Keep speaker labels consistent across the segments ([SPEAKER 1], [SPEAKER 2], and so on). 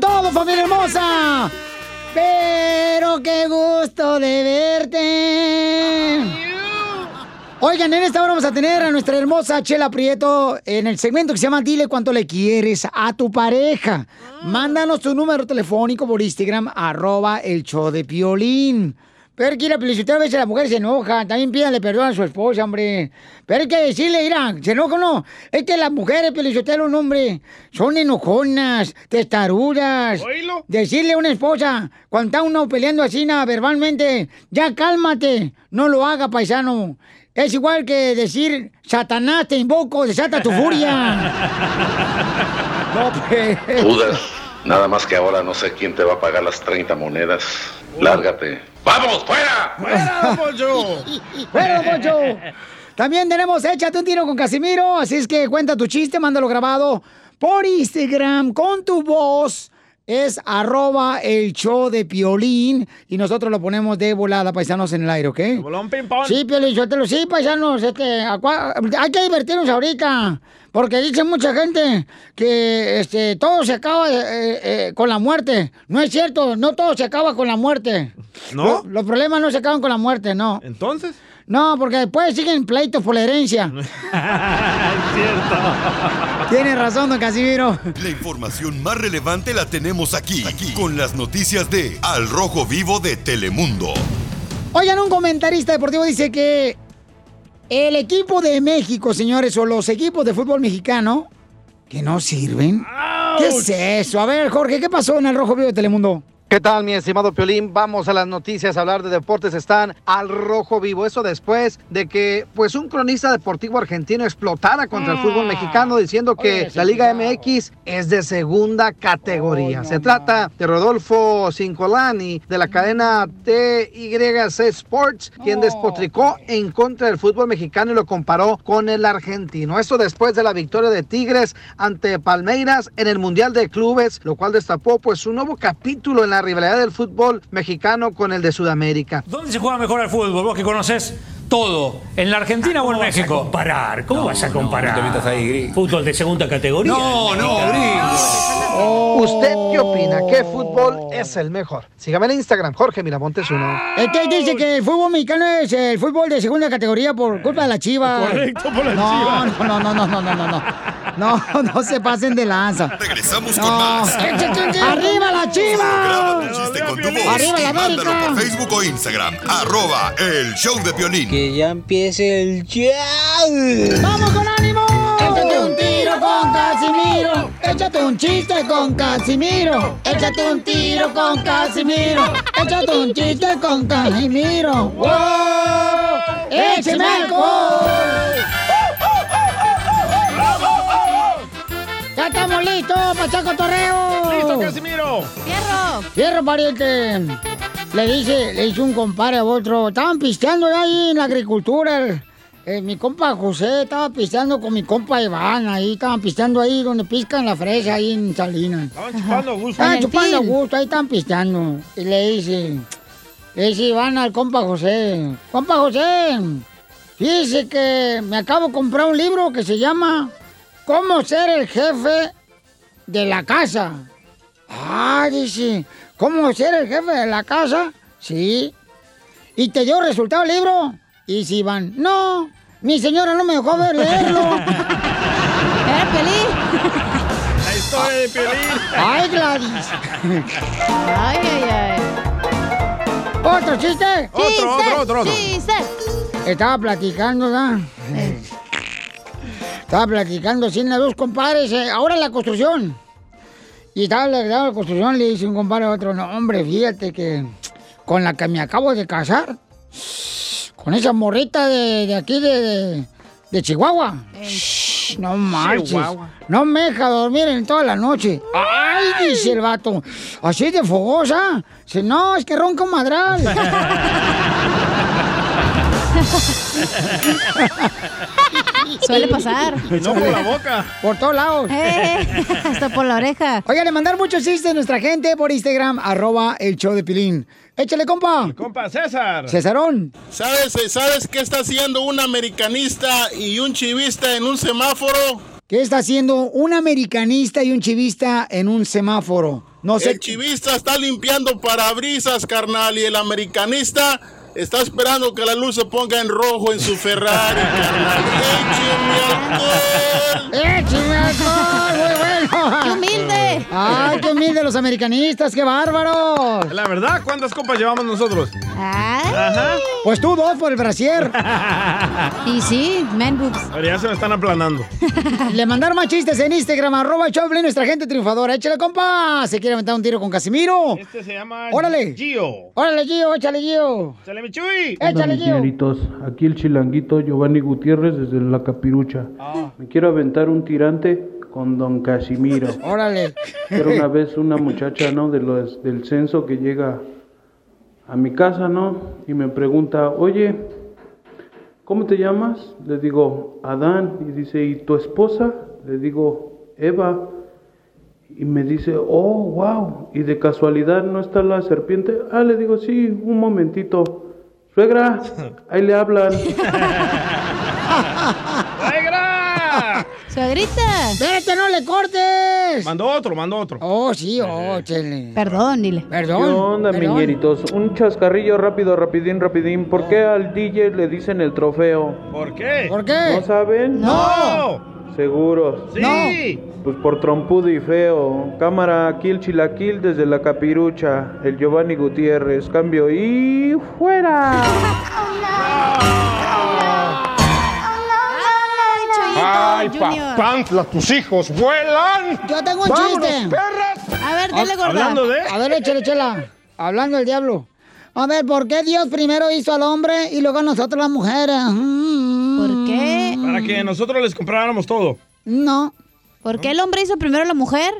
[SPEAKER 1] todo, familia hermosa. Pero qué gusto de verte. Oigan, en esta hora vamos a tener a nuestra hermosa Chela Prieto en el segmento que se llama Dile cuánto le quieres a tu pareja. Mándanos tu número telefónico por Instagram, arroba el show de Piolín. Pero es que ir a felicitar a veces la mujer se enoja. También pídale perdón a su esposa, hombre. Pero hay que decirle, mira, se enoja o no. Es que las mujeres, felicitero, un hombre, son enojonas, testarudas.
[SPEAKER 2] Oílo.
[SPEAKER 1] Decirle a una esposa, cuando está uno peleando así na, verbalmente, ya cálmate, no lo haga, paisano. Es igual que decir, Satanás, te invoco, desata tu furia. No, pues.
[SPEAKER 3] Judas, nada más que ahora no sé quién te va a pagar las 30 monedas. Lárgate. ¡Vamos,
[SPEAKER 4] pues,
[SPEAKER 3] fuera!
[SPEAKER 1] ¡Fuera, Poncho! ¡Fuera, don Poncho! También tenemos Échate un tiro con Casimiro, así es que cuenta tu chiste, mándalo grabado por Instagram con tu voz. Es arroba el show de Piolín y nosotros lo ponemos de volada, paisanos, en el aire, ¿ok?
[SPEAKER 2] Bolón ping pong.
[SPEAKER 1] Sí, Piolín, yo te lo sí, paisanos, este, a cua- hay que divertirnos ahorita, porque dice mucha gente que este, todo se acaba eh, eh, con la muerte. No es cierto, no todo se acaba con la muerte.
[SPEAKER 2] ¿No?
[SPEAKER 1] Lo- los problemas no se acaban con la muerte, no.
[SPEAKER 2] ¿Entonces?
[SPEAKER 1] No, porque después siguen pleitos por la herencia.
[SPEAKER 4] Cierto.
[SPEAKER 1] Tienes razón, don Casimiro.
[SPEAKER 4] La información más relevante la tenemos aquí, aquí, con las noticias de Al Rojo Vivo de Telemundo.
[SPEAKER 1] Oigan, un comentarista deportivo dice que el equipo de México, señores, o los equipos de fútbol mexicano, que no sirven. ¿Qué es eso? A ver, Jorge, ¿qué pasó en el Rojo Vivo de Telemundo?
[SPEAKER 5] ¿Qué tal, mi estimado Piolín? Vamos a las noticias, a hablar de deportes, están al rojo vivo. Eso después de que, pues, un cronista deportivo argentino explotara contra el fútbol
[SPEAKER 1] Ah.
[SPEAKER 5] mexicano diciendo que
[SPEAKER 6] Oye, sí,
[SPEAKER 5] la Liga MX es de segunda categoría. Se trata de Rodolfo Cincolani, de la cadena TYC Sports, quien despotricó en contra del fútbol mexicano y lo comparó con el argentino. Esto después de la victoria de Tigres ante Palmeiras en el Mundial de Clubes, lo cual destapó, pues, un nuevo capítulo en la rivalidad del fútbol mexicano con el de Sudamérica.
[SPEAKER 7] ¿Dónde se juega mejor al fútbol? Vos que conoces todo. ¿En la Argentina
[SPEAKER 8] Ah,
[SPEAKER 7] o en México? comparar? ¿Cómo vas a comparar? Fútbol de segunda categoría. No, no,
[SPEAKER 5] ¿Usted qué opina? ¿Qué fútbol es el mejor? Sígame en Instagram, Jorge Miramontes uno.
[SPEAKER 1] Es que dice que el fútbol mexicano es el fútbol de segunda categoría por culpa de la chiva.
[SPEAKER 4] Correcto, por la
[SPEAKER 1] no,
[SPEAKER 4] Chiva.
[SPEAKER 1] No, no, no, no, no, no, no. No, no se pasen de lanza.
[SPEAKER 4] Regresamos con
[SPEAKER 1] No.
[SPEAKER 4] más.
[SPEAKER 1] ¡Arriba la chiva!
[SPEAKER 4] Graba tu chiste con tu voz
[SPEAKER 1] Arriba la
[SPEAKER 4] y mándalo
[SPEAKER 1] América.
[SPEAKER 4] por Facebook o Instagram, arroba el show de Piolín. Que
[SPEAKER 9] ya empiece el ya.
[SPEAKER 1] ¡Vamos con ánimo! Échate un tiro con Casimiro. Échate un chiste con Casimiro. Échate un tiro con Casimiro. Échate un chiste con Casimiro. ¡Wow! ¡Échame alcohol! ¡Ya estamos listos, Pachaco Torreo!
[SPEAKER 2] ¡Listo, Casimiro!
[SPEAKER 1] ¡Fierro! ¡Fierro, pariente! Le dice, le hizo un compadre a otro. Estaban pisteando ahí en la agricultura. el- eh, mi compa José estaba pisteando con mi compa Iván ahí. Estaban pisteando ahí donde piscan la fresa, ahí en Salinas. Estaban
[SPEAKER 2] chupando a gusto.
[SPEAKER 1] Estaban
[SPEAKER 2] En el
[SPEAKER 1] chupando a
[SPEAKER 2] til.
[SPEAKER 1] gusto, ahí estaban pisteando. Y le dice, le dice Iván al compa José. Compa José, dice que me acabo de comprar un libro que se llama ¿Cómo ser el jefe de la casa? Ah, dice, ¿cómo ser el jefe de la casa? Sí. ¿Y te dio resultado el libro? Y si van, no, mi señora no me dejó ver leerlo. Era
[SPEAKER 2] La historia de Piolín.
[SPEAKER 1] Ay, Gladys. Ay, ay, ay. ¿Otro chiste?
[SPEAKER 2] Otro, Chiste, otro, otro, otro. chiste.
[SPEAKER 1] Estaba platicando, ¿verdad? Estaba platicando sin a dos compadres, eh, ahora en la construcción. Y estaba en la construcción, le dice un compadre a otro, no, hombre, fíjate que con la que me acabo de casar, con esa morrita de, de aquí de, de- de Chihuahua. No marches.
[SPEAKER 2] Chihuahua.
[SPEAKER 1] No me deja dormir en toda la noche. ¡Ay! Dice el vato. Así de fogosa. Dice, no, es que ronca un madral.
[SPEAKER 10] Suele pasar.
[SPEAKER 2] No por la boca.
[SPEAKER 1] Por todos lados.
[SPEAKER 10] Eh, hasta
[SPEAKER 1] por la oreja. Oigan, le mandar muchos chistes a nuestra gente por Instagram, arroba el show de Pilín. Échale, compa.
[SPEAKER 11] Compa César.
[SPEAKER 1] Cesarón.
[SPEAKER 11] ¿Sabes, eh, ¿Sabes qué está haciendo un americanista y un chivista en un semáforo?
[SPEAKER 1] ¿Qué está haciendo un americanista y un chivista en un semáforo? No sé.
[SPEAKER 2] Eh.
[SPEAKER 11] El chivista está limpiando parabrisas, carnal, y el americanista está esperando que la luz se ponga en rojo en su Ferrari, carnal.
[SPEAKER 1] ¡Écheme alcohol! ¡Muy bueno!
[SPEAKER 10] ¡Qué humilde!
[SPEAKER 1] ¡Ay, qué humilde los americanistas! ¡Qué bárbaros!
[SPEAKER 2] La verdad, ¿cuántas copas llevamos nosotros?
[SPEAKER 10] Ay.
[SPEAKER 1] Pues tú dos por el brasier.
[SPEAKER 10] Y sí, man boobs.
[SPEAKER 2] Pero ya se me están aplanando.
[SPEAKER 1] Le mandaron más chistes en Instagram, arroba Choplin, nuestra gente triunfadora. Échale, compa. Se quiere aventar un tiro con Casimiro.
[SPEAKER 2] Este se llama
[SPEAKER 1] Órale.
[SPEAKER 2] Gio.
[SPEAKER 1] Órale, Gio, échale, Gio.
[SPEAKER 2] ¡Sale, mi Chuy!
[SPEAKER 1] Échale,
[SPEAKER 6] mis
[SPEAKER 1] Gio.
[SPEAKER 6] señoritos, aquí el chilanguito Giovanni Gutiérrez desde La Capirucha.
[SPEAKER 1] Ah.
[SPEAKER 6] Me quiero aventar un tirante con Don Casimiro.
[SPEAKER 1] Órale.
[SPEAKER 6] Era una vez una muchacha, ¿no? De los, del censo que llega a mi casa, ¿no? Y me pregunta, oye, ¿cómo te llamas? Le digo, Adán. Y dice, ¿y tu esposa? Le digo, Eva. Y me dice, oh, wow. ¿Y de casualidad no está la serpiente? Ah, le digo, sí, un momentito. Suegra, ahí le hablan.
[SPEAKER 2] ¡Suegra!
[SPEAKER 10] ¡Suegrita!
[SPEAKER 1] ¡Vete, Este no le cortes!
[SPEAKER 2] Mandó otro, Eh. mandó otro.
[SPEAKER 1] Oh, sí, oh, chele.
[SPEAKER 10] Perdón, dile.
[SPEAKER 1] Perdón.
[SPEAKER 6] ¿Qué onda,
[SPEAKER 1] perdón.
[SPEAKER 6] miñeritos? Un chascarrillo rápido, rapidín, rapidín. ¿Por qué al DJ le dicen el trofeo?
[SPEAKER 2] ¿Por qué?
[SPEAKER 1] ¿Por
[SPEAKER 6] ¿No
[SPEAKER 1] qué?
[SPEAKER 6] saben?
[SPEAKER 2] ¡No!
[SPEAKER 6] Seguros.
[SPEAKER 2] ¡Sí!
[SPEAKER 6] Pues por trompudo y feo. Cámara, aquí el chilaquil desde la capirucha. El Giovanni Gutiérrez. Cambio y fuera.
[SPEAKER 10] ¡Ay,
[SPEAKER 2] Ah,
[SPEAKER 10] Chuyito Junior!
[SPEAKER 12] ¡Panfla, tus hijos vuelan!
[SPEAKER 1] Yo tengo un chiste.
[SPEAKER 10] A ver, dale, gorda.
[SPEAKER 2] Ah, Hablando de...
[SPEAKER 1] A ver, échale, chela. Hablando del diablo. A ver, ¿por qué Dios primero hizo al hombre y luego a nosotros las mujeres? Mm.
[SPEAKER 10] ¿Por qué?
[SPEAKER 2] Para que nosotros les compráramos todo.
[SPEAKER 1] No.
[SPEAKER 10] ¿Por qué el hombre hizo primero a la mujer?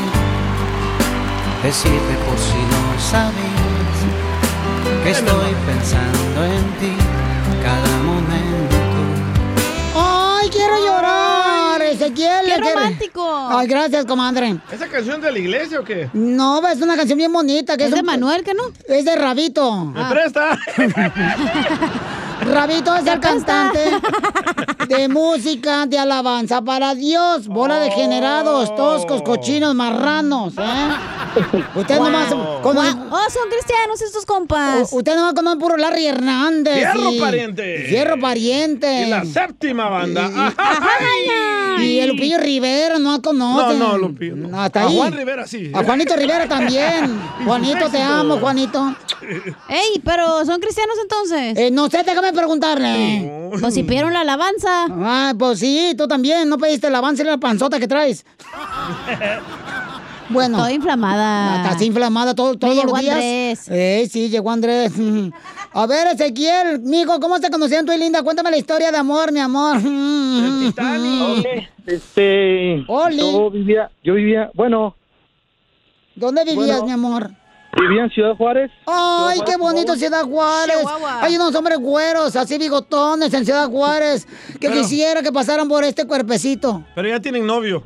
[SPEAKER 13] decirte por si no sabías que estoy pensando en ti cada momento.
[SPEAKER 1] Ay, quiero llorar, Ezequiel.
[SPEAKER 10] ¡Qué
[SPEAKER 1] le quiere-
[SPEAKER 10] romántico!
[SPEAKER 1] Ay, gracias, comadre.
[SPEAKER 2] ¿Esa canción de la iglesia o qué?
[SPEAKER 1] No, es una canción bien bonita. Que
[SPEAKER 10] Es
[SPEAKER 1] un-
[SPEAKER 10] de Manuel, ¿qué no?
[SPEAKER 1] Es de Rabito.
[SPEAKER 2] ¿Me presta?
[SPEAKER 1] Rabito es el cantante de música de alabanza para Dios. Bola de
[SPEAKER 2] Oh.
[SPEAKER 1] generados, toscos, cochinos, marranos, ¿eh? Usted nomás... Como,
[SPEAKER 10] Gua- Oh, son cristianos estos compas.
[SPEAKER 1] u- usted nomás conoce puro Larry Hernández.
[SPEAKER 2] ¡Fierro
[SPEAKER 1] y-
[SPEAKER 2] pariente!
[SPEAKER 1] Fierro pariente.
[SPEAKER 2] Y la séptima banda. Ah. ¡Ay!
[SPEAKER 1] Y el Lupillo Rivera no
[SPEAKER 2] No,
[SPEAKER 1] conoce.
[SPEAKER 2] no, Lupillo. no.
[SPEAKER 1] Hasta
[SPEAKER 2] a
[SPEAKER 1] ahí. Ah.
[SPEAKER 2] Juan Rivera sí.
[SPEAKER 1] A Juanito Rivera también. Juanito, te
[SPEAKER 2] éxitos.
[SPEAKER 1] amo, Juanito.
[SPEAKER 10] Ey, pero son cristianos entonces.
[SPEAKER 1] Eh, no sé, déjame preguntarle.
[SPEAKER 10] Pues si pidieron la alabanza.
[SPEAKER 1] Ah, pues sí, tú también. No pediste el avance y la panzota que traes. Bueno,
[SPEAKER 10] Estoy inflamada.
[SPEAKER 1] estás inflamada todo, todos
[SPEAKER 10] llegó
[SPEAKER 1] los días.
[SPEAKER 10] Andrés.
[SPEAKER 1] Eh, sí, llegó Andrés. A ver, Ezequiel, mijo, ¿cómo se conocieron tú y Linda? Cuéntame la historia de amor, mi amor.
[SPEAKER 14] Este,
[SPEAKER 1] Oli.
[SPEAKER 14] yo vivía, yo vivía, bueno,
[SPEAKER 1] ¿Dónde vivías,
[SPEAKER 14] Bueno.
[SPEAKER 1] mi amor?
[SPEAKER 14] vivía en Ciudad Juárez.
[SPEAKER 1] Ay,
[SPEAKER 14] Ciudad
[SPEAKER 1] qué
[SPEAKER 14] Juárez,
[SPEAKER 1] bonito Ciudad Juárez.
[SPEAKER 10] Chihuahua.
[SPEAKER 1] Hay unos hombres güeros, así bigotones en Ciudad Juárez. Que
[SPEAKER 2] Pero-
[SPEAKER 1] quisiera que pasaran por este cuerpecito.
[SPEAKER 2] Pero ya tienen novio.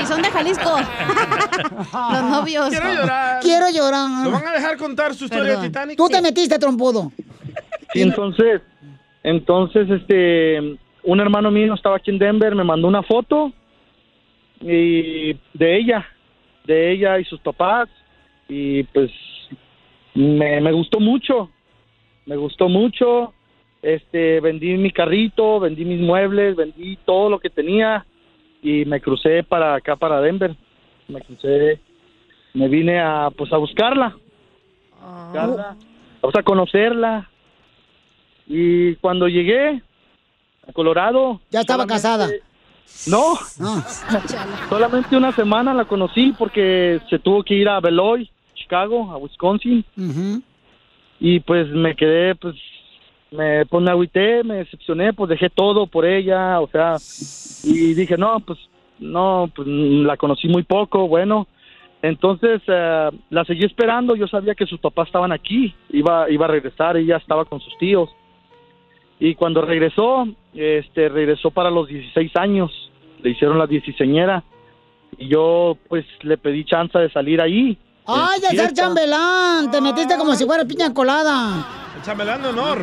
[SPEAKER 10] Y son de Jalisco. Los novios.
[SPEAKER 2] Quiero llorar.
[SPEAKER 1] Quiero
[SPEAKER 2] Lo
[SPEAKER 1] llorar.
[SPEAKER 2] van a dejar contar su historia de
[SPEAKER 10] Perdón.
[SPEAKER 2] Titanic.
[SPEAKER 1] Tú te metiste, trompudo.
[SPEAKER 14] Y entonces, entonces, este, un hermano mío estaba aquí en Denver, me mandó una foto y de ella, de ella y sus papás y pues me, me gustó mucho, me gustó mucho, este, vendí mi carrito, vendí mis muebles, vendí todo
[SPEAKER 1] Pues
[SPEAKER 14] lo que tenía y me crucé para acá, para Denver, me crucé me vine a pues a buscarla, Carla. o sea, a conocerla. Y cuando llegué a Colorado,
[SPEAKER 1] Ya estaba casada.
[SPEAKER 14] no, solamente una semana la conocí porque se tuvo que ir a Beloy, Chicago, a Wisconsin. Y pues me quedé, pues me, pues, me agüité, me decepcioné, pues dejé todo por ella, o sea, y dije, no, pues no, pues mm, la conocí muy poco, bueno. Entonces eh, la seguí esperando, yo sabía que sus papás estaban aquí, iba, iba a regresar, ella estaba con sus tíos. Y cuando regresó, este, regresó para los 16 años, le hicieron la dieciseñera. Y yo, pues, le pedí chance de salir ahí.
[SPEAKER 1] ¡Ay, de ser
[SPEAKER 14] Fiesta.
[SPEAKER 1] chambelán! Te metiste como si fuera piña colada.
[SPEAKER 2] El chambelán de honor.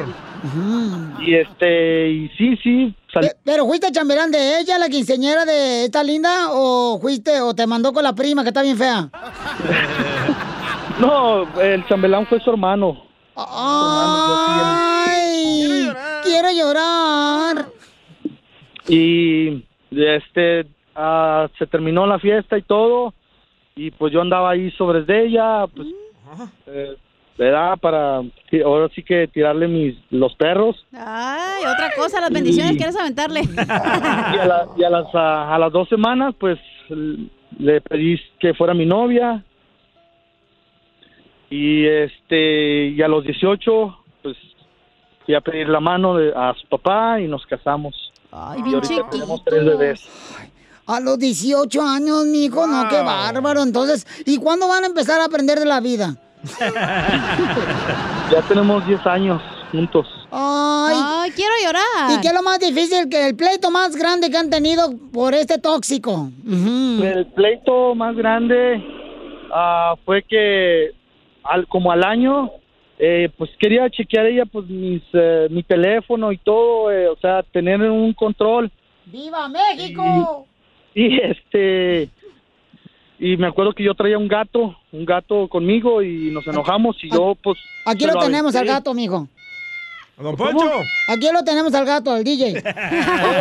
[SPEAKER 14] Y este, y sí, sí, salí.
[SPEAKER 1] Pe- ¿Pero fuiste chambelán de ella, la quinceñera de esta linda? ¿O fuiste o te mandó con la prima que está bien fea?
[SPEAKER 14] No, el chambelán fue su hermano.
[SPEAKER 1] Ah, ¡Ay! Quiero llorar.
[SPEAKER 14] Y este, ah, se terminó la fiesta y todo. Y pues yo andaba ahí sobre de ella, pues, eh, ¿verdad? Para ti- ahora sí que tirarle mis los perros.
[SPEAKER 10] Ay, otra cosa, las bendiciones quieres aventarle.
[SPEAKER 14] Y a, la- y a las, ah, a las dos semanas, pues l- le pedí que fuera mi novia. Y este, y a los 18, pues fui a pedir la mano de- a su papá y nos casamos.
[SPEAKER 1] Ay,
[SPEAKER 14] y
[SPEAKER 1] bien
[SPEAKER 14] ahorita tenemos
[SPEAKER 1] chiquitos.
[SPEAKER 14] tres bebés.
[SPEAKER 1] A los 18 años, mijo, no, qué bárbaro. Entonces, ¿y cuándo van a empezar a aprender de la vida?
[SPEAKER 14] Ya tenemos 10 años juntos.
[SPEAKER 1] Ay, quiero llorar. ¿Y qué es lo más difícil? que El pleito más grande que han tenido por este tóxico.
[SPEAKER 14] El pleito más grande ah, fue que al, como al año, eh, pues quería chequear ella pues mis, eh, mi teléfono y todo, eh, o sea, tener un control.
[SPEAKER 1] ¡Viva México!
[SPEAKER 14] Y este y me acuerdo que yo traía un gato, un gato conmigo y nos enojamos y yo pues
[SPEAKER 1] Aquí
[SPEAKER 14] se
[SPEAKER 1] lo tenemos al
[SPEAKER 14] aventé.
[SPEAKER 1] gato, mijo.
[SPEAKER 2] Don
[SPEAKER 1] Aquí lo tenemos al gato, al DJ.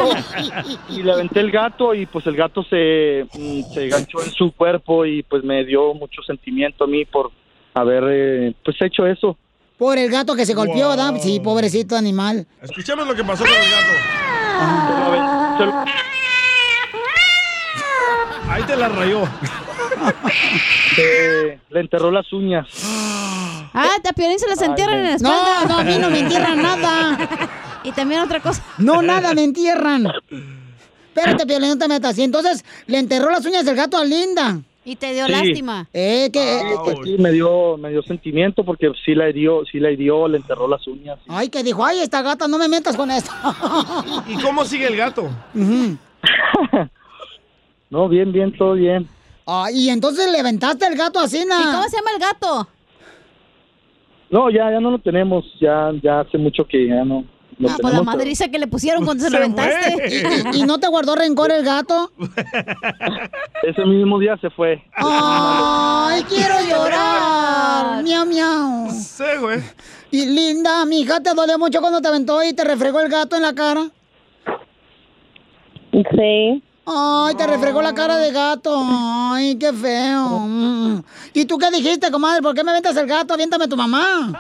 [SPEAKER 14] Y le aventé el gato y pues el gato se mm, se ganchó en su cuerpo y pues me dio mucho sentimiento a mí por haber eh, pues hecho eso.
[SPEAKER 1] Por el gato que se golpeó, ¿verdad? Sí, pobrecito animal.
[SPEAKER 2] Escuchemos lo que pasó con el gato. Ah. Ahí te la rayó.
[SPEAKER 14] Se- le enterró las uñas.
[SPEAKER 10] Ah, te Piolín se las
[SPEAKER 14] Ay,
[SPEAKER 10] entierran en
[SPEAKER 14] me-
[SPEAKER 10] la espalda.
[SPEAKER 1] No, no, a mí no me entierran nada.
[SPEAKER 10] Y también otra cosa.
[SPEAKER 1] No, nada, me entierran. Espérate, Piolín, no te metas. Y entonces le enterró las uñas del gato a Linda.
[SPEAKER 10] Y te dio
[SPEAKER 14] Sí.
[SPEAKER 10] lástima.
[SPEAKER 1] Eh, que...
[SPEAKER 14] Sí, pues sí, me dio, me dio sentimiento porque sí la hirió, sí la hirió, le enterró las uñas.
[SPEAKER 1] Ay, que dijo, ay, esta gata, no me metas con esto.
[SPEAKER 2] ¿Y cómo sigue el gato?
[SPEAKER 14] No, bien, bien, todo bien.
[SPEAKER 1] Ay, y entonces le aventaste el gato así, ¿Y cómo
[SPEAKER 10] se llama el gato?
[SPEAKER 14] No, ya, ya no lo tenemos, ya, ya hace mucho que ya no. lo
[SPEAKER 10] Ah, pues la
[SPEAKER 14] tenemos,
[SPEAKER 10] madriza que le pusieron cuando se lo
[SPEAKER 14] Se
[SPEAKER 10] aventaste.
[SPEAKER 14] fue.
[SPEAKER 1] ¿Y no te guardó rencor el gato?
[SPEAKER 14] pero Ese mismo día se fue.
[SPEAKER 10] Ah.
[SPEAKER 1] Ay, quiero llorar. Miau, miau. Sí, güey. Y linda, mi hija, ¿te dolió mucho cuando te aventó y te refregó el gato en la cara?
[SPEAKER 15] Sí.
[SPEAKER 1] Ay, te refregó la cara de gato. Ay, qué feo. Mm. ¿Y tú qué dijiste, comadre? ¿Por qué me aventas el gato? Aviéntame a tu mamá.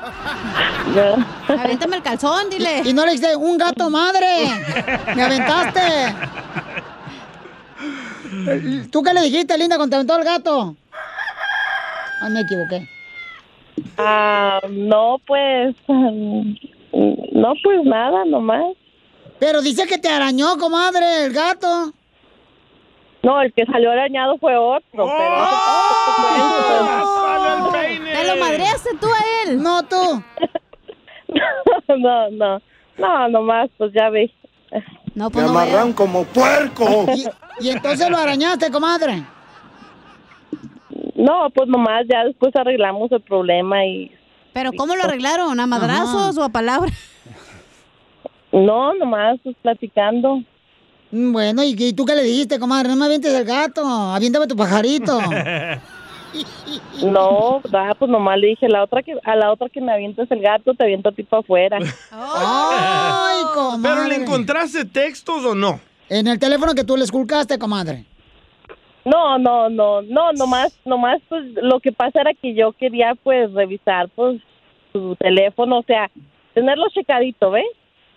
[SPEAKER 10] Aviéntame el calzón, dile.
[SPEAKER 1] Y, y no le dijiste, un gato madre. Me aventaste. ¿Tú qué le dijiste, linda, cuando te aventó el gato? Ay, me equivoqué.
[SPEAKER 15] Ah, no, pues, mm, no, pues nada, nomás.
[SPEAKER 1] Pero dice que te arañó, comadre, el gato.
[SPEAKER 15] No, el que salió arañado fue
[SPEAKER 12] Oh.
[SPEAKER 15] otro,
[SPEAKER 10] Te lo madreaste tú a él.
[SPEAKER 1] No, tú.
[SPEAKER 15] pero... no, no, no, nomás, pues ya ve.
[SPEAKER 10] No,
[SPEAKER 15] pues
[SPEAKER 12] como puerco.
[SPEAKER 1] Y, y entonces lo arañaste, comadre.
[SPEAKER 15] No, pues nomás ya después arreglamos el problema y... pues,
[SPEAKER 10] Pero ¿cómo lo arreglaron? ¿A madrazos o a palabras?
[SPEAKER 15] No, nomás pues, platicando.
[SPEAKER 1] Mm, Bueno, ¿y, y tú qué le dijiste, comadre? No me avientes el gato, aviéntame tu pajarito.
[SPEAKER 15] No, ah, pues nomás le dije a la otra que a la otra que me avientes el gato, te aviento a ti para afuera.
[SPEAKER 1] Ay, Ah, comadre.
[SPEAKER 2] ¿Pero le encontraste textos o no?
[SPEAKER 1] En el teléfono que tú le esculcaste, comadre.
[SPEAKER 15] No, no, no, no, nomás, nomás, pues lo que pasa era que yo quería, pues, revisar, pues, su teléfono, o sea, tenerlo checadito, ¿ves?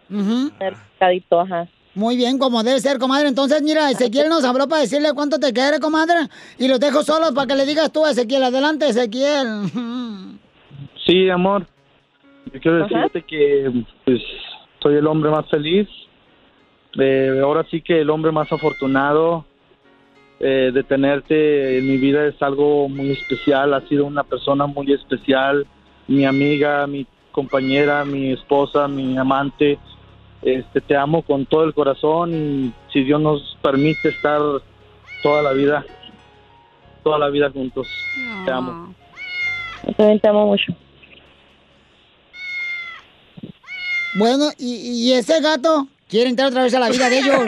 [SPEAKER 15] Tenerlo checadito, ajá.
[SPEAKER 1] Muy bien, como debe ser, comadre. Entonces, mira, Ezequiel nos habló para decirle cuánto te quiere, comadre. Y los dejo solos para que le digas tú a Ezequiel. Adelante, Ezequiel.
[SPEAKER 14] Sí, amor. Yo quiero
[SPEAKER 1] Ajá.
[SPEAKER 14] decirte que pues, soy el hombre más feliz. Eh, ahora sí que el hombre más afortunado eh, de tenerte en mi vida es algo muy especial. Has sido una persona muy especial. Mi amiga, mi compañera, mi esposa, mi amante. Este, te amo con todo el corazón y si Dios nos permite estar toda la vida, toda la vida juntos. Te amo.
[SPEAKER 15] Yo también te amo mucho.
[SPEAKER 1] Bueno, y, y ese gato quiere entrar otra vez a la vida de ellos.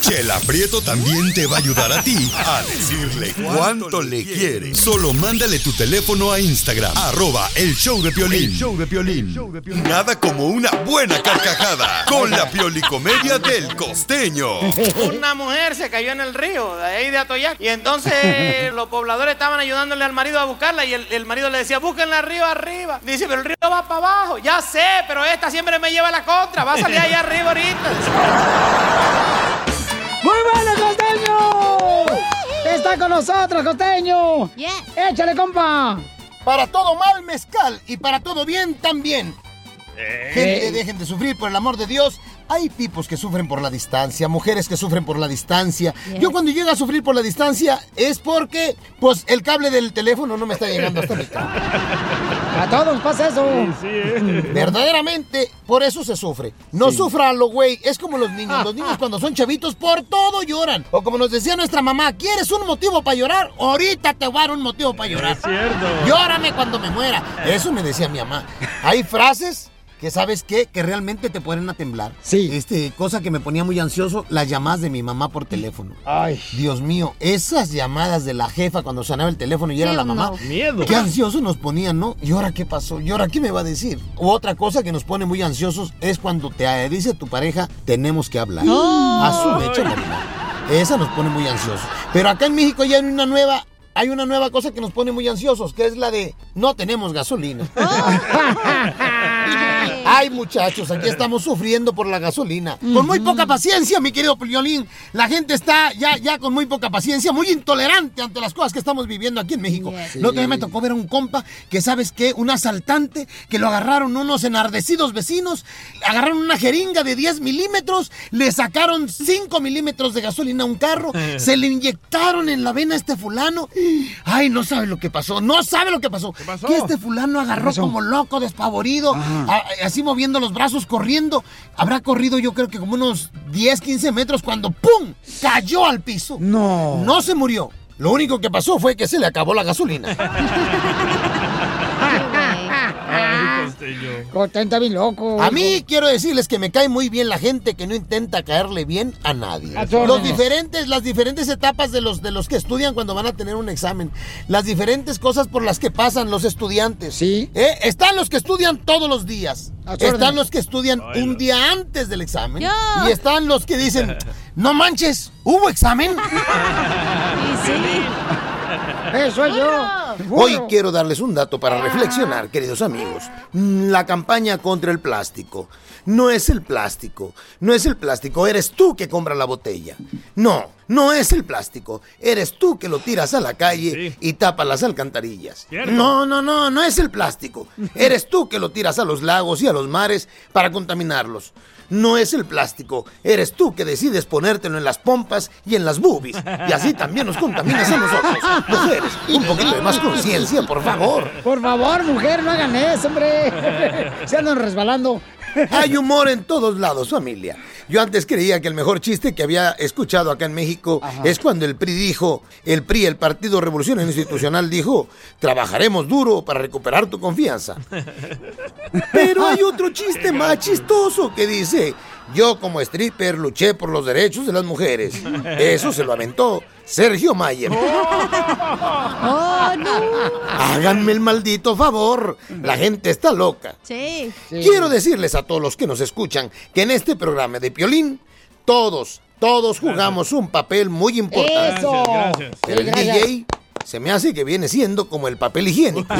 [SPEAKER 4] Chela Prieto también te va a ayudar a ti a decirle cuánto le quiere. Solo mándale tu teléfono a Instagram, arroba el show de Piolín.
[SPEAKER 16] El
[SPEAKER 4] Nada como una buena carcajada con la piolicomedia del costeño.
[SPEAKER 17] Una mujer se cayó en el río, de ahí de Atoyac. Y entonces los pobladores estaban ayudándole al marido a buscarla. Y el, el marido le decía, búsquenla río arriba. Dice, pero el río va para abajo. Ya sé, pero esta siempre me lleva a la contra. Va a salir allá arriba ahorita.
[SPEAKER 1] ¡Muy bueno, costeño! ¡Está con nosotros, costeño! ¡Échale, compa!
[SPEAKER 18] Para todo mal, mezcal. Y para todo bien, también.
[SPEAKER 1] Eh,
[SPEAKER 18] Gente, dejen de sufrir, por el amor de Dios. Hay tipos que sufren por la distancia, mujeres que sufren por la distancia. Yo cuando llego a sufrir por la distancia es porque, pues, el cable del teléfono no me está llegando hasta mi cama.
[SPEAKER 1] A todos pasa eso.
[SPEAKER 16] eh.
[SPEAKER 18] Verdaderamente, por eso se sufre. No sufra a lo güey. Es como los niños. Los niños cuando son chavitos, por todo lloran. O como nos decía nuestra mamá, ¿quieres un motivo para llorar? Ahorita te voy a dar un motivo para llorar.
[SPEAKER 16] Es cierto.
[SPEAKER 18] Llórame cuando me muera. Eso me decía mi mamá. Hay frases que sabes qué, que realmente te ponen a temblar. Sí. Este, cosa que me ponía muy ansioso, las llamadas de mi mamá por teléfono. Ay. Dios mío, esas llamadas de la jefa cuando sonaba el teléfono y era
[SPEAKER 16] Sí,
[SPEAKER 18] la
[SPEAKER 16] no.
[SPEAKER 18] mamá.
[SPEAKER 16] Miedo.
[SPEAKER 18] Qué ansioso nos ponían, ¿no? ¿Y ahora qué pasó? ¿Y ahora qué me va a decir? U otra cosa que nos pone muy ansiosos es cuando te eh, dice tu pareja, tenemos que hablar.
[SPEAKER 16] No.
[SPEAKER 18] Asume, échale, Esa nos pone muy ansiosos. Pero acá en México ya hay una nueva... Hay una nueva cosa que nos pone muy ansiosos, que es la de no tenemos gasolina. Ay, muchachos, aquí estamos sufriendo por la gasolina. Con muy poca paciencia, mi querido Piolín. La gente está ya, ya con muy poca paciencia, muy intolerante ante las cosas que estamos viviendo aquí en México.
[SPEAKER 16] Sí.
[SPEAKER 18] No te me tocó ver a un compa que, ¿sabes qué? Un asaltante que lo agarraron unos enardecidos vecinos, agarraron una jeringa de 10 milímetros, le sacaron 5 milímetros de gasolina a un carro, se le inyectaron en la vena a este fulano. Ay, no sabe lo que pasó, no sabe lo que pasó. Que este fulano agarró
[SPEAKER 16] pasó?
[SPEAKER 18] como loco, despavorido, a- así moviendo los brazos, corriendo. Habrá corrido yo creo que como unos 10, 15 metros cuando ¡pum! cayó al piso. No. No se murió. Lo único que pasó fue que se le acabó la gasolina.
[SPEAKER 1] Contenta bien loco.
[SPEAKER 18] A mí quiero decirles que me cae muy bien la gente que no intenta caerle bien a nadie.
[SPEAKER 1] A tus
[SPEAKER 18] Los
[SPEAKER 1] órdenes.
[SPEAKER 18] diferentes, las diferentes etapas de los, de los que estudian cuando van a tener un examen. Las diferentes cosas por las que pasan los estudiantes. Sí. Están los que estudian todos los días.
[SPEAKER 16] A tus
[SPEAKER 18] Están
[SPEAKER 16] órdenes.
[SPEAKER 18] los que estudian un día antes del examen.
[SPEAKER 16] Yo.
[SPEAKER 18] Y están los que dicen, no manches, ¿hubo examen?
[SPEAKER 1] Eso es yo.
[SPEAKER 18] Hoy quiero darles un dato para reflexionar, queridos amigos. Mm, La campaña contra el plástico. No es el plástico. No es el plástico. Eres tú que compras la botella. No, no es el plástico. Eres tú que lo tiras a la calle y tapas las alcantarillas.
[SPEAKER 16] Cierto.
[SPEAKER 18] No, no, no, no es el plástico. Eres tú que lo tiras a los lagos y a los mares para contaminarlos. No es el plástico. Eres tú que decides ponértelo en las pompas y en las boobies. Y así también nos contaminas a nosotros. Mujeres, un poquito de más conciencia, por favor.
[SPEAKER 1] Por favor, mujer, no hagan eso, hombre. Se andan resbalando.
[SPEAKER 18] Hay humor en todos lados, familia. Yo antes creía que el mejor chiste que había escuchado acá en México es cuando el PRI dijo, el PRI, el Partido Revolucionario Institucional, dijo, trabajaremos duro para recuperar tu confianza. Pero hay otro chiste más chistoso que dice, yo como stripper luché por los derechos de las mujeres. Eso se lo aventó Sergio Mayer.
[SPEAKER 1] Oh.
[SPEAKER 10] Oh,
[SPEAKER 18] Háganme el maldito favor. La gente está loca.
[SPEAKER 10] Sí.
[SPEAKER 18] Quiero decirles a todos los que nos escuchan que en este programa de Piolín, todos, Todos jugamos un papel muy importante.
[SPEAKER 1] ¡Eso! Gracias, gracias.
[SPEAKER 18] El
[SPEAKER 1] Sí, gracias.
[SPEAKER 18] DJ se me hace que viene siendo como el papel higiénico.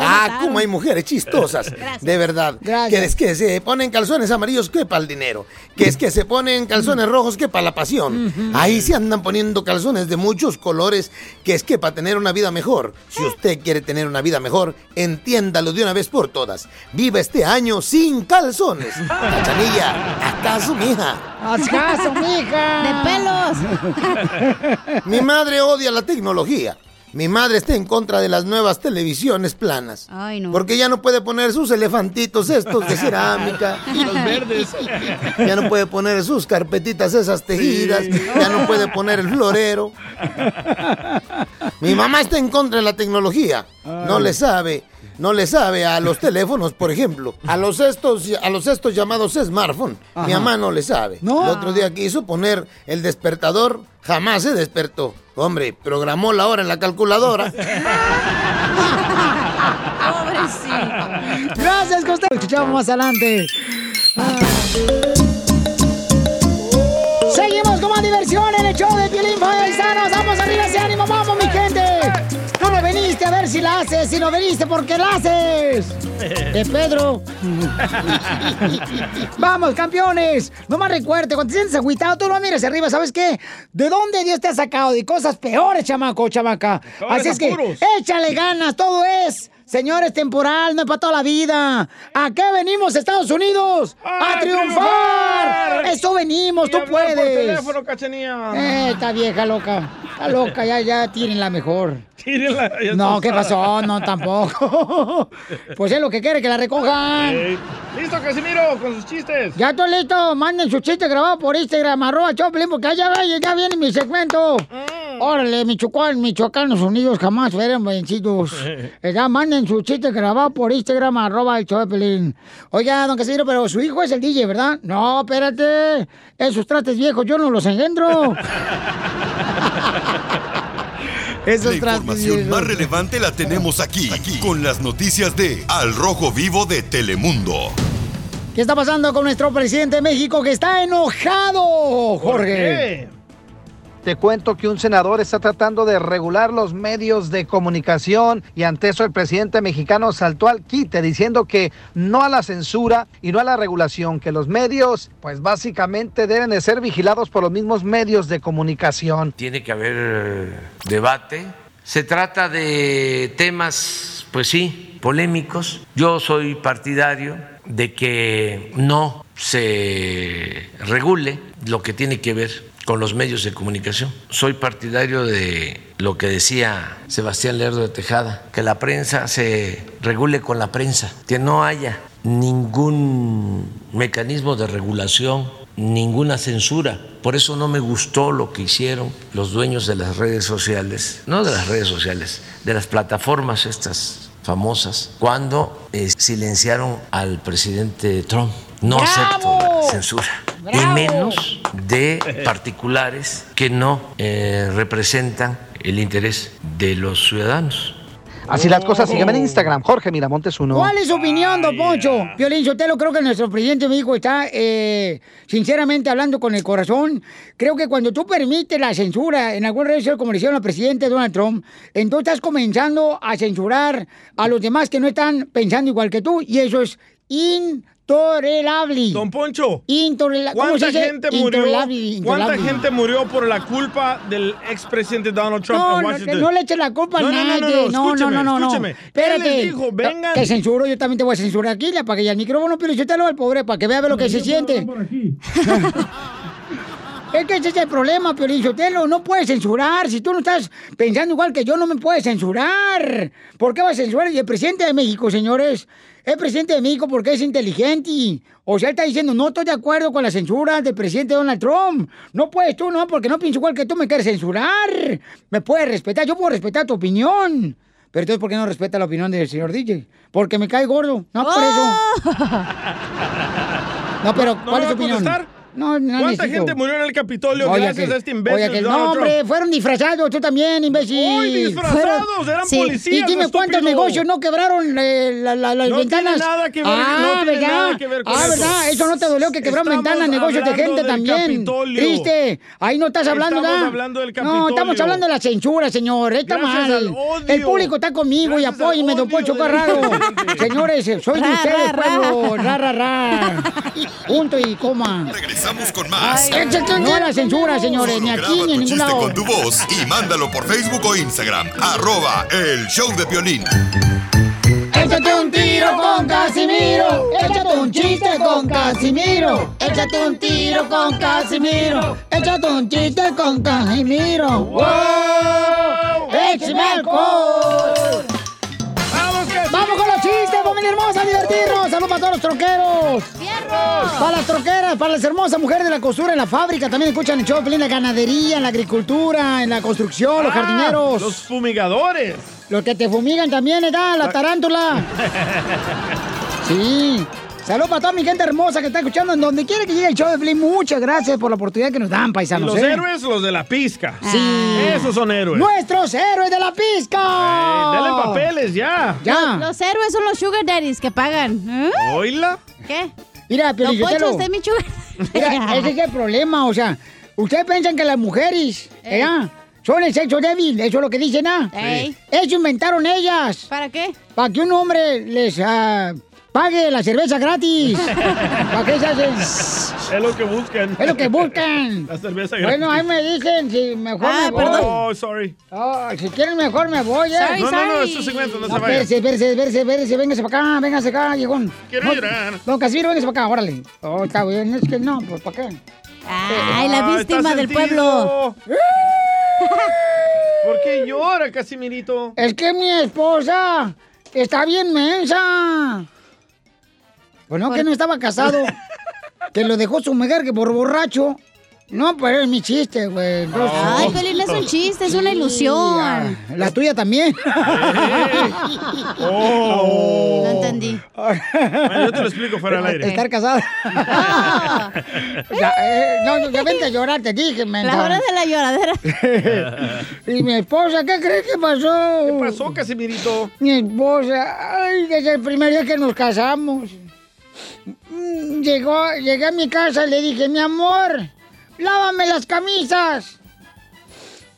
[SPEAKER 18] Ah, cómo hay mujeres chistosas, de verdad. Que es que se ponen calzones amarillos que para el dinero. Que es que se ponen calzones rojos que para la pasión. Ahí se andan poniendo calzones de muchos colores, que es que para tener una vida mejor. Si usted quiere tener una vida mejor, entiéndalo de una vez por todas. Viva este año sin calzones. Cachanilla, ¿acaso, mija?
[SPEAKER 1] ¡Haz caso, mija! ¡De pelos!
[SPEAKER 18] Mi madre odia la tecnología. Mi madre está en contra de las nuevas televisiones planas.
[SPEAKER 19] Ay, no.
[SPEAKER 18] Porque ya no puede poner sus elefantitos estos de cerámica.
[SPEAKER 19] Los verdes.
[SPEAKER 18] Ya no puede poner sus carpetitas esas tejidas. Ya no puede poner el florero. Mi mamá está en contra de la tecnología. No le sabe. No le sabe a los teléfonos, por ejemplo. A los estos, a los estos llamados smartphone. Mi
[SPEAKER 1] Ajá.
[SPEAKER 18] mamá no le sabe. El otro día quiso poner el despertador. Jamás se despertó. Hombre, programó la hora en la calculadora.
[SPEAKER 1] Pobrecito. Gracias, Costa. Lo Escuchamos más adelante. Ah. Seguimos con más diversión en el show de Piolín Paisanos. Vamos arriba ese ánimo, vamos, mi gente. Tú no veniste a ver si la haces, si no veniste porque la haces. De Pedro. Vamos, campeones. No más recuerde, cuando te sientes agüitado, tú no mires arriba, ¿sabes qué? ¿De dónde Dios te ha sacado? De cosas peores, chamaco, chamaca.
[SPEAKER 2] Peores
[SPEAKER 1] Así es que
[SPEAKER 2] apuros.
[SPEAKER 1] échale ganas, todo es. Señores, temporal, no es para toda la vida. ¿A qué venimos, Estados Unidos? ¡A,
[SPEAKER 2] ¡A
[SPEAKER 1] triunfar!
[SPEAKER 2] triunfar!
[SPEAKER 1] Eso venimos,
[SPEAKER 2] Y
[SPEAKER 1] tú
[SPEAKER 2] hablar
[SPEAKER 1] puedes.
[SPEAKER 2] Por teléfono, Ah, cachanía.
[SPEAKER 1] Eh, está vieja loca. Está loca, ya, ya tírenla mejor.
[SPEAKER 2] Tírenla, ya
[SPEAKER 1] No,
[SPEAKER 2] está
[SPEAKER 1] ¿qué
[SPEAKER 2] usada.
[SPEAKER 1] pasó? No, tampoco. Pues es lo que quiere, que la recojan.
[SPEAKER 2] Ey. Listo, Casimiro, con sus chistes.
[SPEAKER 1] Ya estoy listo, manden su chiste grabado por Instagram, arroba Choplin, porque allá va, ya viene mi segmento.
[SPEAKER 2] Mm.
[SPEAKER 1] Órale, Michoacán, Michoacán, los unidos jamás verán vencidos. Eh, Ya manden su chiste grabado por Instagram, arroba el Choplin. Oiga, don Casimiro, pero su hijo es el DJ, ¿verdad? No, espérate, esos trates viejos yo no los engendro.
[SPEAKER 4] la información más relevante la tenemos aquí, aquí, con las noticias de Al Rojo Vivo de Telemundo.
[SPEAKER 1] ¿Qué está pasando con nuestro presidente de México que está enojado, Jorge?
[SPEAKER 5] Te cuento que un senador está tratando de regular los medios de comunicación y ante eso el presidente mexicano saltó al quite diciendo que no a la censura y no a la regulación, que los medios pues básicamente deben de ser vigilados por los mismos medios de comunicación.
[SPEAKER 13] tiene que haber eh, debate. Se trata de temas, pues sí, polémicos. Yo soy partidario de que no se regule lo que tiene que ver con los medios de comunicación. Soy partidario de lo que decía Sebastián Lerdo de Tejada, que la prensa se regule con la prensa, que no haya ningún mecanismo de regulación, ninguna censura. Por eso no me gustó lo que hicieron los dueños de las redes sociales, no de las redes sociales, de las plataformas estas famosas, cuando eh, silenciaron al presidente Trump. No acepto la censura, y É menos de particulares que no eh, representan el interés de los ciudadanos.
[SPEAKER 5] Así las cosas, sígueme en Instagram, Jorge Miramontes uno.
[SPEAKER 1] ¿Cuál es su opinión, don Poncho? Violín Sotelo, creo que nuestro presidente de México está, eh, sinceramente, hablando con el corazón. Creo que cuando tú permites la censura en algún red social, como le hicieron al presidente Donald Trump, entonces estás comenzando a censurar a los demás que no están pensando igual que tú, y eso es intolerable. Don
[SPEAKER 2] Poncho.
[SPEAKER 1] Intolerable. ¿Cómo se
[SPEAKER 2] ¿Cuánta
[SPEAKER 1] dice?
[SPEAKER 2] gente murió?
[SPEAKER 1] Intolerable,
[SPEAKER 2] ¿Cuánta
[SPEAKER 1] intolerable.
[SPEAKER 2] gente murió por la culpa del expresidente Donald Trump
[SPEAKER 1] no,
[SPEAKER 2] en
[SPEAKER 1] no,
[SPEAKER 2] Washington?
[SPEAKER 1] no le eches la culpa
[SPEAKER 2] No,
[SPEAKER 1] a
[SPEAKER 2] no, no, no,
[SPEAKER 1] nadie. No, no, no,
[SPEAKER 2] escúcheme,
[SPEAKER 1] no, no.
[SPEAKER 2] escúcheme. Él les dijo,
[SPEAKER 1] No,
[SPEAKER 2] vengan.
[SPEAKER 1] Te censuro, yo también te voy a censurar aquí, la para que ya el micrófono, pero yo te lo al pobre, para que vea a ver lo que se siente. Es que ese es el problema, Piolinsotelo. No puedes censurar. Si tú no estás pensando igual que yo, no me puedes censurar. ¿Por qué vas a censurar? Y el presidente de México, señores, el presidente de México porque es inteligente. O sea, él está diciendo, no estoy de acuerdo con la censura del presidente Donald Trump. No puedes tú, no, porque no pienso igual que tú, me quieres censurar. Me puedes respetar, yo puedo respetar tu opinión. Pero entonces, ¿por qué no respeta la opinión del señor DJ?
[SPEAKER 2] Oh.
[SPEAKER 1] Porque me cae gordo. No, por eso. No, pero,
[SPEAKER 2] ¿No
[SPEAKER 1] ¿cuál
[SPEAKER 2] me va
[SPEAKER 1] es tu
[SPEAKER 2] a
[SPEAKER 1] opinión?
[SPEAKER 2] contestar?
[SPEAKER 1] No, no
[SPEAKER 2] ¿Cuánta
[SPEAKER 1] necesito.
[SPEAKER 2] gente murió en el Capitolio
[SPEAKER 1] Oye,
[SPEAKER 2] gracias
[SPEAKER 1] que-
[SPEAKER 2] a este imbécil?
[SPEAKER 1] oye, que-
[SPEAKER 2] Donald
[SPEAKER 1] no,
[SPEAKER 2] Trump?
[SPEAKER 1] hombre, fueron disfrazados, tú también, imbécil.
[SPEAKER 2] Uy, disfrazados, eran policías,
[SPEAKER 1] Y dime cuántos
[SPEAKER 2] estúpido.
[SPEAKER 1] negocios no quebraron eh, la- la- las
[SPEAKER 2] No tiene
[SPEAKER 1] ventanas.
[SPEAKER 2] nada que ver-
[SPEAKER 1] ah,
[SPEAKER 2] no tiene
[SPEAKER 1] ¿verdad?
[SPEAKER 2] nada que ver con
[SPEAKER 1] ah,
[SPEAKER 2] eso.
[SPEAKER 1] ¿verdad? Eso no te dolió que quebraron
[SPEAKER 2] Estamos
[SPEAKER 1] ventanas, negocios de
[SPEAKER 2] hablando
[SPEAKER 1] gente
[SPEAKER 2] del
[SPEAKER 1] también.
[SPEAKER 2] Capitolio.
[SPEAKER 1] Triste. Ahí no estás hablando,
[SPEAKER 2] Estamos
[SPEAKER 1] ¿verdad?
[SPEAKER 2] hablando del
[SPEAKER 1] No, estamos
[SPEAKER 2] Capitolio.
[SPEAKER 1] hablando de la censura, señor. Está
[SPEAKER 2] Gracias
[SPEAKER 1] mal.
[SPEAKER 2] al odio.
[SPEAKER 1] El público está conmigo y apóyeme, don Poncho Carraro. Señores, soy de
[SPEAKER 13] Ra,
[SPEAKER 1] ustedes,
[SPEAKER 13] ra, ra.
[SPEAKER 1] pueblo. Ra, ra, ra. Punto y coma.
[SPEAKER 4] Regresamos con más.
[SPEAKER 1] Ay, échate no a la censura, señores, ni aquí ni en ningún
[SPEAKER 4] Chiste
[SPEAKER 1] lado.
[SPEAKER 4] con tu voz y mándalo por Facebook o Instagram. Arroba el show de violín.
[SPEAKER 1] Échate un tiro con Casimiro. Échate un chiste con Casimiro. Échate un tiro con Casimiro. Échate un chiste con Casimiro. ¡Wow! ¡Échame alcohol! ¡Vamos con los chistes, familia hermosa, a divertirnos! ¡Saludos para todos los troqueros! Para las troqueras, para las hermosas mujeres de la costura, en la fábrica, también escuchan el show, en la ganadería, en la agricultura, en la construcción, los
[SPEAKER 2] Ah,
[SPEAKER 1] jardineros.
[SPEAKER 2] Los fumigadores.
[SPEAKER 1] Los que te fumigan también, ¿eh? La tarántula. Sí. Saludos para toda mi gente hermosa que está escuchando en donde quiera que llegue el show de Flynn. Muchas gracias por la oportunidad que nos dan,
[SPEAKER 2] Y
[SPEAKER 1] paisanos.
[SPEAKER 2] los
[SPEAKER 1] ¿eh?
[SPEAKER 2] héroes, los de la pizca.
[SPEAKER 1] Ah. Sí.
[SPEAKER 2] Esos son héroes. Eh,
[SPEAKER 1] ¡Nuestros héroes de la pizca!
[SPEAKER 2] Ey, dale papeles, ya.
[SPEAKER 1] Ya.
[SPEAKER 10] Los, los héroes son los sugar daddies que pagan. ¿Eh?
[SPEAKER 2] Oila.
[SPEAKER 10] ¿Qué?
[SPEAKER 1] Mira, pero
[SPEAKER 10] Don Poncho, usted es mi sugar
[SPEAKER 1] Mira, ese es el problema, o sea, ustedes piensan que las mujeres,
[SPEAKER 10] Ey.
[SPEAKER 1] ¿verdad? Son el sexo débil, eso es lo que dicen, ¿ah?
[SPEAKER 10] Ey.
[SPEAKER 1] Eso inventaron ellas.
[SPEAKER 10] Eh. ¿Para qué?
[SPEAKER 1] Para que un hombre les ah, pague la cerveza gratis. ¿Para qué se hacen?
[SPEAKER 2] Es lo que buscan.
[SPEAKER 1] Es lo que buscan.
[SPEAKER 2] La cerveza
[SPEAKER 1] Bueno, ahí
[SPEAKER 2] gratis.
[SPEAKER 1] me dicen si mejor
[SPEAKER 10] Ah,
[SPEAKER 1] me voy.
[SPEAKER 2] Oh, sorry.
[SPEAKER 1] Oh, si quieren mejor me voy, ¿eh?
[SPEAKER 2] no, no, no, es tu segmento, no, se vaya.
[SPEAKER 1] Espérese, espérese, espérese, espérese, véngase para acá, véngase acá, viejón.
[SPEAKER 2] Quiero
[SPEAKER 1] No,
[SPEAKER 2] llorar.
[SPEAKER 1] Don Casimiro, véngase para acá, órale. Oh, está bien, es que no, pues para acá.
[SPEAKER 10] Ay,
[SPEAKER 2] Ah,
[SPEAKER 10] la víctima del pueblo.
[SPEAKER 2] ¿Por qué llora, Casimirito?
[SPEAKER 1] Es que mi esposa está bien mensa. Bueno, que no estaba casado. que lo dejó su mujer que por borracho. No, pero es mi chiste, güey. Entonces-
[SPEAKER 2] Oh.
[SPEAKER 10] Ay, Pelín, es un chiste, es una
[SPEAKER 1] Sí,
[SPEAKER 10] ilusión.
[SPEAKER 1] ah, La tuya también.
[SPEAKER 2] Oh.
[SPEAKER 10] No entendí.
[SPEAKER 2] Bueno, yo te lo explico fuera del aire.
[SPEAKER 1] Estar casada. ya, eh, no, no, ya vente a llorar, te dije, mensa.
[SPEAKER 10] La hora de la lloradera.
[SPEAKER 1] Y mi esposa, ¿qué crees que pasó? ¿Qué pasó,
[SPEAKER 2] Casimirito?
[SPEAKER 1] Mi esposa, ay, desde el primer día que nos casamos. mm, Llegó, llegué a mi casa y le dije, mi amor, lávame las camisas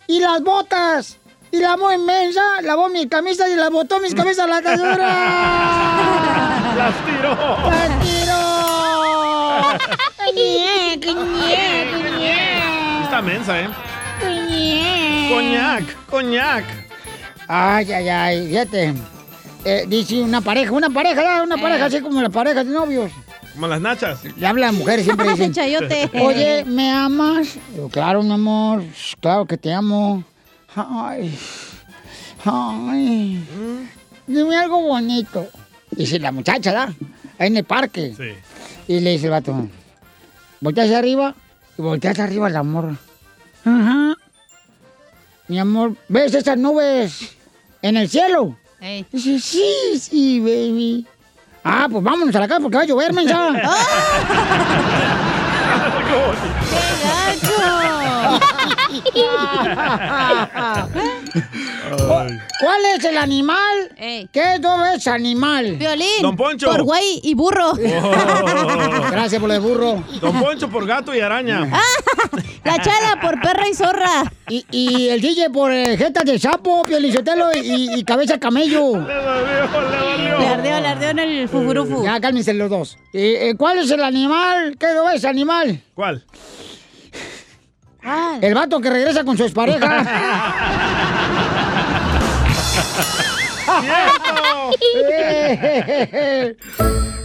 [SPEAKER 1] y las botas. Y lavó inmensa, lavó mis camisas y las botó mis camisas a la cazadora.
[SPEAKER 2] ¡Las tiró!
[SPEAKER 1] ¡Las tiró!
[SPEAKER 19] é,
[SPEAKER 1] ¡Ñe, que ñe, que ñe,
[SPEAKER 2] Está mensa, ¿eh?
[SPEAKER 1] que ñe!
[SPEAKER 2] Coñac, coñac.
[SPEAKER 1] Ay, ay, ay, fíjate. Eh, dice una pareja, una pareja, ¿verdad? una pareja así como las parejas de novios.
[SPEAKER 2] Como las nachas.
[SPEAKER 1] Le hablan mujeres siempre dicen.
[SPEAKER 2] Chayote.
[SPEAKER 1] Oye, ¿me amas? Yo, claro, mi amor. Sh, Claro que te amo. Ay. Ay. Dime algo bonito. Dice la muchacha, ¿verdad? Ahí en el parque. Y le dice el vato. Voltea hacia arriba y voltea hacia arriba la morra. Ajá. Mi amor, ¿ves esas nubes en el cielo? Dice, sí, sí, baby. Ah, pues vámonos a la casa porque va a llover, mensa. ¿Cuál es el animal? ¿Qué no es animal?
[SPEAKER 10] Violín.
[SPEAKER 2] Don Poncho. Oh. por güey
[SPEAKER 10] y burro.
[SPEAKER 1] Gracias por lo de burro.
[SPEAKER 2] Don Poncho por gato y araña.
[SPEAKER 1] La chala por perra y zorra. Y, el DJ por eh, jetas de sapo, piolichotelo y, y cabeza de camello. Le
[SPEAKER 10] Le ardeó, le ardeó en el fugurufu.
[SPEAKER 1] Ya, cálmense los dos. Eh, eh, ¿Cuál es el animal? ¿Qué no es animal?
[SPEAKER 2] ¿Cuál?
[SPEAKER 1] El vato que regresa con su expareja.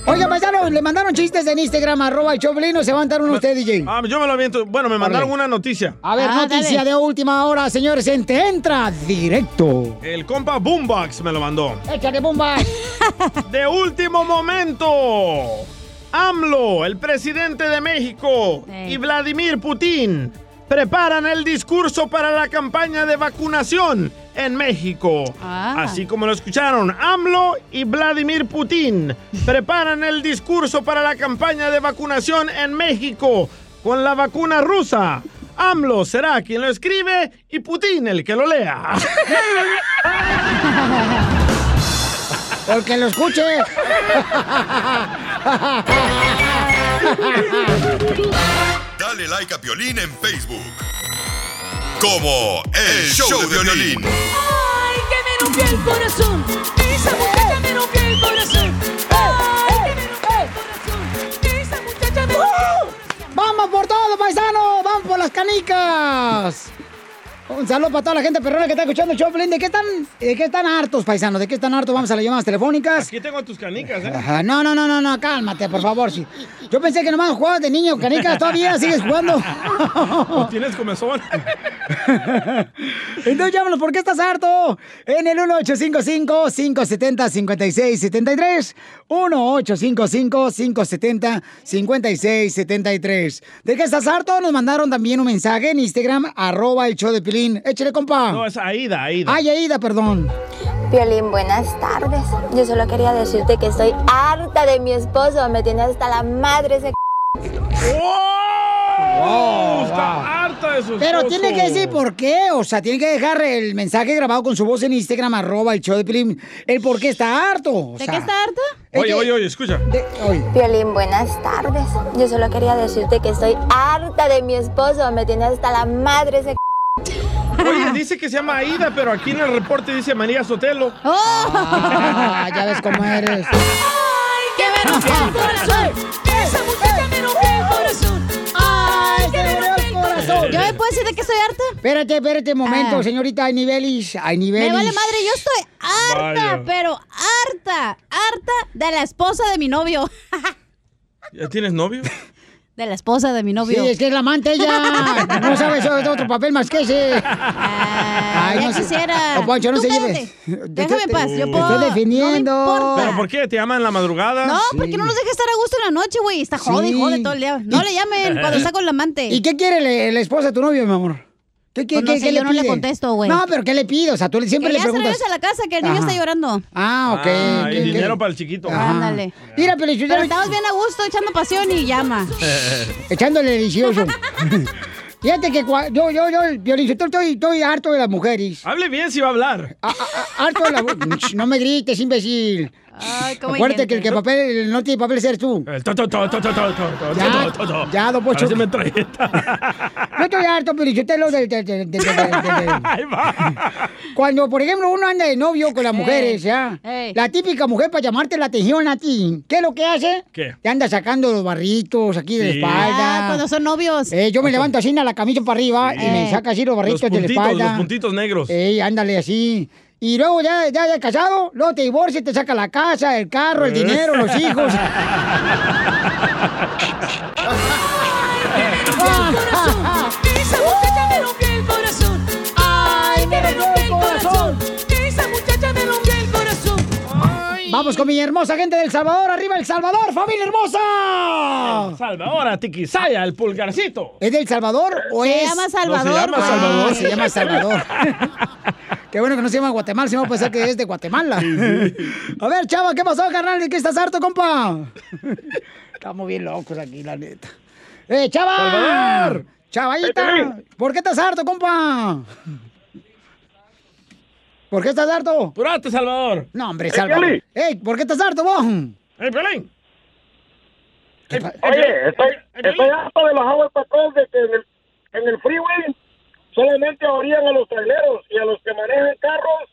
[SPEAKER 1] Oiga, paisanos, le mandaron chistes en Instagram, arroba el choplino, se va a andar uno usted, DJ.
[SPEAKER 2] Ah, yo me lo aviento. Bueno, me mandaron una noticia.
[SPEAKER 1] A
[SPEAKER 10] Ah,
[SPEAKER 1] ver, noticia de última hora, señores, en Te Entra Directo.
[SPEAKER 2] El compa Boombox me lo mandó.
[SPEAKER 1] Échale bomba.
[SPEAKER 2] De último momento. AMLO, el presidente de México, y Vladimir Putin preparan el discurso para la campaña de vacunación en México.
[SPEAKER 1] Ah.
[SPEAKER 2] Así como lo escucharon, AMLO y Vladimir Putin preparan el discurso para la campaña de vacunación en México. con la vacuna rusa. AMLO será quien lo escribe y Putin el que lo lea.
[SPEAKER 1] Porque lo escuche.
[SPEAKER 4] Dale like a Piolín en Facebook. Como El Show, de Violín.
[SPEAKER 19] Ay, que me rompió el corazón. Esa muchacha me rompió el corazón. Ay, que me rompió el corazón. Esa muchacha me rompió.
[SPEAKER 1] ¡Vamos por todo, paisano! ¡Vamos por las canicas! Un saludo para toda la gente perrona que está escuchando el show, Piolín. ¿De qué están, de qué están hartos, paisanos? ¿De qué están hartos? Vamos a las llamadas telefónicas.
[SPEAKER 2] Aquí tengo tus canicas, ¿eh?
[SPEAKER 1] Ajá, no, no, no, no, no, cálmate, por favor. sí. Yo pensé que nomás jugabas de niño, canicas, todavía sigues jugando.
[SPEAKER 2] ¿O tienes comezón?
[SPEAKER 1] Entonces llámanos, ¿por qué estás harto? En el 1855-570-5673. 1855-570-5673. ¿De qué estás harto? Nos mandaron también un mensaje en Instagram, arroba el show de Pilín. Échale, compa.
[SPEAKER 2] No, es Aida, Aida.
[SPEAKER 1] Ay, Aida, perdón.
[SPEAKER 20] Violín, buenas tardes. Yo solo quería decirte que estoy harta de mi esposo. Me tiene hasta la madre ese...
[SPEAKER 2] ¡Wow! Está harta de sus
[SPEAKER 1] Pero tiene que decir por qué, o sea, tiene que dejar el mensaje grabado con su voz en Instagram, arroba el show de Pilín, el por qué está harto. o sea.
[SPEAKER 20] harta?
[SPEAKER 2] Oye, oye, oye, escucha.
[SPEAKER 20] Violín, buenas tardes. Yo solo quería decirte que estoy harta de mi esposo. Me tiene hasta la madre ese...
[SPEAKER 2] Oye, dice que se llama Aida, pero aquí en el reporte dice María Sotelo.
[SPEAKER 1] Oh. Ah, ya ves cómo eres.
[SPEAKER 19] Ay, que me rompió el corazón. Esa muchacha me rompió el corazón. Ay, que me rompió el corazón.
[SPEAKER 9] ¿Yo me puedo decir de que estoy harta?
[SPEAKER 1] Espérate, espérate un momento,
[SPEAKER 9] Ah.
[SPEAKER 1] señorita. Hay niveles, hay niveles.
[SPEAKER 9] Me vale madre, yo estoy harta,
[SPEAKER 2] Vaya.
[SPEAKER 9] pero harta, harta de la esposa de mi novio.
[SPEAKER 2] ¿Ya tienes novio?
[SPEAKER 9] De la esposa de mi novio.
[SPEAKER 1] Sí, es que es la amante ella. No sabe eso de otro papel más que ese. Ay,
[SPEAKER 9] ya
[SPEAKER 1] se-
[SPEAKER 9] quisiera.
[SPEAKER 1] Don Poncho, no
[SPEAKER 9] Tú
[SPEAKER 1] se
[SPEAKER 9] cállate.
[SPEAKER 1] lleves.
[SPEAKER 9] Déjame en paz, yo
[SPEAKER 1] Te
[SPEAKER 9] puedo- no
[SPEAKER 1] estoy
[SPEAKER 9] me
[SPEAKER 1] definiendo.
[SPEAKER 2] ¿Pero por qué? ¿Te llaman en la madrugada?
[SPEAKER 9] No, porque no nos deja estar a gusto en la noche, güey. Está jode
[SPEAKER 1] Sí.
[SPEAKER 9] y jode todo el día. No le llamen cuando está con el amante.
[SPEAKER 1] ¿Y qué quiere le- la esposa de tu novio, mi amor? ¿Qué, qué,
[SPEAKER 9] Pues no sé, yo no le contesto, güey.
[SPEAKER 1] No, pero ¿qué le pido? O sea, tú le- siempre
[SPEAKER 9] que
[SPEAKER 1] le
[SPEAKER 9] ya se
[SPEAKER 1] preguntas.
[SPEAKER 9] regrese a la casa, que el niño
[SPEAKER 1] Ajá.
[SPEAKER 9] está llorando.
[SPEAKER 1] Ah, ok.
[SPEAKER 2] Ah, y
[SPEAKER 1] ok, Ah. ok.
[SPEAKER 2] dinero para el chiquito.
[SPEAKER 1] Ajá.
[SPEAKER 9] Ándale.
[SPEAKER 1] Mira, pero yo
[SPEAKER 9] Pero estamos bien a gusto, echando pasión y llama.
[SPEAKER 1] Echándole delicioso. Fíjate que cua- yo, yo, yo, Piolín, yo estoy, estoy harto de las mujeres.
[SPEAKER 2] Hable bien si va a hablar.
[SPEAKER 1] A- a- a- harto de las... No me grites, imbécil.
[SPEAKER 9] Ay, cómo
[SPEAKER 1] Acuérdate que el que
[SPEAKER 9] ingente.
[SPEAKER 1] papel, el no tiene papel ser tú.
[SPEAKER 2] El to, to, to, to, to, to, to,
[SPEAKER 1] Ya,
[SPEAKER 2] to, to, to.
[SPEAKER 1] ya, don Pocho.
[SPEAKER 2] Parece metralleta.
[SPEAKER 1] Yo estoy harto, pero yo te lo del- del- del- del- del- del- Cuando, por ejemplo, uno anda de novio con las mujeres, ¿ya?
[SPEAKER 19] ey.
[SPEAKER 1] La típica mujer para llamarte la atención a ti. ¿Qué es lo que hace?
[SPEAKER 19] ¿Qué?
[SPEAKER 1] Te anda sacando los barritos aquí de la
[SPEAKER 19] Sí.
[SPEAKER 1] espalda.
[SPEAKER 9] Ah, cuando son novios.
[SPEAKER 1] Eh, yo me levanto así, la camisa para arriba y me saca así los barritos
[SPEAKER 2] Los
[SPEAKER 1] de la
[SPEAKER 2] puntitos,
[SPEAKER 1] espalda.
[SPEAKER 2] los puntitos negros.
[SPEAKER 1] Ey, ándale así. Y luego ya, ya, ya casado, luego te divorcia y te saca la casa, el carro, el
[SPEAKER 19] Eh.
[SPEAKER 1] dinero, los hijos.
[SPEAKER 19] Esa muchacha me rompió el corazón. Ay, que me rompió el corazón. Esa muchacha me rompió el corazón.
[SPEAKER 1] Vamos con mi hermosa gente del Salvador, arriba El Salvador, familia hermosa.
[SPEAKER 2] Salvador, a Tiquisaya, el pulgarcito.
[SPEAKER 1] ¿Es del Salvador o
[SPEAKER 9] Se
[SPEAKER 1] es?
[SPEAKER 9] llama
[SPEAKER 2] No, se
[SPEAKER 9] Salvador,
[SPEAKER 2] llama
[SPEAKER 9] güey.
[SPEAKER 2] Salvador.
[SPEAKER 1] Se llama Salvador. Qué bueno que no se llama Guatemala, si no puede ser que es de Guatemala. A ver, chava, ¿qué pasó, carnal? ¿De qué estás harto, compa? Estamos bien locos aquí, la neta. ¡Eh, chava!
[SPEAKER 19] Salvador.
[SPEAKER 1] ¡Chavallita! ¿Por qué estás harto, compa? ¿Por qué estás harto?
[SPEAKER 2] ¡Purate, Salvador!
[SPEAKER 1] No, hombre,
[SPEAKER 2] ¡Eh,
[SPEAKER 1] Salvador.
[SPEAKER 2] Piolín!
[SPEAKER 1] ¡Ey, ¿por qué estás harto, vos?
[SPEAKER 2] ¡Ey, Pelín!
[SPEAKER 21] Oye, estoy, estoy harto de los aguas patrón de que en el, en el freeway solamente orían a los traileros y a los que manejan carros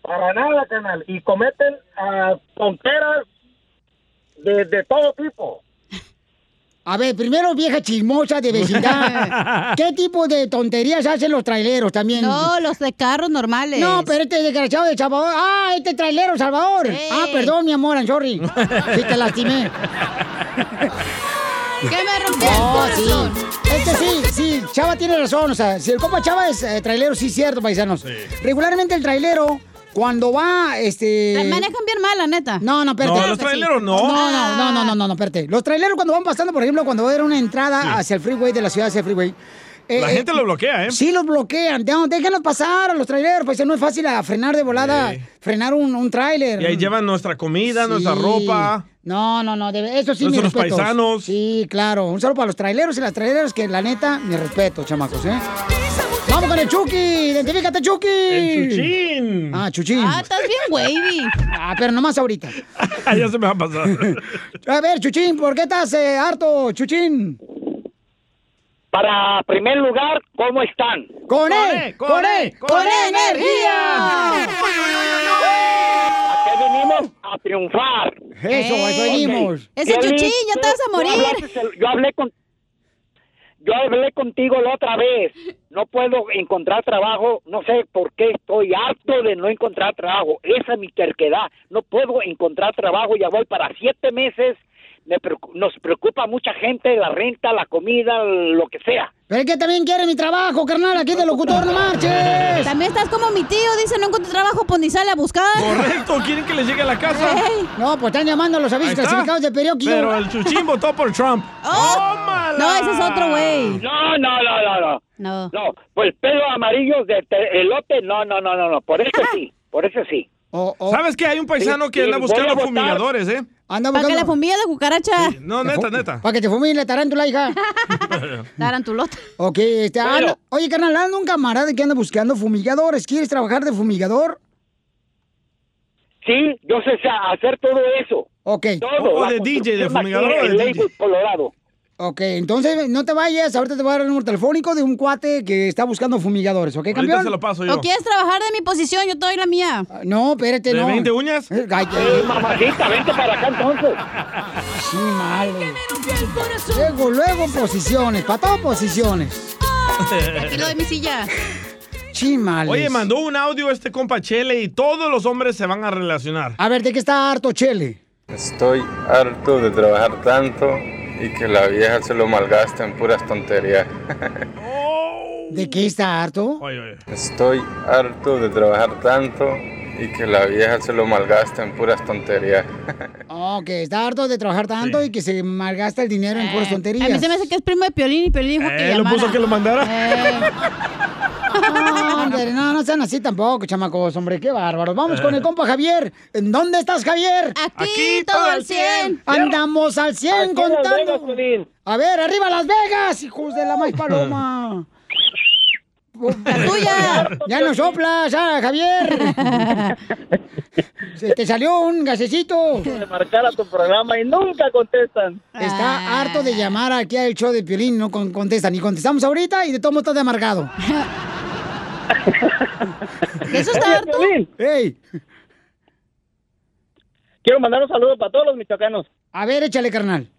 [SPEAKER 21] para nada, canal. Y cometen ah, tonteras de, de todo tipo.
[SPEAKER 1] A ver, primero, vieja chismosa de vecindad. ¿Qué tipo de tonterías hacen los traileros también?
[SPEAKER 9] No, los de carros normales.
[SPEAKER 1] No, pero este desgraciado de Salvador. Ah, este trailero, Salvador. Ah, perdón, mi amor, I'm sorry. Sí, te lastimé.
[SPEAKER 9] Que me rompió
[SPEAKER 1] Oh,
[SPEAKER 9] el
[SPEAKER 1] sí.
[SPEAKER 9] corazón.
[SPEAKER 1] Este sí, sí, Chava tiene razón. O sea, si el compa Chava es eh, trailero, sí es cierto, paisanos. Regularmente el trailero, cuando va, este.
[SPEAKER 9] Tra- Manejan bien mal, la neta.
[SPEAKER 1] No, no, espérate.
[SPEAKER 2] No, los traileros no.
[SPEAKER 1] No, no, no, no, no, no, no, espérate. Los traileros cuando van pasando, por ejemplo, cuando va a haber una entrada hacia el freeway de la ciudad hacia el freeway.
[SPEAKER 2] La gente lo bloquea, ¿eh?
[SPEAKER 1] Sí, los bloquean. No, déjanos pasar a los traileros, pues no es fácil a frenar de volada, frenar un, un trailer.
[SPEAKER 2] Y ahí llevan nuestra comida, nuestra
[SPEAKER 1] Sí.
[SPEAKER 2] ropa.
[SPEAKER 1] No, no, no, debe- eso sí,
[SPEAKER 2] No
[SPEAKER 1] mis
[SPEAKER 2] son los
[SPEAKER 1] respetos.
[SPEAKER 2] paisanos.
[SPEAKER 1] Sí, claro. Un saludo para los traileros y las traileras, que la neta, mi respeto, chamacos, ¿eh? ¡Vamos con el Chucky! ¡Identifícate, Chucky!
[SPEAKER 2] El Chuchín.
[SPEAKER 1] Ah, Chuchín.
[SPEAKER 2] Ah,
[SPEAKER 1] estás bien, wavy. Ah, pero nomás ahorita.
[SPEAKER 2] ya se me va a pasar.
[SPEAKER 1] A ver, Chuchín, ¿por qué estás eh, harto, Chuchín?
[SPEAKER 11] Para primer lugar, ¿cómo están?
[SPEAKER 1] ¡Con él! ¡Con
[SPEAKER 19] E,
[SPEAKER 1] él! ¡Con él, energía!
[SPEAKER 11] ¿A qué venimos? A triunfar.
[SPEAKER 1] Eso, a eso venimos.
[SPEAKER 11] Ok.
[SPEAKER 9] Ese
[SPEAKER 11] Piolín,
[SPEAKER 9] Chuchín, ya
[SPEAKER 11] tú-
[SPEAKER 9] te vas a
[SPEAKER 11] tú
[SPEAKER 9] morir.
[SPEAKER 11] hablaste- Yo hablé con... Yo hablé contigo la otra vez. No puedo encontrar trabajo. No sé por qué estoy harto de no encontrar trabajo. Esa es mi terquedad. No puedo encontrar trabajo. Ya voy para siete meses. Me preocu- nos preocupa mucha gente la renta, la comida, lo que sea.
[SPEAKER 1] Pero es que también quiere mi trabajo, carnal, aquí de locutor, no marches.
[SPEAKER 9] También estás como mi tío, dice, no encuentro trabajo, pues ni sale a buscar.
[SPEAKER 2] Correcto, quieren que les llegue a la casa.
[SPEAKER 9] Ey.
[SPEAKER 1] No, pues están llamando a los avisos
[SPEAKER 2] Ahí está.
[SPEAKER 1] clasificados de periódico.
[SPEAKER 2] Pero el Chuchín votó por Trump.
[SPEAKER 9] No, ese es otro güey.
[SPEAKER 11] No, no, no, no, no.
[SPEAKER 9] No.
[SPEAKER 11] No, pues pelo amarillo de te- elote, no, no, no, no, no. Por eso sí, por eso sí.
[SPEAKER 2] ¿Sabes que hay un paisano
[SPEAKER 11] Sí,
[SPEAKER 2] que
[SPEAKER 11] Oh. sí,
[SPEAKER 2] anda
[SPEAKER 11] voy
[SPEAKER 2] buscando
[SPEAKER 11] a votar.
[SPEAKER 2] fumigadores, eh?
[SPEAKER 1] Anda
[SPEAKER 9] Para que
[SPEAKER 1] buscando-
[SPEAKER 9] la fumilla de cucaracha.
[SPEAKER 2] No, neta, neta.
[SPEAKER 1] Para que te fumiguen la tarántula, hija.
[SPEAKER 9] Tarantulota.
[SPEAKER 1] ok, este,
[SPEAKER 9] Pero-
[SPEAKER 1] anda- oye, carnal, anda un camarada que anda buscando fumigadores. ¿Quieres trabajar de fumigador?
[SPEAKER 11] Sí, yo sé sa- hacer todo eso.
[SPEAKER 1] Ok.
[SPEAKER 11] Todo.
[SPEAKER 1] O
[SPEAKER 11] La
[SPEAKER 1] de DJ, de
[SPEAKER 11] construcción aquí
[SPEAKER 1] fumigador o
[SPEAKER 11] en
[SPEAKER 1] de DJ.
[SPEAKER 11] Lakewood, Colorado.
[SPEAKER 1] Ok, entonces no te vayas. Ahorita te voy a dar el número telefónico de un cuate que está buscando fumigadores, ¿ok, campeón?
[SPEAKER 9] ¿O quieres trabajar de mi posición? Yo te doy la mía.
[SPEAKER 1] Ah, No, espérate,
[SPEAKER 9] ¿De
[SPEAKER 1] no. Eh,
[SPEAKER 9] 20
[SPEAKER 2] uñas?
[SPEAKER 11] mamacita, vente para acá entonces.
[SPEAKER 1] Sí, mal. güey. Luego, luego, posiciones. Para todas posiciones.
[SPEAKER 9] Aquí lo de mi silla.
[SPEAKER 1] Chimales.
[SPEAKER 2] Oye, mandó un audio este compa Chele y todos los hombres se van a relacionar.
[SPEAKER 1] A ver, ¿de qué está harto Chele?
[SPEAKER 22] Estoy harto de trabajar tanto y que la vieja se lo malgasta en puras tonterías.
[SPEAKER 1] ¿De qué está harto?
[SPEAKER 22] Estoy harto de trabajar tanto y que la vieja se lo malgasta en puras tonterías.
[SPEAKER 1] Ok, está harto de trabajar tanto y que se malgasta el dinero en puras tonterías.
[SPEAKER 9] Eh, A mí se me hace que es primo de Piolín y Piolín dijo Eh, que llamara. Eh.
[SPEAKER 1] mandara. No, hombre, no, no sean así tampoco, chamacos, hombre, qué bárbaros. Vamos con el compa Javier. ¿En dónde estás, Javier?
[SPEAKER 9] Eh. Aquí, todo al 100.
[SPEAKER 1] Andamos al 100
[SPEAKER 9] Aquí en Las Vegas,
[SPEAKER 1] contando. a ver, arriba Las Vegas, hijos de la maíz paloma. La tuya. Ya no soplas, ah, Javier. Se te salió un gasecito.
[SPEAKER 11] De marcar a tu programa y nunca contestan.
[SPEAKER 1] Está harto de llamar aquí al show de Piolín, no con- contesta. Ni contestamos ahorita y de todo modo está de amargado.
[SPEAKER 11] ¿Eso está harto?
[SPEAKER 1] ¡Ey!
[SPEAKER 11] Quiero mandar un saludo para todos los michoacanos.
[SPEAKER 1] A ver, échale, carnal.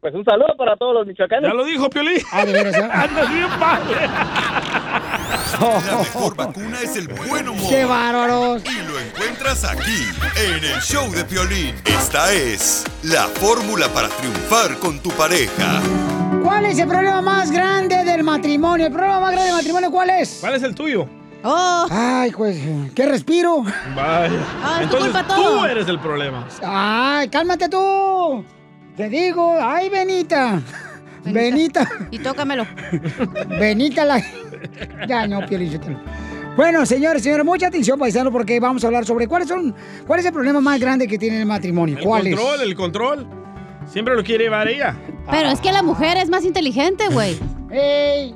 [SPEAKER 11] Pues un saludo para todos los michoacanos.
[SPEAKER 2] Ya lo dijo Piolín.
[SPEAKER 1] Ah, de veras, ¿eh?
[SPEAKER 2] Andas bien padre.
[SPEAKER 4] La mejor vacuna es el buen humor.
[SPEAKER 1] ¡Qué bárbaros!
[SPEAKER 4] Y lo encuentras aquí, en el show de Piolín. Esta es la fórmula para triunfar con tu pareja.
[SPEAKER 1] ¿Cuál es el problema más grande del matrimonio? ¿El problema más grande del matrimonio cuál es?
[SPEAKER 2] ¿Cuál es el tuyo?
[SPEAKER 1] Ay, pues, ¿qué respiro?
[SPEAKER 2] Vaya.
[SPEAKER 1] Ah, es tu
[SPEAKER 2] Entonces
[SPEAKER 1] culpa
[SPEAKER 2] tú
[SPEAKER 1] todo.
[SPEAKER 2] eres el problema.
[SPEAKER 1] Ay, cálmate tú. Te digo, ay, Benita. Benita.
[SPEAKER 9] Y tócamelo.
[SPEAKER 1] Benita la... Ya no, Piolín, yo te lo- Bueno, señores, señores, mucha atención, paisano, porque vamos a hablar sobre cuáles son, cuál es el problema más grande que tiene el matrimonio.
[SPEAKER 2] El
[SPEAKER 1] ¿Cuál
[SPEAKER 2] control,
[SPEAKER 1] es?
[SPEAKER 2] el control. Siempre lo quiere llevar ella. Ah,
[SPEAKER 9] Pero es que la mujer es más inteligente, güey.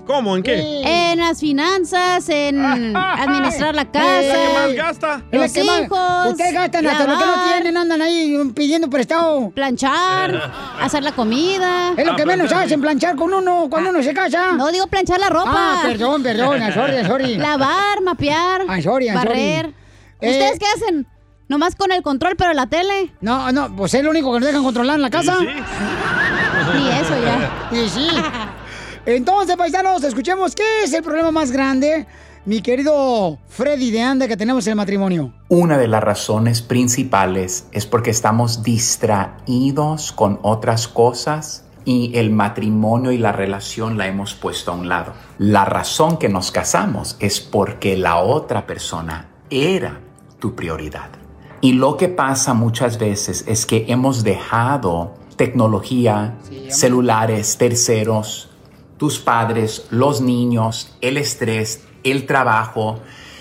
[SPEAKER 2] ¿Cómo? ¿En qué? Ah,
[SPEAKER 9] En las finanzas, en administrar la casa.
[SPEAKER 2] Es la que más gasta.
[SPEAKER 1] Es la
[SPEAKER 9] Los
[SPEAKER 1] que más-
[SPEAKER 9] hijos.
[SPEAKER 1] Ustedes gastan hasta lo que no
[SPEAKER 9] lavar,
[SPEAKER 1] tienen, andan ahí pidiendo prestado.
[SPEAKER 9] Planchar, hacer la comida.
[SPEAKER 1] Es
[SPEAKER 2] Ah,
[SPEAKER 1] lo que menos hacen, planchar con uno cuando uno se casa.
[SPEAKER 9] No digo planchar la ropa.
[SPEAKER 1] Ah, perdón, perdón, I'm sorry, I'm sorry.
[SPEAKER 9] Lavar, mapear,
[SPEAKER 1] I'm sorry, I'm
[SPEAKER 9] barrer.
[SPEAKER 1] sorry. Eh,
[SPEAKER 9] ¿Ustedes qué hacen? Nomás con el control, pero la tele.
[SPEAKER 1] No, no, pues es lo único que nos dejan controlar en la casa.
[SPEAKER 9] Ni eso ya.
[SPEAKER 1] Y sí. Entonces, paisanos, escuchemos qué es el problema más grande, mi querido Freddy de Anda, que tenemos en el matrimonio.
[SPEAKER 23] Una de las razones principales es porque estamos distraídos con otras cosas y el matrimonio y la relación la hemos puesto a un lado. La razón que nos casamos es porque la otra persona era tu prioridad. Y lo que pasa muchas veces es que hemos dejado tecnología, celulares, terceros, tus padres, los niños, el estrés, el trabajo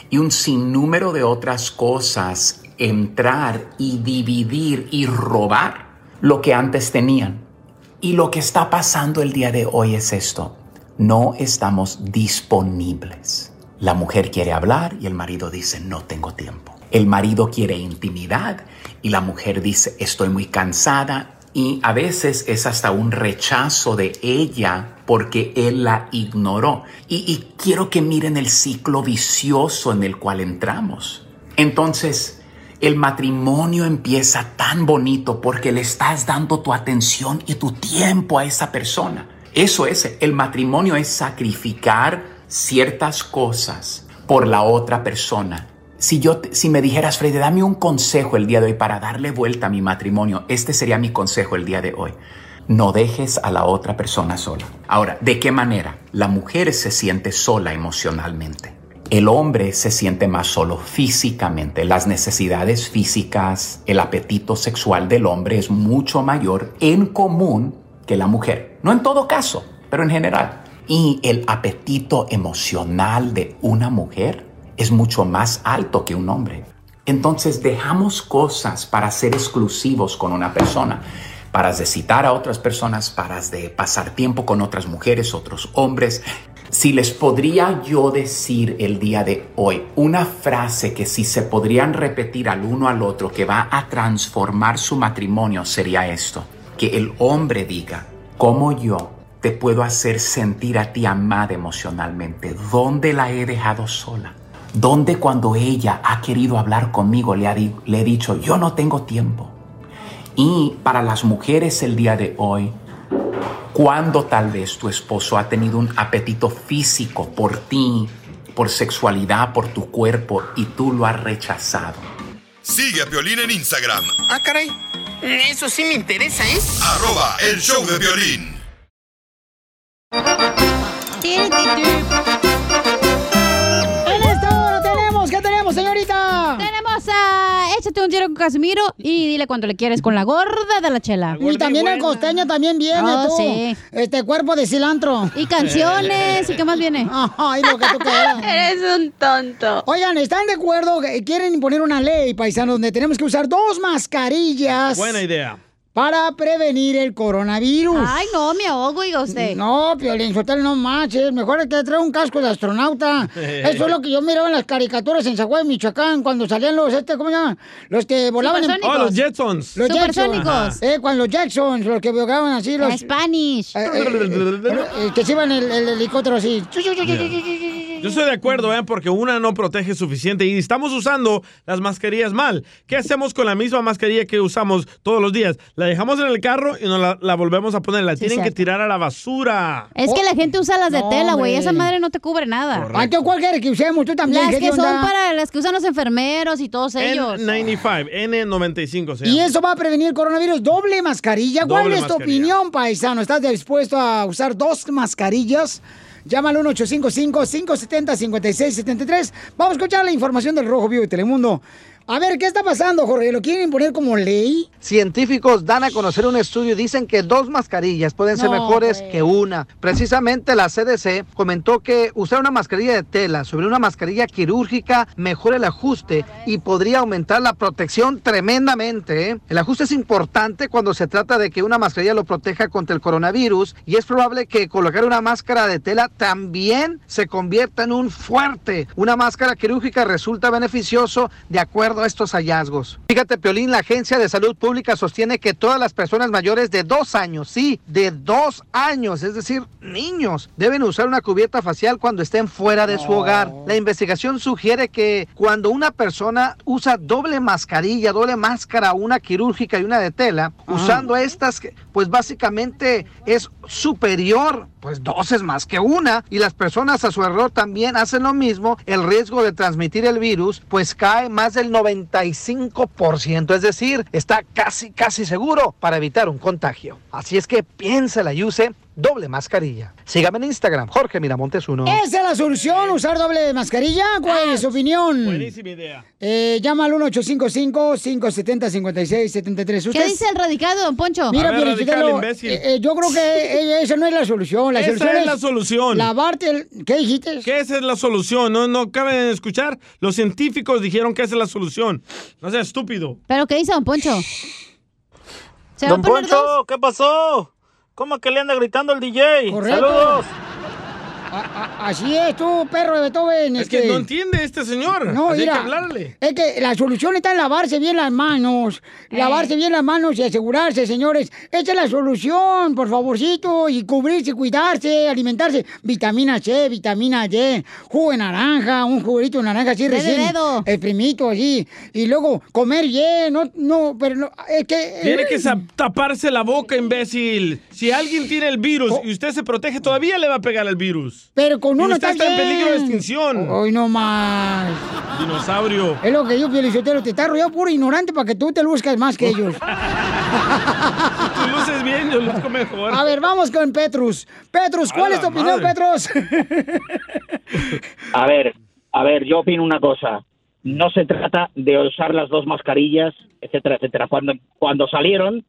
[SPEAKER 23] y un sinnúmero de otras cosas entrar y dividir y robar lo que antes tenían. Y lo que está pasando el día de hoy es esto. No estamos disponibles. La mujer quiere hablar y el marido dice, no tengo tiempo. El marido quiere intimidad y la mujer dice, estoy muy cansada. Y a veces es hasta un rechazo de ella porque él la ignoró. Y, y quiero que miren el ciclo vicioso en el cual entramos. Entonces, el matrimonio empieza tan bonito porque le estás dando tu atención y tu tiempo a esa persona. Eso es, el matrimonio es sacrificar ciertas cosas por la otra persona. Si yo te- si me dijeras, Freddy, dame un consejo el día de hoy para darle vuelta a mi matrimonio, este sería mi consejo el día de hoy. No dejes a la otra persona sola. Ahora, ¿de qué manera? La mujer se siente sola emocionalmente. El hombre se siente más solo físicamente. Las necesidades físicas, el apetito sexual del hombre es mucho mayor en común que la mujer. No en todo caso, pero en general. Y el apetito emocional de una mujer es mucho más alto que un hombre. Entonces dejamos cosas para ser exclusivos con una persona, para de citar a otras personas, para de pasar tiempo con otras mujeres, otros hombres. Si les podría yo decir el día de hoy una frase que si se podrían repetir al uno al otro que va a transformar su matrimonio sería esto, que el hombre diga, ¿cómo yo te puedo hacer sentir a ti amada emocionalmente? ¿Dónde la he dejado sola? donde cuando ella ha querido hablar conmigo le, ha di- le he dicho, yo no tengo tiempo. Y para las mujeres el día de hoy, cuando tal vez tu esposo ha tenido un apetito físico por ti, por sexualidad, por tu cuerpo, y tú lo has rechazado.
[SPEAKER 4] Sigue a Violín en Instagram,
[SPEAKER 7] Ah, caray. Eso sí me interesa, ¿eh?
[SPEAKER 4] arroba el show de violín.
[SPEAKER 1] En esta hora tenemos, ¿qué tenemos, señorita?
[SPEAKER 9] Tenemos a Échate un tiro con Casimiro y dile cuánto le quieres con la gorda de la chela.
[SPEAKER 1] Y también el costeño también viene,
[SPEAKER 9] Oh,
[SPEAKER 1] tú.
[SPEAKER 9] sí.
[SPEAKER 1] Este cuerpo de cilantro.
[SPEAKER 9] Y canciones, ¿y qué más viene?
[SPEAKER 1] Ay, lo que tú quieras.
[SPEAKER 7] Eres un tonto.
[SPEAKER 1] Oigan, ¿están de acuerdo? que Quieren imponer una ley, paisano, donde tenemos que usar dos mascarillas.
[SPEAKER 2] Buena idea.
[SPEAKER 1] Para prevenir el coronavirus.
[SPEAKER 9] Ay, no, me ahogo, oiga usted.
[SPEAKER 1] No, Piolín, suéltale, no manches. Mejor es que trae un casco de astronauta. Eso es lo que yo miraba en las caricaturas en Zaguay, Michoacán, cuando salían los, este, ¿cómo se llama? Los que volaban en...
[SPEAKER 2] Oh, los Jetsons.
[SPEAKER 1] Los
[SPEAKER 2] Ajá.
[SPEAKER 1] Jacksons. Eh, cuando los Jacksons, los que volaban así los... Eh,
[SPEAKER 9] Spanish.
[SPEAKER 1] que se iban el, el helicóptero así.
[SPEAKER 2] Yo estoy de acuerdo, ¿eh? Porque una no protege suficiente y estamos usando las mascarillas mal. ¿Qué hacemos con la misma mascarilla que usamos todos los días? La dejamos en el carro y nos la, la volvemos a poner. La tienen que
[SPEAKER 9] cierto.
[SPEAKER 2] tirar a la basura.
[SPEAKER 9] Es que la
[SPEAKER 1] Oh.
[SPEAKER 9] gente usa las de
[SPEAKER 2] No,
[SPEAKER 9] tela, güey.
[SPEAKER 2] hombre.
[SPEAKER 9] Esa madre no te cubre nada.
[SPEAKER 1] Ah, ¿qué cuál quieres que usemos? Tú también.
[SPEAKER 9] Las
[SPEAKER 1] ¿qué
[SPEAKER 9] que son
[SPEAKER 1] onda?
[SPEAKER 9] para las que usan los enfermeros y todos ellos.
[SPEAKER 2] N95, N95 se
[SPEAKER 1] Y
[SPEAKER 2] llama.
[SPEAKER 1] eso va a prevenir coronavirus. Doble mascarilla. ¿Cuál
[SPEAKER 2] Doble
[SPEAKER 1] es tu
[SPEAKER 2] mascarilla.
[SPEAKER 1] opinión, paisano? ¿Estás dispuesto a usar dos mascarillas? Llama al 1-855-570-5673. Vamos a escuchar la información del Rojo Vivo de Telemundo. A ver, ¿qué está pasando, Jorge? ¿Lo quieren imponer como ley?
[SPEAKER 5] Científicos dan a conocer un estudio y dicen que dos mascarillas pueden ser
[SPEAKER 1] No,
[SPEAKER 5] mejores que una. Precisamente la CDC comentó que usar una mascarilla de tela sobre una mascarilla quirúrgica mejora el ajuste y podría aumentar la protección tremendamente. ¿eh? El ajuste es importante cuando se trata de que una mascarilla lo proteja contra el coronavirus y es probable que colocar una máscara de tela también se convierta en un fuerte. Una máscara quirúrgica resulta beneficioso de acuerdo a estos hallazgos. Fíjate, Piolín, la Agencia de Salud Pública sostiene que todas las personas mayores de dos años, sí, de dos años, es decir, niños, deben usar una cubierta facial cuando estén fuera de su hogar. La investigación sugiere que cuando una persona usa doble mascarilla, doble máscara, una quirúrgica y una de tela, usando estas, que, pues básicamente es superior, pues dos es más que una, y las personas a su alrededor también hacen lo mismo, el riesgo de transmitir el virus, pues cae más del 95%, es decir, está casi, casi seguro para evitar un contagio. Así es que piénsala y use doble mascarilla. Sígame en Instagram, Jorge Miramontes 1.
[SPEAKER 1] ¿Esa es la solución? ¿Usar doble mascarilla? ¿Cuál
[SPEAKER 2] Ah,
[SPEAKER 1] es su opinión?
[SPEAKER 5] buenísima
[SPEAKER 1] idea. llama al 1855-570-5673.
[SPEAKER 9] ¿Qué dice el radicado, don Poncho?
[SPEAKER 1] Mira, Piolichotelo, eh, eh, yo creo que eh, eh, esa no es la solución. La
[SPEAKER 2] Esa
[SPEAKER 1] solución
[SPEAKER 2] es la solución.
[SPEAKER 1] Lavarte el... ¿Qué dijiste?
[SPEAKER 2] Que esa es la solución. No, no cabe escuchar. Los científicos dijeron que esa es la solución. No sea estúpido.
[SPEAKER 9] ¿Pero qué dice don Poncho? ¿Se va a
[SPEAKER 6] Don
[SPEAKER 9] poner
[SPEAKER 6] Poncho,
[SPEAKER 9] dos?
[SPEAKER 6] ¿qué pasó? ¿Cómo que le anda gritando el DJ?
[SPEAKER 1] Correcto.
[SPEAKER 6] Saludos.
[SPEAKER 1] A- a- así es tú, perro de Beethoven.
[SPEAKER 2] Es que no entiende este señor.
[SPEAKER 1] No,
[SPEAKER 2] Así hay
[SPEAKER 1] mira,
[SPEAKER 2] que hablarle.
[SPEAKER 1] es que la solución está en lavarse bien las manos,
[SPEAKER 9] Eh.
[SPEAKER 1] lavarse bien las manos y asegurarse, señores. Esa es la solución, por favorcito, y cubrirse, cuidarse, alimentarse. Vitamina C, vitamina D, jugo de naranja, un juguito de naranja así
[SPEAKER 9] Té de
[SPEAKER 1] recién,
[SPEAKER 9] dedo.
[SPEAKER 1] primito así, y luego comer bien, no, no, pero no, es que... eh,
[SPEAKER 2] Tiene que sa- taparse la boca, imbécil. Si alguien tiene el virus
[SPEAKER 1] Oh.
[SPEAKER 2] y usted se protege, todavía le va a pegar el virus.
[SPEAKER 1] Pero con
[SPEAKER 2] Y
[SPEAKER 1] uno
[SPEAKER 2] usted está en
[SPEAKER 1] bien.
[SPEAKER 2] peligro de extinción.
[SPEAKER 1] Hoy no más.
[SPEAKER 2] Dinosaurio.
[SPEAKER 1] Es lo que yo, Pielichotero, te está rodeado puro ignorante para que tú te luzcas más que ellos.
[SPEAKER 2] Tú luces bien, yo luzco mejor.
[SPEAKER 1] A ver, vamos con Petrus. Petrus, ¿cuál
[SPEAKER 2] A
[SPEAKER 1] es
[SPEAKER 2] la
[SPEAKER 1] tu opinión,
[SPEAKER 2] madre.
[SPEAKER 1] Petrus?
[SPEAKER 11] A ver, a ver, yo opino una cosa. No se trata de usar las dos mascarillas, etcétera, etcétera. Cuando, cuando salieron,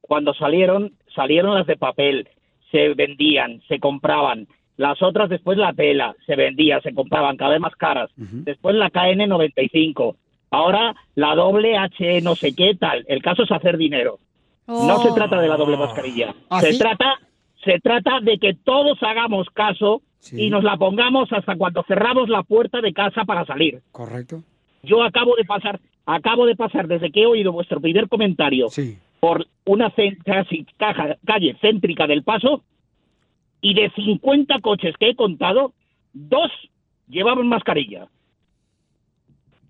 [SPEAKER 11] cuando salieron, salieron las de papel, se vendían, se compraban. Las otras después la tela, se vendía, se compraban, cada vez más caras. Después la KN95. Ahora la doble H E no sé qué tal. El caso es hacer dinero. No se trata de la doble mascarilla.
[SPEAKER 6] ¿Ah,
[SPEAKER 11] se
[SPEAKER 6] sí?
[SPEAKER 11] trata se trata de que todos hagamos caso y nos la pongamos hasta cuando cerramos la puerta de casa para salir.
[SPEAKER 1] Correcto.
[SPEAKER 11] Yo acabo de pasar, acabo de pasar desde que he oído vuestro primer comentario por una cen- casi caja- calle céntrica del Paso y de 50 coches que he contado, dos llevaban mascarilla.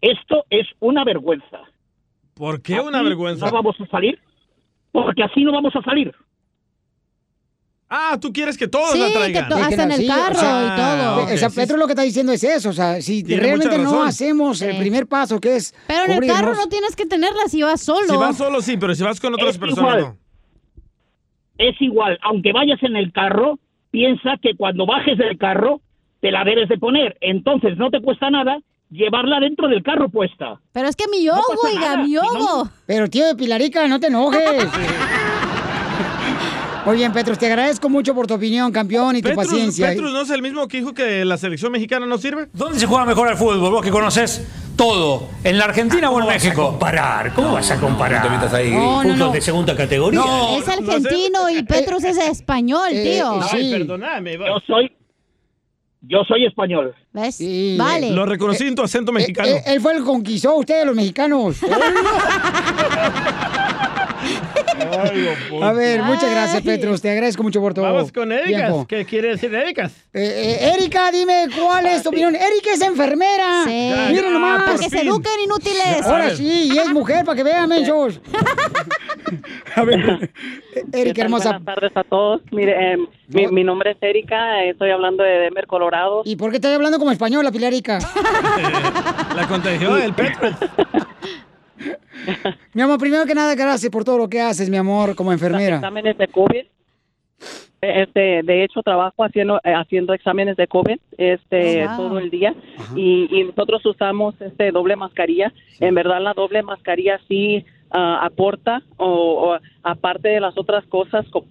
[SPEAKER 11] Esto es una vergüenza.
[SPEAKER 2] ¿Por qué una vergüenza?
[SPEAKER 11] No vamos a salir porque así no vamos a salir.
[SPEAKER 2] Ah, tú quieres que todos
[SPEAKER 11] Sí,
[SPEAKER 2] la
[SPEAKER 11] que
[SPEAKER 2] traigan.
[SPEAKER 11] to- hasta en el
[SPEAKER 2] y todo.
[SPEAKER 11] carro
[SPEAKER 1] o sea,
[SPEAKER 2] ok, sí,
[SPEAKER 1] Petro lo que está diciendo es eso. O sea, si
[SPEAKER 2] Tiene
[SPEAKER 1] realmente
[SPEAKER 2] mucha
[SPEAKER 1] no
[SPEAKER 2] razón.
[SPEAKER 1] hacemos el primer paso, que es.
[SPEAKER 9] Pero en el
[SPEAKER 1] cubrirnos-
[SPEAKER 9] carro no tienes que tenerla si vas solo.
[SPEAKER 2] Si vas solo, sí, pero si vas con otras personas,
[SPEAKER 11] igual. es igual, aunque vayas en el carro, piensa que cuando bajes del carro te la debes de poner. Entonces no te cuesta nada llevarla dentro del carro puesta.
[SPEAKER 9] Pero es que mi yogo,
[SPEAKER 11] pasa
[SPEAKER 9] oiga,
[SPEAKER 11] nada,
[SPEAKER 9] mi
[SPEAKER 11] si
[SPEAKER 9] yogo.
[SPEAKER 1] Pero tío de Pilarica, no te enojes. Muy bien, Petrus, te agradezco mucho por tu opinión, campeón, y
[SPEAKER 2] no.
[SPEAKER 1] tu
[SPEAKER 2] Petrus,
[SPEAKER 1] paciencia.
[SPEAKER 2] Petrus no es el mismo que dijo que la selección mexicana no sirve.
[SPEAKER 8] ¿Dónde se juega mejor al fútbol? Vos que conoces todo. ¿En la Argentina o en México? comparar? ¿Cómo vas a comparar? No te metas ahí.
[SPEAKER 9] No, no,
[SPEAKER 8] Fútbol
[SPEAKER 9] no.
[SPEAKER 8] de segunda categoría.
[SPEAKER 9] es argentino y Petrus es español, tío.
[SPEAKER 2] Eh, perdóname.
[SPEAKER 11] Yo soy, yo soy español.
[SPEAKER 9] ¿Ves? vale.
[SPEAKER 2] Lo reconocí en tu acento mexicano.
[SPEAKER 1] Eh, él fue el que conquistó a ustedes, los mexicanos. a ver, muchas gracias, Petrus. Te agradezco mucho por tu
[SPEAKER 2] Vamos eh, con Ericas.
[SPEAKER 1] tiempo.
[SPEAKER 2] ¿Qué quiere decir Ericas?
[SPEAKER 1] Eh, Erika, dime cuál es tu opinión. Erika es enfermera.
[SPEAKER 2] Ya,
[SPEAKER 1] Miren
[SPEAKER 2] ya,
[SPEAKER 1] nomás.
[SPEAKER 2] por Para que se fin. eduquen,
[SPEAKER 9] inútiles.
[SPEAKER 1] Ahora sí, y es mujer, para que vean, mensos. A ver,
[SPEAKER 24] ¿Qué
[SPEAKER 1] Erika
[SPEAKER 24] tal?
[SPEAKER 1] hermosa.
[SPEAKER 24] Buenas tardes a todos. Mire, em, mi, mi nombre es Erika, eh, estoy hablando de Denver, Colorado.
[SPEAKER 1] ¿Y por qué estás hablando como española, Pilarica?
[SPEAKER 2] La contagió el Petro.
[SPEAKER 1] Mi amor, primero que nada, gracias por todo lo que haces, mi amor, como enfermera.
[SPEAKER 24] Exámenes de COVID. Eh, Este, de hecho, trabajo haciendo, eh, haciendo exámenes de COVID este,
[SPEAKER 25] Wow.
[SPEAKER 24] todo el día y, y nosotros usamos este doble mascarilla. En verdad, la doble mascarilla sí ah, aporta o, o aparte de las otras cosas co-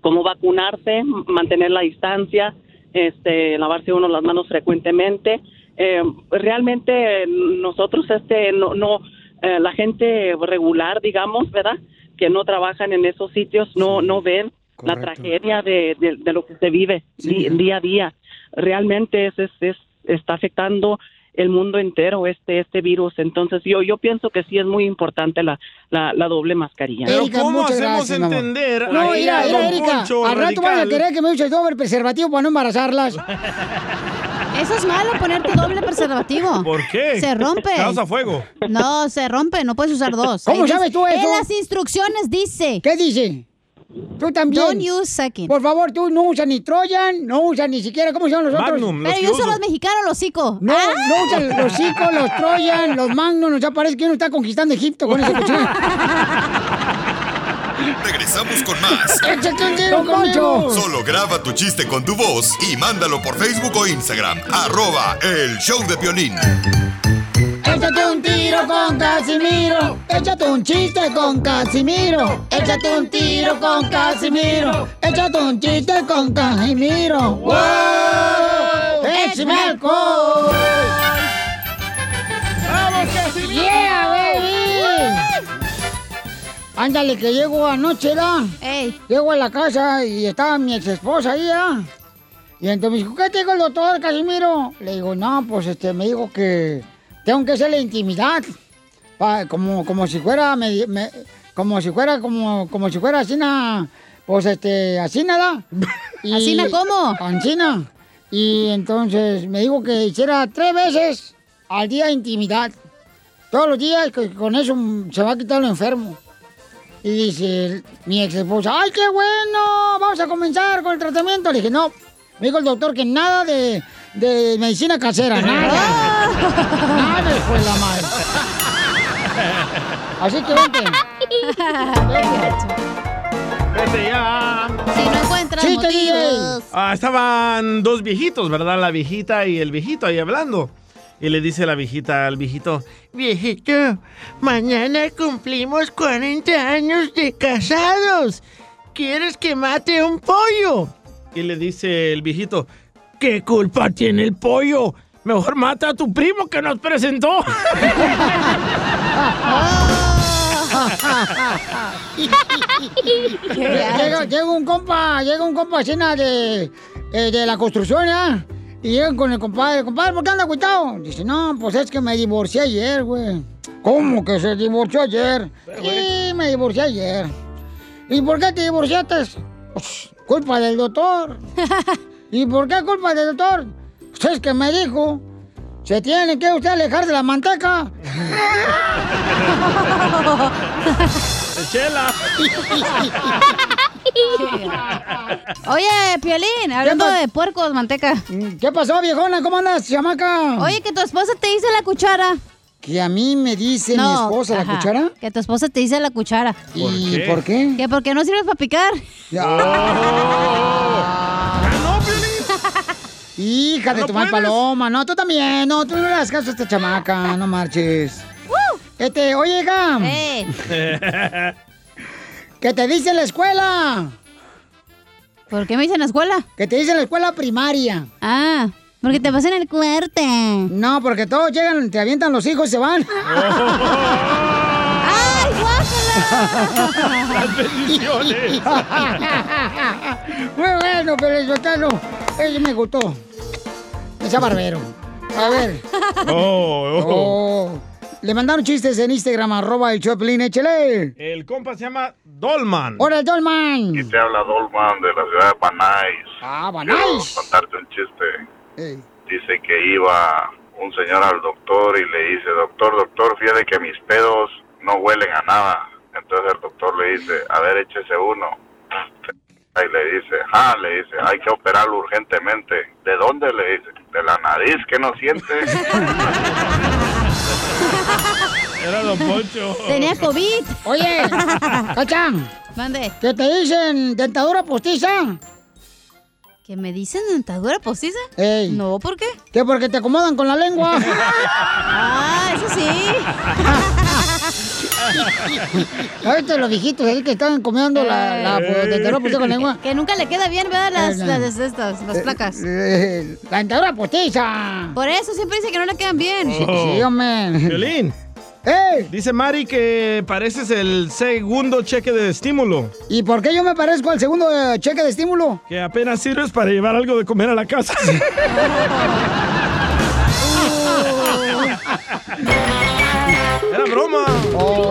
[SPEAKER 24] como vacunarse, m- mantener la distancia, este, lavarse uno las manos frecuentemente. Eh, realmente eh, nosotros este no, no eh, la gente regular, digamos, ¿verdad? Que no trabajan en esos sitios, no no ven la tragedia de, de- de lo que se vive di- día a día. Realmente es, es- es- está afectando el mundo entero este este virus. Entonces yo yo pienso que sí es muy importante la la, la doble mascarilla.
[SPEAKER 2] Pero ¿cómo hacemos entender a
[SPEAKER 1] No,
[SPEAKER 2] ella,
[SPEAKER 1] mira,
[SPEAKER 2] don
[SPEAKER 1] mira, Erika,
[SPEAKER 2] Poncho
[SPEAKER 1] al rato vas a
[SPEAKER 2] Radical?
[SPEAKER 1] querer que me uses doble preservativo para no embarazarlas.
[SPEAKER 9] Eso es malo, ponerte doble preservativo.
[SPEAKER 2] ¿Por qué?
[SPEAKER 9] Se rompe.
[SPEAKER 2] Causa fuego.
[SPEAKER 9] No, se rompe, no puedes usar dos.
[SPEAKER 1] ¿Cómo
[SPEAKER 9] Ahí dice-
[SPEAKER 1] sabes tú eso?
[SPEAKER 9] En las instrucciones dice.
[SPEAKER 1] ¿Qué dice? Tú también.
[SPEAKER 9] Don't use second.
[SPEAKER 1] Por favor, tú no usas ni Trojan, no usas ni siquiera, ¿cómo se llaman los otros?
[SPEAKER 9] Pero yo uso los mexicanos, los hocico. Ah.
[SPEAKER 1] No, no usan los chicos, los Trojan, los Magnum, ya parece que uno está conquistando Egipto con ese cochino.
[SPEAKER 4] Regresamos con más.
[SPEAKER 1] ¡Échate un tiro con Poncho!
[SPEAKER 4] Solo graba tu chiste con tu voz y mándalo por Facebook o Instagram. Arroba el show de violín.
[SPEAKER 1] Échate un tiro con Casimiro. Échate un chiste con Casimiro. Échate un tiro con Casimiro. Échate un chiste con Casimiro. ¡Wow! ¡Échame alcohol!
[SPEAKER 19] ¡Vamos, Casimiro!
[SPEAKER 1] ¡Yeah, baby! Ándale, que llego anoche, ¿da? Llego a la casa y estaba mi ex esposa ahí, ¿da? Y entonces me dijo, ¿qué te dijo el doctor Casimiro? Le digo, no, pues este, me dijo que tengo que hacer la intimidad. pa- como, como si fuera, me- me- como si fuera, como, como si fuera Asina, pues este, Asina, ¿da? Y-
[SPEAKER 9] ¿Asina cómo?
[SPEAKER 1] Asina. Y entonces me dijo que hiciera tres veces al día intimidad. Todos los días, que con eso se va a quitar lo enfermo. Y dice el- mi ex esposa, ¡ay, qué bueno! Vamos a comenzar con el tratamiento. Le dije, no. Me dijo el doctor que nada de, de medicina casera, nada. nada, hijo de la madre. Así que vente.
[SPEAKER 2] Vete ya.
[SPEAKER 10] Si no encuentras
[SPEAKER 1] Chiste,
[SPEAKER 10] motivos.
[SPEAKER 2] Ah, estaban dos viejitos, ¿verdad? La viejita y el viejito ahí hablando. Y le dice la viejita al viejito, Viejito, mañana cumplimos 40 años de casados. ¿Quieres que mate un pollo? Y le dice el viejito, ¿qué culpa tiene el pollo? Mejor mata a tu primo que nos presentó.
[SPEAKER 1] llega, llega un compa, llega un compa cena de, eh, de la construcción, ¿ya? Y llegan con el compadre, compadre, ¿por qué anda cuitado? Dice, no, pues es que me divorcié ayer, güey. ¿Cómo que se divorció ayer? Sí, me divorcié ayer. ¿Y por qué te divorciaste? Pues, culpa del doctor. ¿Y por qué culpa del doctor? Pues es que me dijo, se tiene que usted alejar de la manteca.
[SPEAKER 2] Chela.
[SPEAKER 9] Oye, Piolín, hablando de puercos, manteca.
[SPEAKER 1] ¿Qué pasó, viejona? ¿Cómo andas, chamaca?
[SPEAKER 9] Oye, que tu esposa te hizo la cuchara.
[SPEAKER 1] Que a mí me dice mi esposa la cuchara.
[SPEAKER 9] Que tu esposa te dice la cuchara.
[SPEAKER 1] ¿Por ¿Y qué? por qué?
[SPEAKER 9] Que porque no sirves para picar.
[SPEAKER 1] Hija de
[SPEAKER 9] ¿No
[SPEAKER 1] tu mal
[SPEAKER 9] puedes?
[SPEAKER 1] paloma, no, tú también, no, tú no le das caso a esta chamaca, no marches. Este, oye, Gam,
[SPEAKER 9] Eh.
[SPEAKER 1] ¿qué te dice en la escuela?
[SPEAKER 9] ¿Por qué me dicen la escuela?
[SPEAKER 1] Que te dicen la escuela primaria.
[SPEAKER 9] Ah, porque te pasan el cuerte.
[SPEAKER 1] No, porque todos llegan, te avientan los hijos y se van.
[SPEAKER 19] ¡Ay, guácala! ¡Las bendiciones!
[SPEAKER 1] Muy bueno, pero el sotano, ese me gustó. Ese barbero. A ver.
[SPEAKER 2] Oh, oh.
[SPEAKER 1] Oh. Le mandaron chistes en Instagram, arroba el Choplin, échale.
[SPEAKER 2] El compa se llama Dolman.
[SPEAKER 1] ¡Hola, Dolman!
[SPEAKER 12] Te habla Dolman de la ciudad de Banais.
[SPEAKER 1] Ah,
[SPEAKER 12] Quiero
[SPEAKER 2] Oh.
[SPEAKER 1] Banais.
[SPEAKER 12] contarte un chiste. Dice que iba un señor al doctor y le dice, doctor, doctor, fíjate que mis pedos no huelen a nada. Entonces el doctor le dice, a ver, échese uno. Y le dice, ah, le dice, hay que operarlo urgentemente. ¿De dónde? Le dice, de la nariz que no siente.
[SPEAKER 2] Era Don Poncho.
[SPEAKER 9] Tenía COVID.
[SPEAKER 1] Oye, Cachán.
[SPEAKER 9] Mande.
[SPEAKER 1] ¿Qué te dicen? ¿Dentadura postiza?
[SPEAKER 9] ¿Que me dicen dentadura postiza?
[SPEAKER 1] Ey.
[SPEAKER 9] No, ¿por qué?
[SPEAKER 1] Que porque te acomodan con la lengua.
[SPEAKER 9] Ah, eso sí.
[SPEAKER 1] Ahorita los viejitos ahí que están comiendo la, la pues, dentadura postiza con lengua.
[SPEAKER 9] Eh. Que nunca le queda bien, ¿verdad? Las,
[SPEAKER 1] Eh,
[SPEAKER 9] las, estas, las
[SPEAKER 1] eh,
[SPEAKER 9] placas.
[SPEAKER 1] eh, la dentadura postiza.
[SPEAKER 9] Por eso siempre dice que no le quedan bien.
[SPEAKER 1] Sí,
[SPEAKER 2] Oh.
[SPEAKER 1] sí, hombre.
[SPEAKER 2] Violín. Dice Mari que pareces el segundo cheque de estímulo.
[SPEAKER 1] ¿Y por qué yo me parezco al segundo eh, cheque de estímulo?
[SPEAKER 2] Que apenas sirves para llevar algo de comer a la casa.
[SPEAKER 4] Era broma. Oh.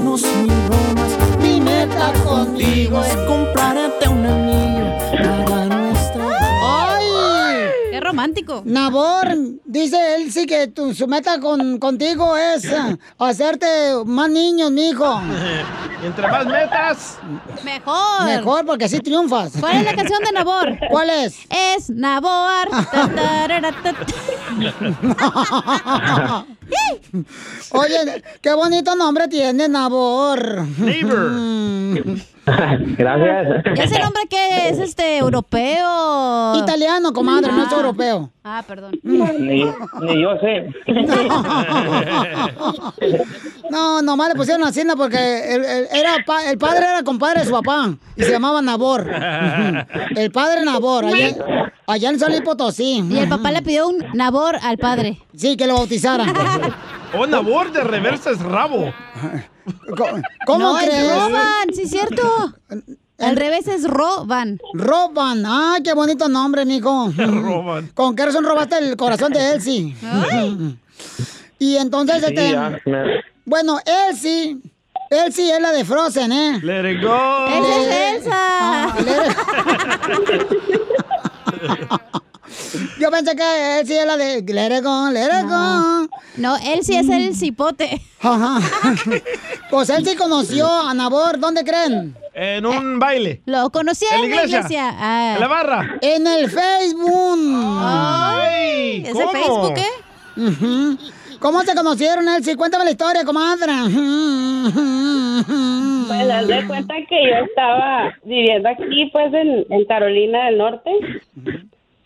[SPEAKER 19] mil bromas.
[SPEAKER 1] Mi meta
[SPEAKER 25] contigo es comprarte un anillo para nuestro.
[SPEAKER 1] ¡Ay!
[SPEAKER 9] ¡Qué romántico!
[SPEAKER 1] Nabor, dice él sí que tu, su meta con, contigo es ah, hacerte más niños, mijo.
[SPEAKER 2] Entre más metas.
[SPEAKER 9] Mejor.
[SPEAKER 1] Mejor, porque así triunfas.
[SPEAKER 9] ¿Cuál es la canción de Nabor?
[SPEAKER 1] ¿Cuál es?
[SPEAKER 9] Es Nabor. Ta, tarara, ta, ta.
[SPEAKER 1] Oye, qué bonito nombre tiene Nabor.
[SPEAKER 2] Neighbor.
[SPEAKER 19] Gracias.
[SPEAKER 9] ¿Ese nombre qué es? ¿Este europeo?
[SPEAKER 1] Italiano, comadre, no es europeo.
[SPEAKER 9] Ah, perdón.
[SPEAKER 19] Ni, ni yo sé.
[SPEAKER 1] No, nomás le pusieron así ¿no? porque el, el- era pa- el padre era compadre de su papá y se llamaba Nabor. El padre Nabor, allá, allá en San Luis Potosí.
[SPEAKER 9] Y el papá le pidió un Nabor al padre.
[SPEAKER 1] Sí, que lo bautizara.
[SPEAKER 2] Oh, Nabor de reversa es rabo.
[SPEAKER 1] ¿Cómo
[SPEAKER 9] no, es
[SPEAKER 1] crees?
[SPEAKER 9] Roban, sí, es cierto. Al revés es Roban.
[SPEAKER 1] Roban, ah, qué bonito nombre, mijo.
[SPEAKER 2] Roban.
[SPEAKER 1] Con qué razón robaste el corazón de Elsie. Y entonces,
[SPEAKER 19] Sí,
[SPEAKER 1] este,
[SPEAKER 19] ya, me-
[SPEAKER 1] bueno, Elsie, Elsie es la de Frozen, ¿eh?
[SPEAKER 2] Let it go.
[SPEAKER 1] Le- Ah, le- Yo pensé que él sí era de Let it go, let it go.
[SPEAKER 9] No, él sí es el cipote.
[SPEAKER 1] Mm. Ajá. Pues él sí conoció a Nabor, ¿dónde creen?
[SPEAKER 2] En un baile.
[SPEAKER 9] Lo conocí
[SPEAKER 2] En
[SPEAKER 9] en,
[SPEAKER 2] la
[SPEAKER 9] la
[SPEAKER 2] iglesia.
[SPEAKER 9] iglesia. Ah.
[SPEAKER 2] En la barra.
[SPEAKER 1] En el Facebook.
[SPEAKER 2] Ay,
[SPEAKER 9] ¿Ese ¿cómo? Facebook, eh?
[SPEAKER 1] Ujú. ¿Cómo se conocieron, Elsie? Cuéntame la historia, comadre.
[SPEAKER 15] Pues haz de cuenta que yo estaba viviendo aquí, pues, en, en Carolina del Norte.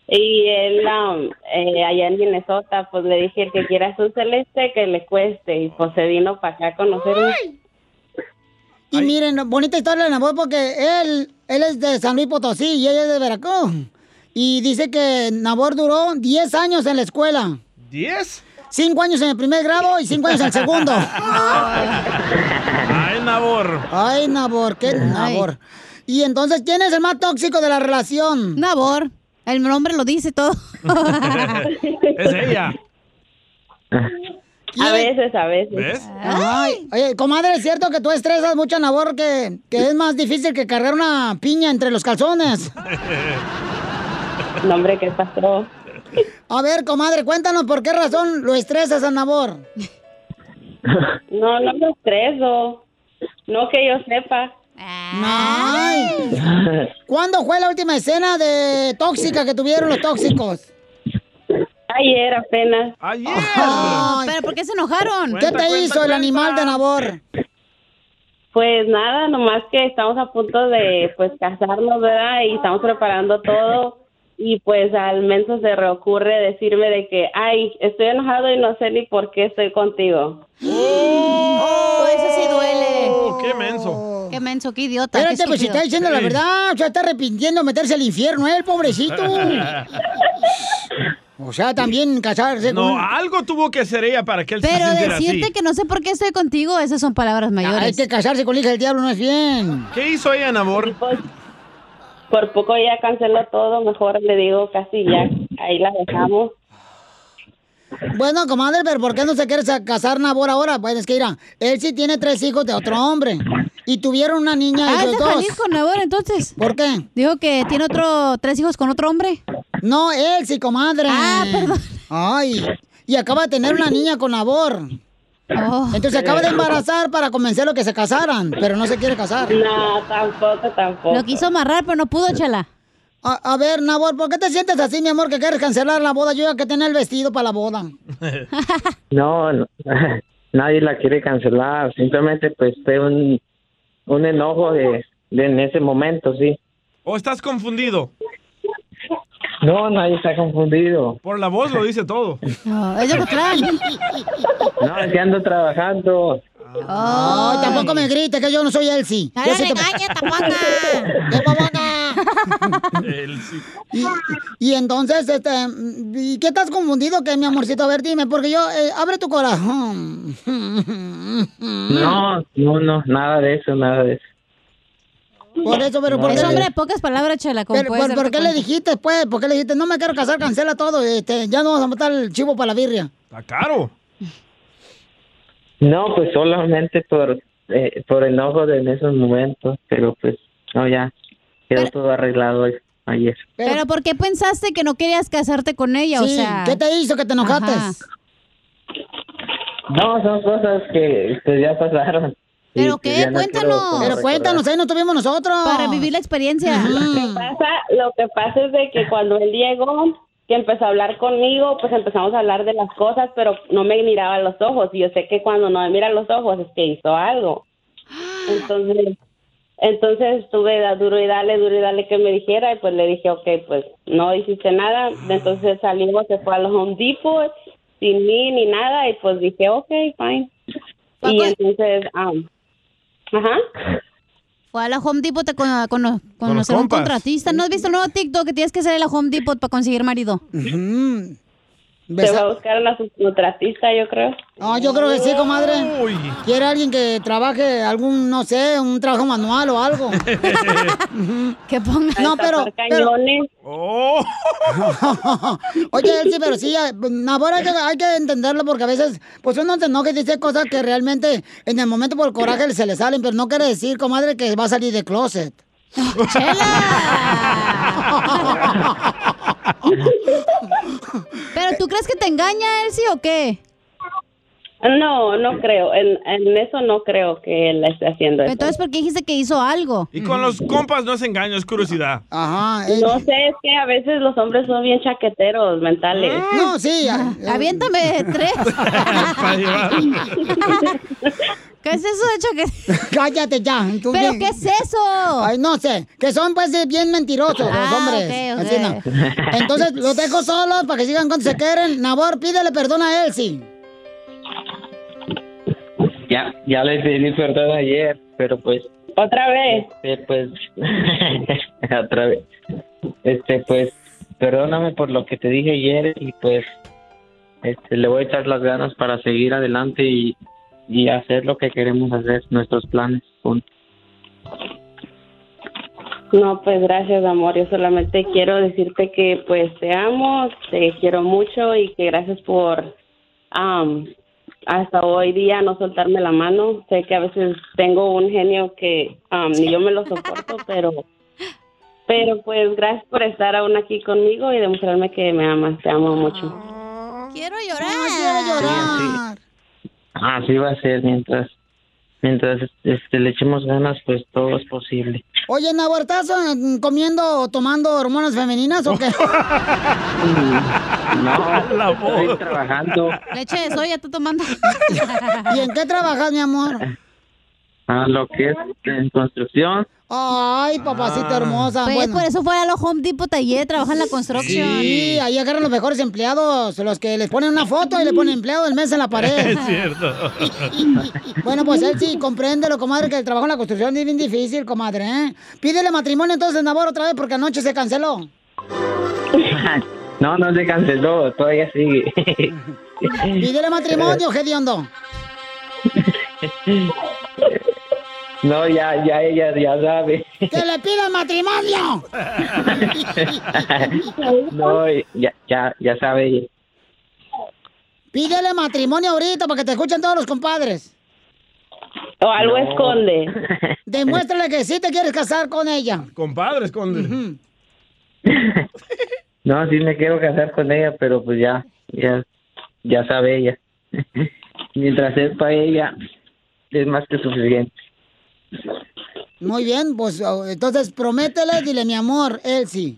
[SPEAKER 15] Y él, um, eh, allá en Minnesota, pues le dije, el que quiera azul celeste, que le cueste. Y pues se vino para acá a conocerme.
[SPEAKER 1] Y miren, bonita historia de Nabor porque él, él es de San Luis Potosí y ella es de Veracruz. Y dice que Nabor duró 10 años en la escuela.
[SPEAKER 2] ¿Diez?
[SPEAKER 1] 5 años en el primer grado y 5 años en el Pues, segundo.
[SPEAKER 2] Ay, Nabor.
[SPEAKER 1] Ay, Nabor, qué Nabor. Y entonces, ¿quién es el más tóxico de la relación?
[SPEAKER 9] Nabor. El nombre lo dice todo.
[SPEAKER 2] es ella.
[SPEAKER 15] A veces, a veces.
[SPEAKER 1] Ay, oye, comadre, ¿es cierto que tú estresas mucho a Nabor que, que es más difícil que cargar una piña entre los calzones?
[SPEAKER 15] No, hombre, ¿qué pasó?
[SPEAKER 1] A ver, comadre, cuéntanos por qué razón lo estresas a Nabor.
[SPEAKER 15] No, no me estreso. No que yo sepa.
[SPEAKER 1] Ay. ¿Cuándo fue la última escena de tóxica que tuvieron los tóxicos?
[SPEAKER 15] Ayer apenas.
[SPEAKER 2] Ayer.
[SPEAKER 9] ¿Pero por qué se enojaron?
[SPEAKER 1] ¿Qué te hizo el animal de Nabor?
[SPEAKER 15] Pues nada, nomás que estamos a punto de pues casarnos, ¿verdad? Y estamos preparando todo y pues al menos se reocurre decirme de que, ay, estoy enojado y no sé ni por qué estoy contigo.
[SPEAKER 9] Oh, eso sí duele.
[SPEAKER 2] Oh, Qué menso.
[SPEAKER 9] Qué menso, qué idiota. qué
[SPEAKER 1] Espérate, pues si
[SPEAKER 9] estúpido.
[SPEAKER 1] está diciendo la verdad, o sea, está arrepintiendo de meterse al infierno, ¿eh? el pobrecito. O sea, también casarse con...
[SPEAKER 2] No, algo tuvo que hacer ella para que él
[SPEAKER 9] Pero
[SPEAKER 2] se sintiera
[SPEAKER 9] decirte
[SPEAKER 2] así.
[SPEAKER 9] que no sé por qué estoy contigo, esas son palabras mayores.
[SPEAKER 1] Hay que casarse con la hija del diablo, no es bien.
[SPEAKER 2] ¿Qué hizo ella, Nabor?
[SPEAKER 15] pues, Por poco ya canceló todo, mejor le digo casi ya, ahí la dejamos.
[SPEAKER 1] Bueno, comadre, pero ¿por qué no se quiere sa- casar Nabor ahora? Pues es que, mira, él sí tiene tres hijos de otro hombre. Y tuvieron una niña
[SPEAKER 9] Ah, es
[SPEAKER 1] ellos
[SPEAKER 9] de
[SPEAKER 1] dos.
[SPEAKER 9] Jalisco, Nabor, entonces.
[SPEAKER 1] ¿Por qué?
[SPEAKER 9] Digo que tiene otro, tres hijos con otro hombre.
[SPEAKER 1] No, él sí, comadre. Ah, perdón. Ay, y acaba de tener una niña con Nabor.
[SPEAKER 9] Oh.
[SPEAKER 1] Entonces acaba
[SPEAKER 9] Eh.
[SPEAKER 1] de embarazar para convencerlo que se casaran, pero no se quiere casar.
[SPEAKER 15] No, tampoco, tampoco.
[SPEAKER 9] Lo quiso amarrar, pero no pudo, chala.
[SPEAKER 1] A, a ver, Nabor, ¿por qué te sientes así, mi amor, que quieres cancelar la boda? Yo ya que tenía el vestido para la boda.
[SPEAKER 16] No, no, nadie la quiere cancelar, simplemente pues fue un, un enojo de, de en ese momento, sí.
[SPEAKER 2] ¿O estás confundido?
[SPEAKER 16] No, nadie está confundido.
[SPEAKER 2] Por la voz lo dice todo.
[SPEAKER 9] No, es de Ocotlán.
[SPEAKER 16] No, es que ando trabajando.
[SPEAKER 1] Ay, tampoco me grites, que yo no soy Elsie. Yo sí te- Y, y entonces, este, ¿y qué estás confundido que mi amorcito? A ver, dime, porque yo, eh, abre tu corazón.
[SPEAKER 19] Mm.
[SPEAKER 16] No, no, no, nada de eso, nada de eso.
[SPEAKER 1] Por eso, pero por
[SPEAKER 16] No,
[SPEAKER 1] qué.
[SPEAKER 16] es hombre
[SPEAKER 9] de pocas palabras, chela, como
[SPEAKER 1] Pero,
[SPEAKER 9] puedes
[SPEAKER 1] ¿por, por
[SPEAKER 9] darte
[SPEAKER 1] qué le
[SPEAKER 9] cuenta.
[SPEAKER 1] dijiste, pues? ¿Por qué le dijiste, no me quiero casar, cancela todo, este, ya no vamos a matar el chivo para la birria?
[SPEAKER 2] Está caro.
[SPEAKER 16] No, pues solamente por, eh, por enojo de en esos momentos, pero pues, no, ya, quedó todo arreglado hoy- ayer.
[SPEAKER 9] Pero, ¿por qué pensaste que no querías casarte con ella? o
[SPEAKER 1] Sí,
[SPEAKER 9] sea,
[SPEAKER 1] ¿qué te hizo que te enojaste?
[SPEAKER 16] No, son cosas que pues, ya pasaron. Y, pues, ya no quiero como
[SPEAKER 1] Pero
[SPEAKER 16] recordar.
[SPEAKER 1] cuéntanos, ahí no tuvimos nosotros. Para vivir
[SPEAKER 9] la experiencia.
[SPEAKER 15] Lo que pasa, lo que pasa es de que cuando él llegó, que empezó a hablar conmigo, pues empezamos a hablar de las cosas, pero no me miraba a los ojos. Y yo sé que cuando no me mira a los ojos es que hizo algo. Entonces, entonces estuve da- duro y dale, duro y dale que me dijera. Y pues le dije, ok, pues no hiciste nada. Entonces salimos, se fue a los Home Depot sin mí ni nada. Y pues dije, ok, fine. Y entonces, am, ajá.
[SPEAKER 9] Fue a la Home Depot te con, con-
[SPEAKER 15] los
[SPEAKER 9] conocer a un
[SPEAKER 15] compas.
[SPEAKER 9] contratista. ¿No has visto el nuevo TikTok que tienes que hacer a la Home Depot para conseguir marido?
[SPEAKER 15] Se va a buscar una subcontratista, yo creo.
[SPEAKER 1] No, yo creo que sí, comadre. Quiere alguien que trabaje algún, no sé, un trabajo manual o algo.
[SPEAKER 9] que ponga.
[SPEAKER 1] No, pero. pero-
[SPEAKER 2] Oh.
[SPEAKER 1] Oye, él sí, pero sí, eh, ahora hay que, hay que entenderlo porque a veces, pues uno se enoja y dice cosas que realmente en el momento por el coraje se le salen, pero no quiere decir, comadre, que va a salir de closet.
[SPEAKER 9] ¿Pero tú crees que te engaña él sí o qué?
[SPEAKER 15] No, no creo. En, en eso no creo que él esté haciendo eso.
[SPEAKER 9] Entonces, ¿por qué dijiste que hizo algo?
[SPEAKER 2] Y con los compas no es engaño, es curiosidad.
[SPEAKER 1] Ajá.
[SPEAKER 15] No sé, es que a veces los hombres son bien chaqueteros mentales.
[SPEAKER 1] Ah, No, sí.
[SPEAKER 9] Ah, Aviéntame tres. Ah, ¿Qué es eso de
[SPEAKER 1] choque? Cállate ya.
[SPEAKER 9] ¿Pero qué es
[SPEAKER 1] eso? Ah, Ay, no sé. Que son, pues, bien mentirosos los
[SPEAKER 9] Ah,
[SPEAKER 1] hombres.
[SPEAKER 9] ok, ok.
[SPEAKER 1] Así no. Entonces, los dejo solos para que sigan cuando se quieren. Nabor, pídele perdón a Elsie.
[SPEAKER 16] Ya, ya le pedí perdón ayer, pero pues...
[SPEAKER 15] ¿Otra vez?
[SPEAKER 16] pues... otra vez. Este, pues, perdóname por lo que te dije ayer y pues... Este, le voy a echar las ganas para seguir adelante y, y hacer lo que queremos hacer, nuestros planes juntos.
[SPEAKER 15] No, pues gracias, amor. Yo solamente quiero decirte que pues te amo, te quiero mucho y que gracias por am, hasta hoy día no soltarme la mano. Sé que a veces tengo un genio que am, ni yo me lo soporto, pero pero pues gracias por estar aún aquí conmigo y demostrarme que me amas. Te amo mucho.
[SPEAKER 9] Quiero llorar. Ah.
[SPEAKER 16] Así va a ser mientras... Mientras este, le echemos ganas, pues todo es posible.
[SPEAKER 1] Oye, Nabor, ¿estás eh, comiendo o tomando hormonas femeninas o qué?
[SPEAKER 16] No,
[SPEAKER 1] Oh.
[SPEAKER 16] estoy trabajando.
[SPEAKER 9] Leche de soya, tú tomando.
[SPEAKER 1] ¿Y en qué trabajas, mi amor?
[SPEAKER 16] a lo que es en construcción.
[SPEAKER 1] Ay, papacita
[SPEAKER 2] Ah.
[SPEAKER 1] hermosa.
[SPEAKER 9] Pues
[SPEAKER 1] bueno.
[SPEAKER 9] por eso fue a los Home Depot ayer, trabaja en la construcción.
[SPEAKER 1] Sí, ahí agarran los mejores empleados, los que les ponen una foto y le ponen empleado del mes en la pared.
[SPEAKER 19] Es cierto.
[SPEAKER 1] Bueno, pues él sí, compréndelo, comadre, que el trabajo en la construcción es bien difícil, comadre, ¿eh? Pídele matrimonio entonces, Nabor, otra vez, porque anoche se canceló.
[SPEAKER 16] No, no se canceló, todavía sigue.
[SPEAKER 1] Pídele matrimonio, Gediondo.
[SPEAKER 16] No, ya, ya ella ya sabe.
[SPEAKER 1] ¡Que le pida matrimonio!
[SPEAKER 16] No, ya, ya, ya sabe ella.
[SPEAKER 1] Pídele matrimonio ahorita para que te escuchen todos los compadres.
[SPEAKER 15] O algo
[SPEAKER 1] No.
[SPEAKER 15] esconde.
[SPEAKER 1] Demuéstrale que sí te quieres casar con ella.
[SPEAKER 2] Compadre, esconde.
[SPEAKER 16] No, sí me quiero casar con ella, pero pues ya, ya, ya sabe ella. Mientras es para ella, es más que suficiente.
[SPEAKER 1] Muy bien, pues oh, entonces prométele, dile mi amor, Elsie.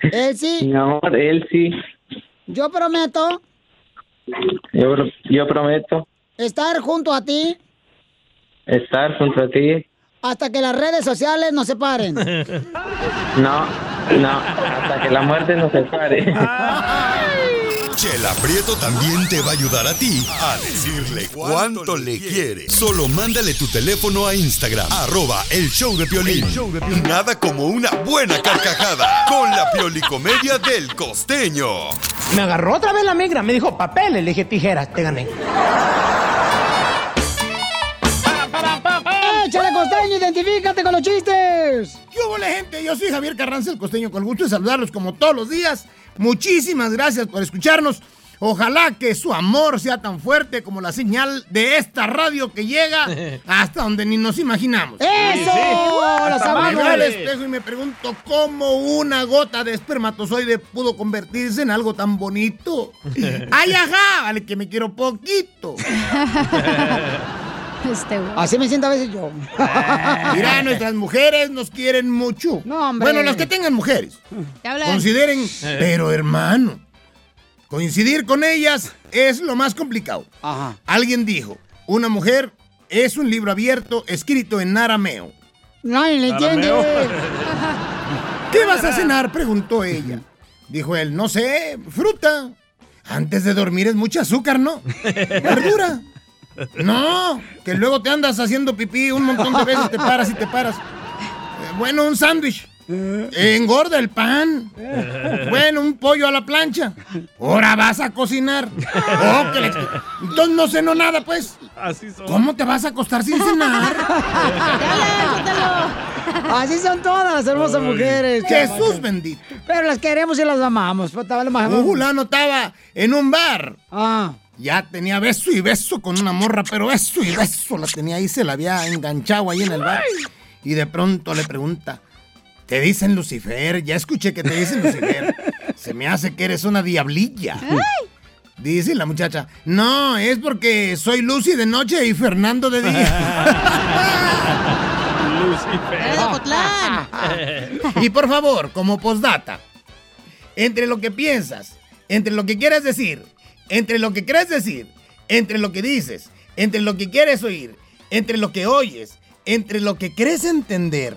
[SPEAKER 1] Elsie,
[SPEAKER 16] Mi amor, él sí,
[SPEAKER 1] yo prometo
[SPEAKER 16] yo, pro- yo prometo
[SPEAKER 1] estar junto a ti
[SPEAKER 16] estar junto a ti.
[SPEAKER 1] hasta que las redes sociales nos separen.
[SPEAKER 16] No, no, hasta que la muerte nos separe.
[SPEAKER 4] Chela Prieto también te va a ayudar a ti a decirle cuánto le quiere. Solo mándale tu teléfono a Instagram, arroba el show de Piolín. Nada como una buena carcajada con la piolicomedia del costeño.
[SPEAKER 26] Me agarró otra vez la migra, me dijo papeles, le dije tijeras, te gané.
[SPEAKER 1] ¡Échale, costeño! ¡Identifícate con los chistes!
[SPEAKER 18] ¿Qué hubo, la gente? Yo soy Javier Carranza, el costeño, con el gusto de saludarlos como todos los días. Muchísimas gracias por escucharnos. Ojalá que su amor sea tan fuerte como la señal de esta radio que llega hasta donde ni nos imaginamos.
[SPEAKER 1] ¡Eso! ¡Las
[SPEAKER 18] Hasta me
[SPEAKER 1] amamos!
[SPEAKER 18] veo al espejo y me pregunto cómo una gota de espermatozoide pudo convertirse en algo tan bonito. ¡Ay, ajá! Vale, que me quiero poquito.
[SPEAKER 1] Así me siento a veces yo.
[SPEAKER 18] Mira, nuestras mujeres nos quieren mucho.
[SPEAKER 1] hombre.
[SPEAKER 18] Bueno, las que tengan mujeres.
[SPEAKER 1] Te hablan.
[SPEAKER 18] Consideren,
[SPEAKER 1] Eh.
[SPEAKER 18] pero hermano, coincidir con ellas es lo más complicado. Alguien dijo, una mujer es un libro abierto escrito en arameo.
[SPEAKER 1] Nadie le entiende.
[SPEAKER 18] ¿Qué vas a cenar? preguntó ella. Dijo él, no sé, fruta. Antes de dormir es mucho azúcar, ¿no? Verdura. No, que luego te andas haciendo pipí un montón de veces, te paras y te paras. Eh, Bueno, un sándwich. Eh, Engorda el pan. Bueno, un pollo a la plancha. Ahora vas a cocinar. Oh, que le- Entonces no cenó nada, pues.
[SPEAKER 2] Así son.
[SPEAKER 18] ¿Cómo te vas a acostar sin cenar?
[SPEAKER 1] Así son todas las hermosas mujeres.
[SPEAKER 18] Jesús bendito.
[SPEAKER 1] Pero las queremos y las amamos. pues, tal vez las amamos.
[SPEAKER 18] Un fulano estaba en un bar.
[SPEAKER 1] Ah.
[SPEAKER 18] Ya tenía beso y beso con una morra, pero beso y beso la tenía ahí, se la había enganchado ahí en el bar. Y de pronto le pregunta, ¿te dicen Lucifer? Ya escuché que te dicen Lucifer. Se me hace que eres una diablilla. Dice la muchacha, no, es porque soy Lucy de noche y Fernando de día. Y por favor, como postdata, entre lo que piensas, entre lo que quieres decir, entre lo que crees decir, entre lo que dices, entre lo que quieres oír, entre lo que oyes, entre lo que crees entender,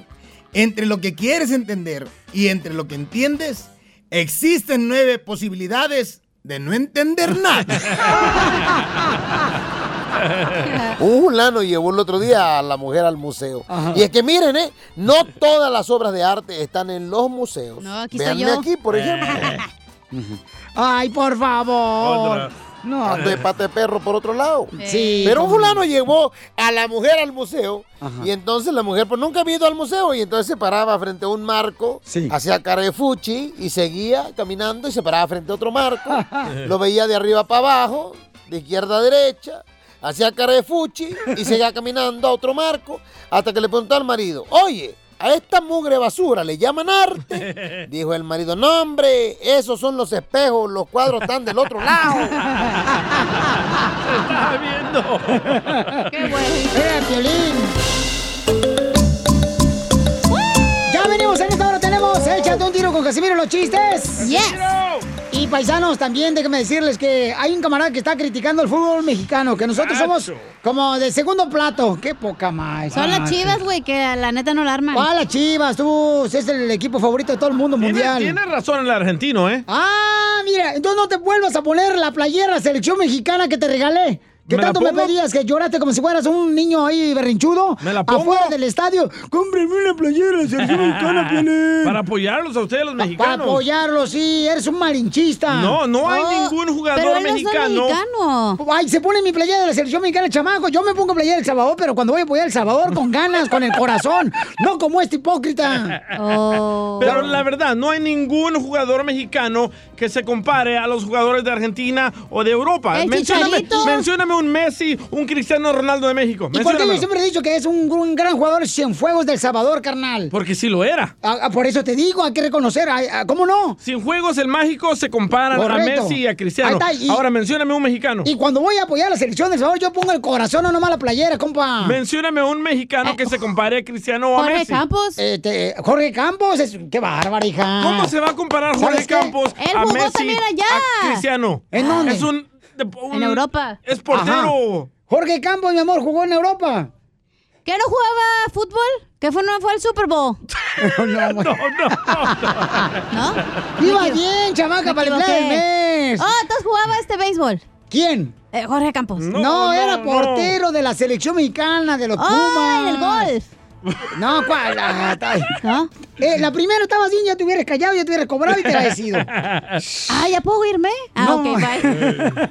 [SPEAKER 18] entre lo que quieres entender y entre lo que entiendes, existen nueve posibilidades de no entender nada.
[SPEAKER 17] Un fulano Uh, llevó el otro día a la mujer al museo. Y es que miren, ¿eh? No todas las obras de arte están en los museos.
[SPEAKER 1] No, aquí
[SPEAKER 17] Véanme
[SPEAKER 1] estoy yo.
[SPEAKER 17] aquí, por ejemplo.
[SPEAKER 1] Ay, por favor. No.
[SPEAKER 17] Ando de pata de perro por otro lado.
[SPEAKER 1] Sí.
[SPEAKER 17] Pero un fulano llevó a la mujer al museo y entonces la mujer pues nunca había ido al museo y entonces se paraba frente a un marco, hacía cara de fuchi y seguía caminando y se paraba frente a otro marco, lo veía de arriba para abajo, de izquierda a derecha, hacía cara de fuchi y seguía caminando a otro marco hasta que le preguntó al marido, oye, a esta mugre basura le llaman arte. Dijo el marido, no hombre, esos son los espejos, los cuadros están del otro lado.
[SPEAKER 19] Está viendo.
[SPEAKER 1] ¡Qué bueno! ¡Eh, Piolín! Ya venimos en esta hora, tenemos Échate un tiro con Casimiro, los chistes. ¡Yes! Y paisanos, también déjenme decirles que hay un camarada que está criticando el fútbol mexicano, que nosotros somos como de segundo plato. ¡Qué poca más!
[SPEAKER 9] Son las
[SPEAKER 1] Ah,
[SPEAKER 9] chivas, güey, que la neta no la arman.
[SPEAKER 1] Ah, las chivas, tú es el equipo favorito de todo el mundo mundial.
[SPEAKER 2] Tiene razón el argentino, ¿eh?
[SPEAKER 1] Ah, mira, entonces no te vuelvas a poner la playera selección mexicana que te regalé. ¿Qué
[SPEAKER 2] ¿Me la
[SPEAKER 1] tanto me
[SPEAKER 2] pongo?
[SPEAKER 1] pedías que lloraste como si fueras un niño ahí berrinchudo?
[SPEAKER 2] ¿Me la pongo?
[SPEAKER 1] Afuera del estadio. Cómprame una playera selección mexicana, Piolín.
[SPEAKER 2] Para apoyarlos a ustedes los
[SPEAKER 1] Para
[SPEAKER 2] mexicanos.
[SPEAKER 1] apoyarlo, sí, eres un malinchista.
[SPEAKER 2] No, no hay ningún jugador pero él no es mexicano.
[SPEAKER 1] Ay, se pone mi playera de la selección mexicana, chamaco. Yo me pongo playera del Salvador, pero cuando voy a apoyar el Salvador con ganas, con el corazón, no como este hipócrita. Oh.
[SPEAKER 2] Pero la verdad, no hay ningún jugador mexicano que se compare a los jugadores de Argentina o de Europa.
[SPEAKER 1] El
[SPEAKER 2] Mencióname,
[SPEAKER 1] Chicharito.
[SPEAKER 2] mencióname un Messi, un Cristiano Ronaldo de México.
[SPEAKER 1] ¿Y por qué yo
[SPEAKER 2] Menciónamelo.
[SPEAKER 1] siempre he dicho que es un, un gran jugador Cienfuegos del Salvador, carnal?
[SPEAKER 2] Porque sí lo era.
[SPEAKER 1] Ah, ah, por eso te digo, hay que reconocer. ay, ah, ¿Cómo no?
[SPEAKER 2] Sin juegos el mágico se comparan a
[SPEAKER 1] Correcto.
[SPEAKER 2] Messi y a Cristiano.
[SPEAKER 1] Ahí está, y-
[SPEAKER 2] Ahora mencióname un mexicano.
[SPEAKER 1] Y cuando voy a apoyar a la selección del Salvador, yo pongo el corazón, no nomás la playera, compa.
[SPEAKER 2] Mencióname un mexicano que se compare a Cristiano o a Messi. Eh,
[SPEAKER 1] Este, Jorge Campos, es- qué bárbara, hija.
[SPEAKER 2] ¿Cómo se va a comparar Jorge
[SPEAKER 1] ¿Sabes qué?
[SPEAKER 2] Campos
[SPEAKER 1] Él
[SPEAKER 2] a
[SPEAKER 1] jugó
[SPEAKER 2] Messi
[SPEAKER 1] también allá.
[SPEAKER 2] a Cristiano?
[SPEAKER 1] ¿En dónde?
[SPEAKER 2] Es un,
[SPEAKER 9] En Europa.
[SPEAKER 2] Es portero.
[SPEAKER 1] Jorge Campos, mi amor, jugó en Europa.
[SPEAKER 9] ¿Qué no jugaba fútbol? ¿Qué fue, no fue al Super Bowl?
[SPEAKER 1] no, no, no,
[SPEAKER 9] Me
[SPEAKER 1] Iba
[SPEAKER 9] equivo-
[SPEAKER 1] bien, chamaca,
[SPEAKER 9] me
[SPEAKER 1] para el
[SPEAKER 9] equivoqué.
[SPEAKER 1] plan del mes.
[SPEAKER 9] Oh, entonces jugaba este béisbol. Eh,
[SPEAKER 1] ¿Quién?
[SPEAKER 9] Jorge Campos.
[SPEAKER 1] No, era portero de la selección mexicana, de los
[SPEAKER 9] Ay,
[SPEAKER 1] Pumas. el golf! No, ¿cuál? Ah, está- Eh, la primera estaba así, ya te hubieras callado, ya te hubieras cobrado y te la decido.
[SPEAKER 9] Ah, ¿ya puedo irme? Ah, ok, bye.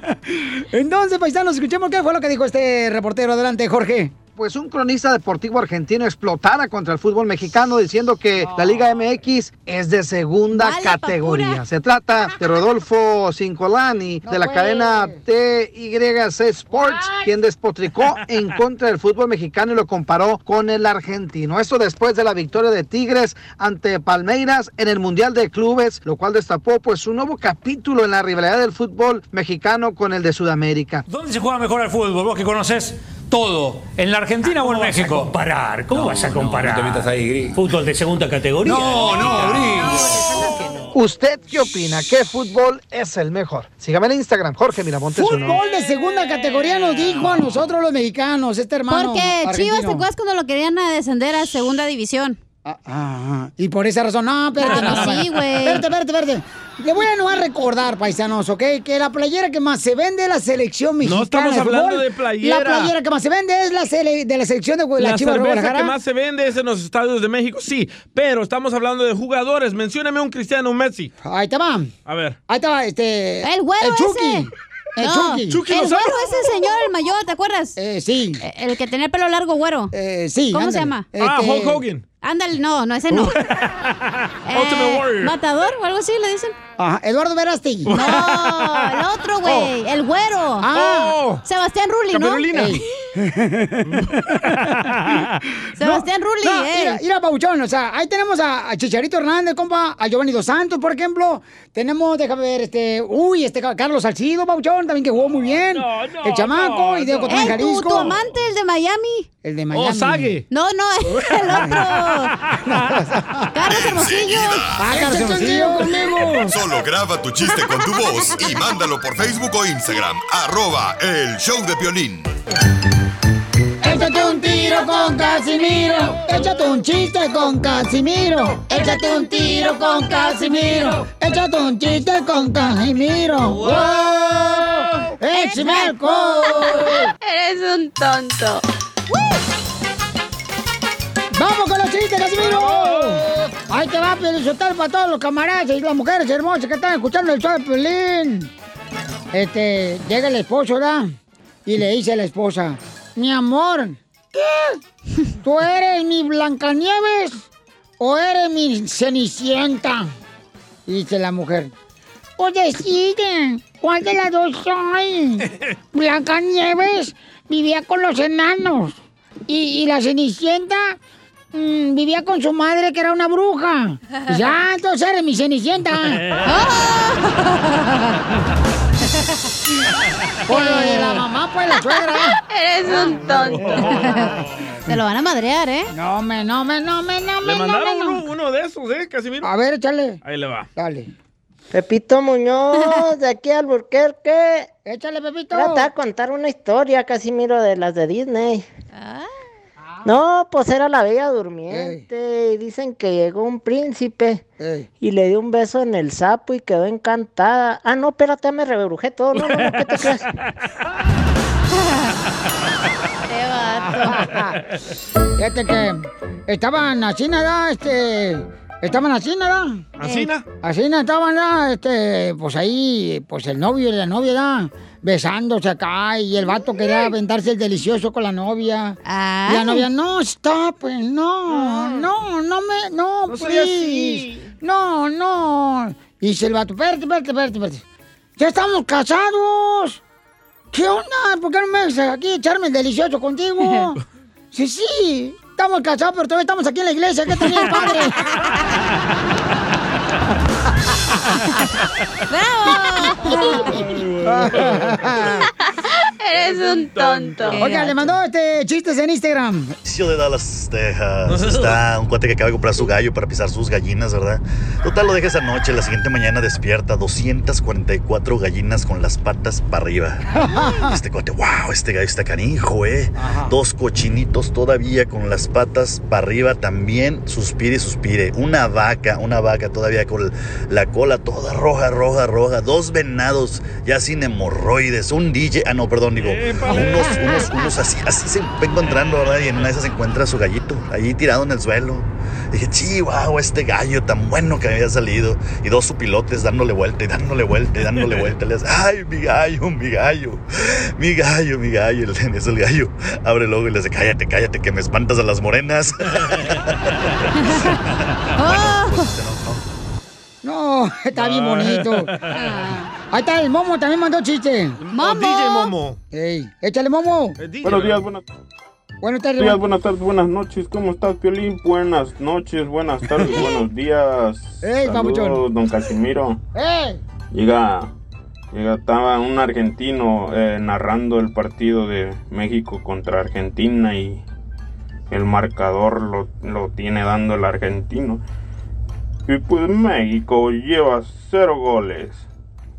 [SPEAKER 1] Entonces, paisanos, escuchemos qué fue lo que dijo este reportero. Adelante, Jorge.
[SPEAKER 5] pues un cronista deportivo argentino explotara contra el fútbol mexicano diciendo que la Liga MX es de segunda categoría. Se trata de Rodolfo Cincolani de la cadena TYC Sports, quien despotricó en contra del fútbol mexicano y lo comparó con el argentino. Esto después de la victoria de Tigres ante Palmeiras en el Mundial de Clubes, lo cual destapó pues un nuevo capítulo en la rivalidad del fútbol mexicano con el de Sudamérica.
[SPEAKER 8] ¿Dónde se juega mejor al fútbol? Vos que conoces todo. ¿En la Argentina o en México? comparar? ¿Cómo vas a comparar? ¿Fútbol de segunda categoría? No, no,
[SPEAKER 5] ¿Usted qué opina? ¿Qué fútbol es el mejor? Sígame en Instagram, Jorge Miramontes. uno.
[SPEAKER 1] Fútbol de segunda categoría nos dijo a nosotros los mexicanos, este hermano.
[SPEAKER 9] Porque Chivas, ¿te
[SPEAKER 1] argentino.
[SPEAKER 9] acuerdas cuando lo querían a descender a segunda división?
[SPEAKER 1] Ah, y por esa razón, no, espérate.
[SPEAKER 9] Ah, no, sí, güey.
[SPEAKER 1] Espérate, espérate, espérate. Le voy a no a recordar, paisanos, ¿ok? Que la playera que más se vende es la selección mexicana.
[SPEAKER 2] estamos hablando
[SPEAKER 1] fútbol.
[SPEAKER 2] de playera.
[SPEAKER 1] La playera que más se vende es la sele- de la selección de la,
[SPEAKER 2] La
[SPEAKER 1] Chivas de
[SPEAKER 2] cerveza
[SPEAKER 1] Guadalajara.
[SPEAKER 2] que más se vende es en los estadios de México, sí, pero estamos hablando de jugadores. Mencióname un Cristiano, un Messi.
[SPEAKER 1] Ahí te va.
[SPEAKER 2] A ver.
[SPEAKER 1] Ahí estaba, este.
[SPEAKER 9] El güero
[SPEAKER 1] El Chucky.
[SPEAKER 9] ese.
[SPEAKER 1] El
[SPEAKER 9] No,
[SPEAKER 1] Chucky. Chucky
[SPEAKER 9] el
[SPEAKER 1] Lozano.
[SPEAKER 9] güero ese señor, el mayor, ¿te acuerdas? Eh,
[SPEAKER 1] sí. Eh,
[SPEAKER 9] El que tenía el pelo largo, güero.
[SPEAKER 1] sí,
[SPEAKER 9] ¿Cómo se
[SPEAKER 1] ándale.
[SPEAKER 9] llama?
[SPEAKER 1] Ah, Este- Hulk Hogan.
[SPEAKER 9] Ándale, no, no, ese no.
[SPEAKER 1] Ultimate Warrior.
[SPEAKER 9] ¿Matador o algo así le dicen?
[SPEAKER 1] Ajá, Eduardo Verástegui.
[SPEAKER 9] No, el otro, güey. El güero.
[SPEAKER 1] Ah. Oh.
[SPEAKER 9] Sebastián Rulli, ¿no?
[SPEAKER 1] Camerulina.
[SPEAKER 9] Ey. Sebastián Rulli,
[SPEAKER 1] no,
[SPEAKER 9] eh.
[SPEAKER 1] Mira, mira, Pabuchón, o sea, ahí tenemos a, a Chicharito Hernández, compa, a Giovanni Dos Santos, por ejemplo. Tenemos, déjame ver, este, uy, este ca- Carlos Salcido, Pabuchón, también que jugó muy bien. el chamaco y de Ocotlán,
[SPEAKER 9] Ey, tu-
[SPEAKER 1] Jalisco.
[SPEAKER 9] tu amante, el de Miami.
[SPEAKER 1] El de Miami. Sague.
[SPEAKER 9] No, no, el otro. Carlos Hermosillo.
[SPEAKER 1] Ah, Carlos Hermosillo conmigo.
[SPEAKER 4] Solo graba tu chiste con tu voz y mándalo por Facebook o Instagram. Arroba el show de violín.
[SPEAKER 1] Échate un tiro con Casimiro. Échate un chiste con Casimiro. Échate un tiro con Casimiro. Échate un chiste con Casimiro. ¡Wow! ¡Échame alcohol!
[SPEAKER 7] Eres un tonto.
[SPEAKER 1] ¡Vamos con los chistes, Casimiro! Ahí te va, Pelizotel, para todos los camaradas y las mujeres hermosas que están escuchando el show de Piolín. Este, llega el esposo, ¿verdad? Y le dice a la esposa, mi amor, ¿qué? ¿Tú eres mi Blancanieves o eres mi Cenicienta? Y dice la mujer, pues decide, ¿cuál de las dos soy? Blancanieves vivía con los enanos y, y la Cenicienta mm, vivía con su madre que era una bruja. Ya, entonces eres mi Cenicienta. Por lo de la mamá, pues la suegra.
[SPEAKER 7] Eres un tonto.
[SPEAKER 9] Te lo van a madrear, ¿eh?
[SPEAKER 1] No, me, no, me, no, me, no,
[SPEAKER 2] Le
[SPEAKER 1] me, no,
[SPEAKER 2] mandaron
[SPEAKER 1] me, no.
[SPEAKER 2] uno, uno de esos, ¿eh, Casimiro?
[SPEAKER 9] Ah.
[SPEAKER 1] A ver, échale.
[SPEAKER 2] Ahí le va.
[SPEAKER 1] Dale.
[SPEAKER 3] Pepito Muñoz, de aquí al Burquerque.
[SPEAKER 1] Échale, Pepito.
[SPEAKER 3] Trata de contar una historia, Casimiro, de las de Disney.
[SPEAKER 1] Ah.
[SPEAKER 3] No, pues era Ah. la Bella Durmiente. Y dicen que llegó un príncipe y le dio un beso en el sapo y quedó encantada. Ah, no, espérate, me rebrujé todo. No, no, no, ¿qué te crees?
[SPEAKER 1] Fíjate que estaban así nada, este. Estaban así nada.
[SPEAKER 2] ¿Asina?
[SPEAKER 1] Así nada estaban nada, este. Pues ahí, pues el novio y la novia da. Besándose acá y el vato quería aventarse el delicioso con la novia. Y la novia, no, está, pues no, no, no me, no,
[SPEAKER 19] No soy
[SPEAKER 1] please.
[SPEAKER 19] así.
[SPEAKER 1] No, no. Y dice el vato, espérate, espérate, espérate, espérate. Ya estamos casados. ¿Qué onda? ¿Por qué no me dejas aquí echarme el delicioso contigo? Sí, sí. Estamos casados, pero todavía estamos aquí en la iglesia. ¿Qué tenía el padre?
[SPEAKER 7] Eres un tonto.
[SPEAKER 1] Oiga, le mandó este chistes en Instagram.
[SPEAKER 27] Mauricio de Dallas, Texas. Está un cuate que acaba de comprar su gallo para pisar sus gallinas, ¿verdad? Total, lo deja esa noche. La siguiente mañana despierta 244 gallinas con las patas para arriba.
[SPEAKER 19] Ah.
[SPEAKER 27] Este cuate, wow, este gallo está canijo, ¿eh? Dos cochinitos todavía con las patas para arriba también. Suspire, suspire. Una vaca, una vaca todavía con la cola toda roja, roja, roja. Dos venados ya sin hemorroides. Un DJ, ah, no, perdón, digo, unos, unos, unos así, así se va encontrando, ¿verdad? Y en una de esas encuentra a su gallito, allí tirado en el suelo. Dije, chihuahua, este gallo tan bueno que había salido. Y dos supilotes dándole vuelta y dándole vuelta y dándole vuelta. Le hace, ay, mi gallo, mi gallo, mi gallo, mi gallo. En eso el gallo abre el ojo y le dice, cállate, cállate, que me espantas a las morenas.
[SPEAKER 7] Oh.
[SPEAKER 1] No, está bien bonito. Ahí está el Momo, también mandó chiste.
[SPEAKER 6] Oh,
[SPEAKER 1] ¡Momo!
[SPEAKER 19] DJ Momo.
[SPEAKER 1] Ey, échale Momo.
[SPEAKER 6] Eh, Buenos días, buenas,
[SPEAKER 1] Buenas tardes.
[SPEAKER 6] días, buenas tardes, buenas noches. ¿Cómo estás, Piolín? Buenas noches, buenas tardes, buenos días.
[SPEAKER 1] Ey,
[SPEAKER 6] Saludos,
[SPEAKER 1] papuchón.
[SPEAKER 6] don Casimiro.
[SPEAKER 1] ¡Ey!
[SPEAKER 6] Llega, llega estaba un argentino eh, narrando el partido de México contra Argentina y el marcador lo, lo tiene dando el argentino. Y pues México lleva cero goles.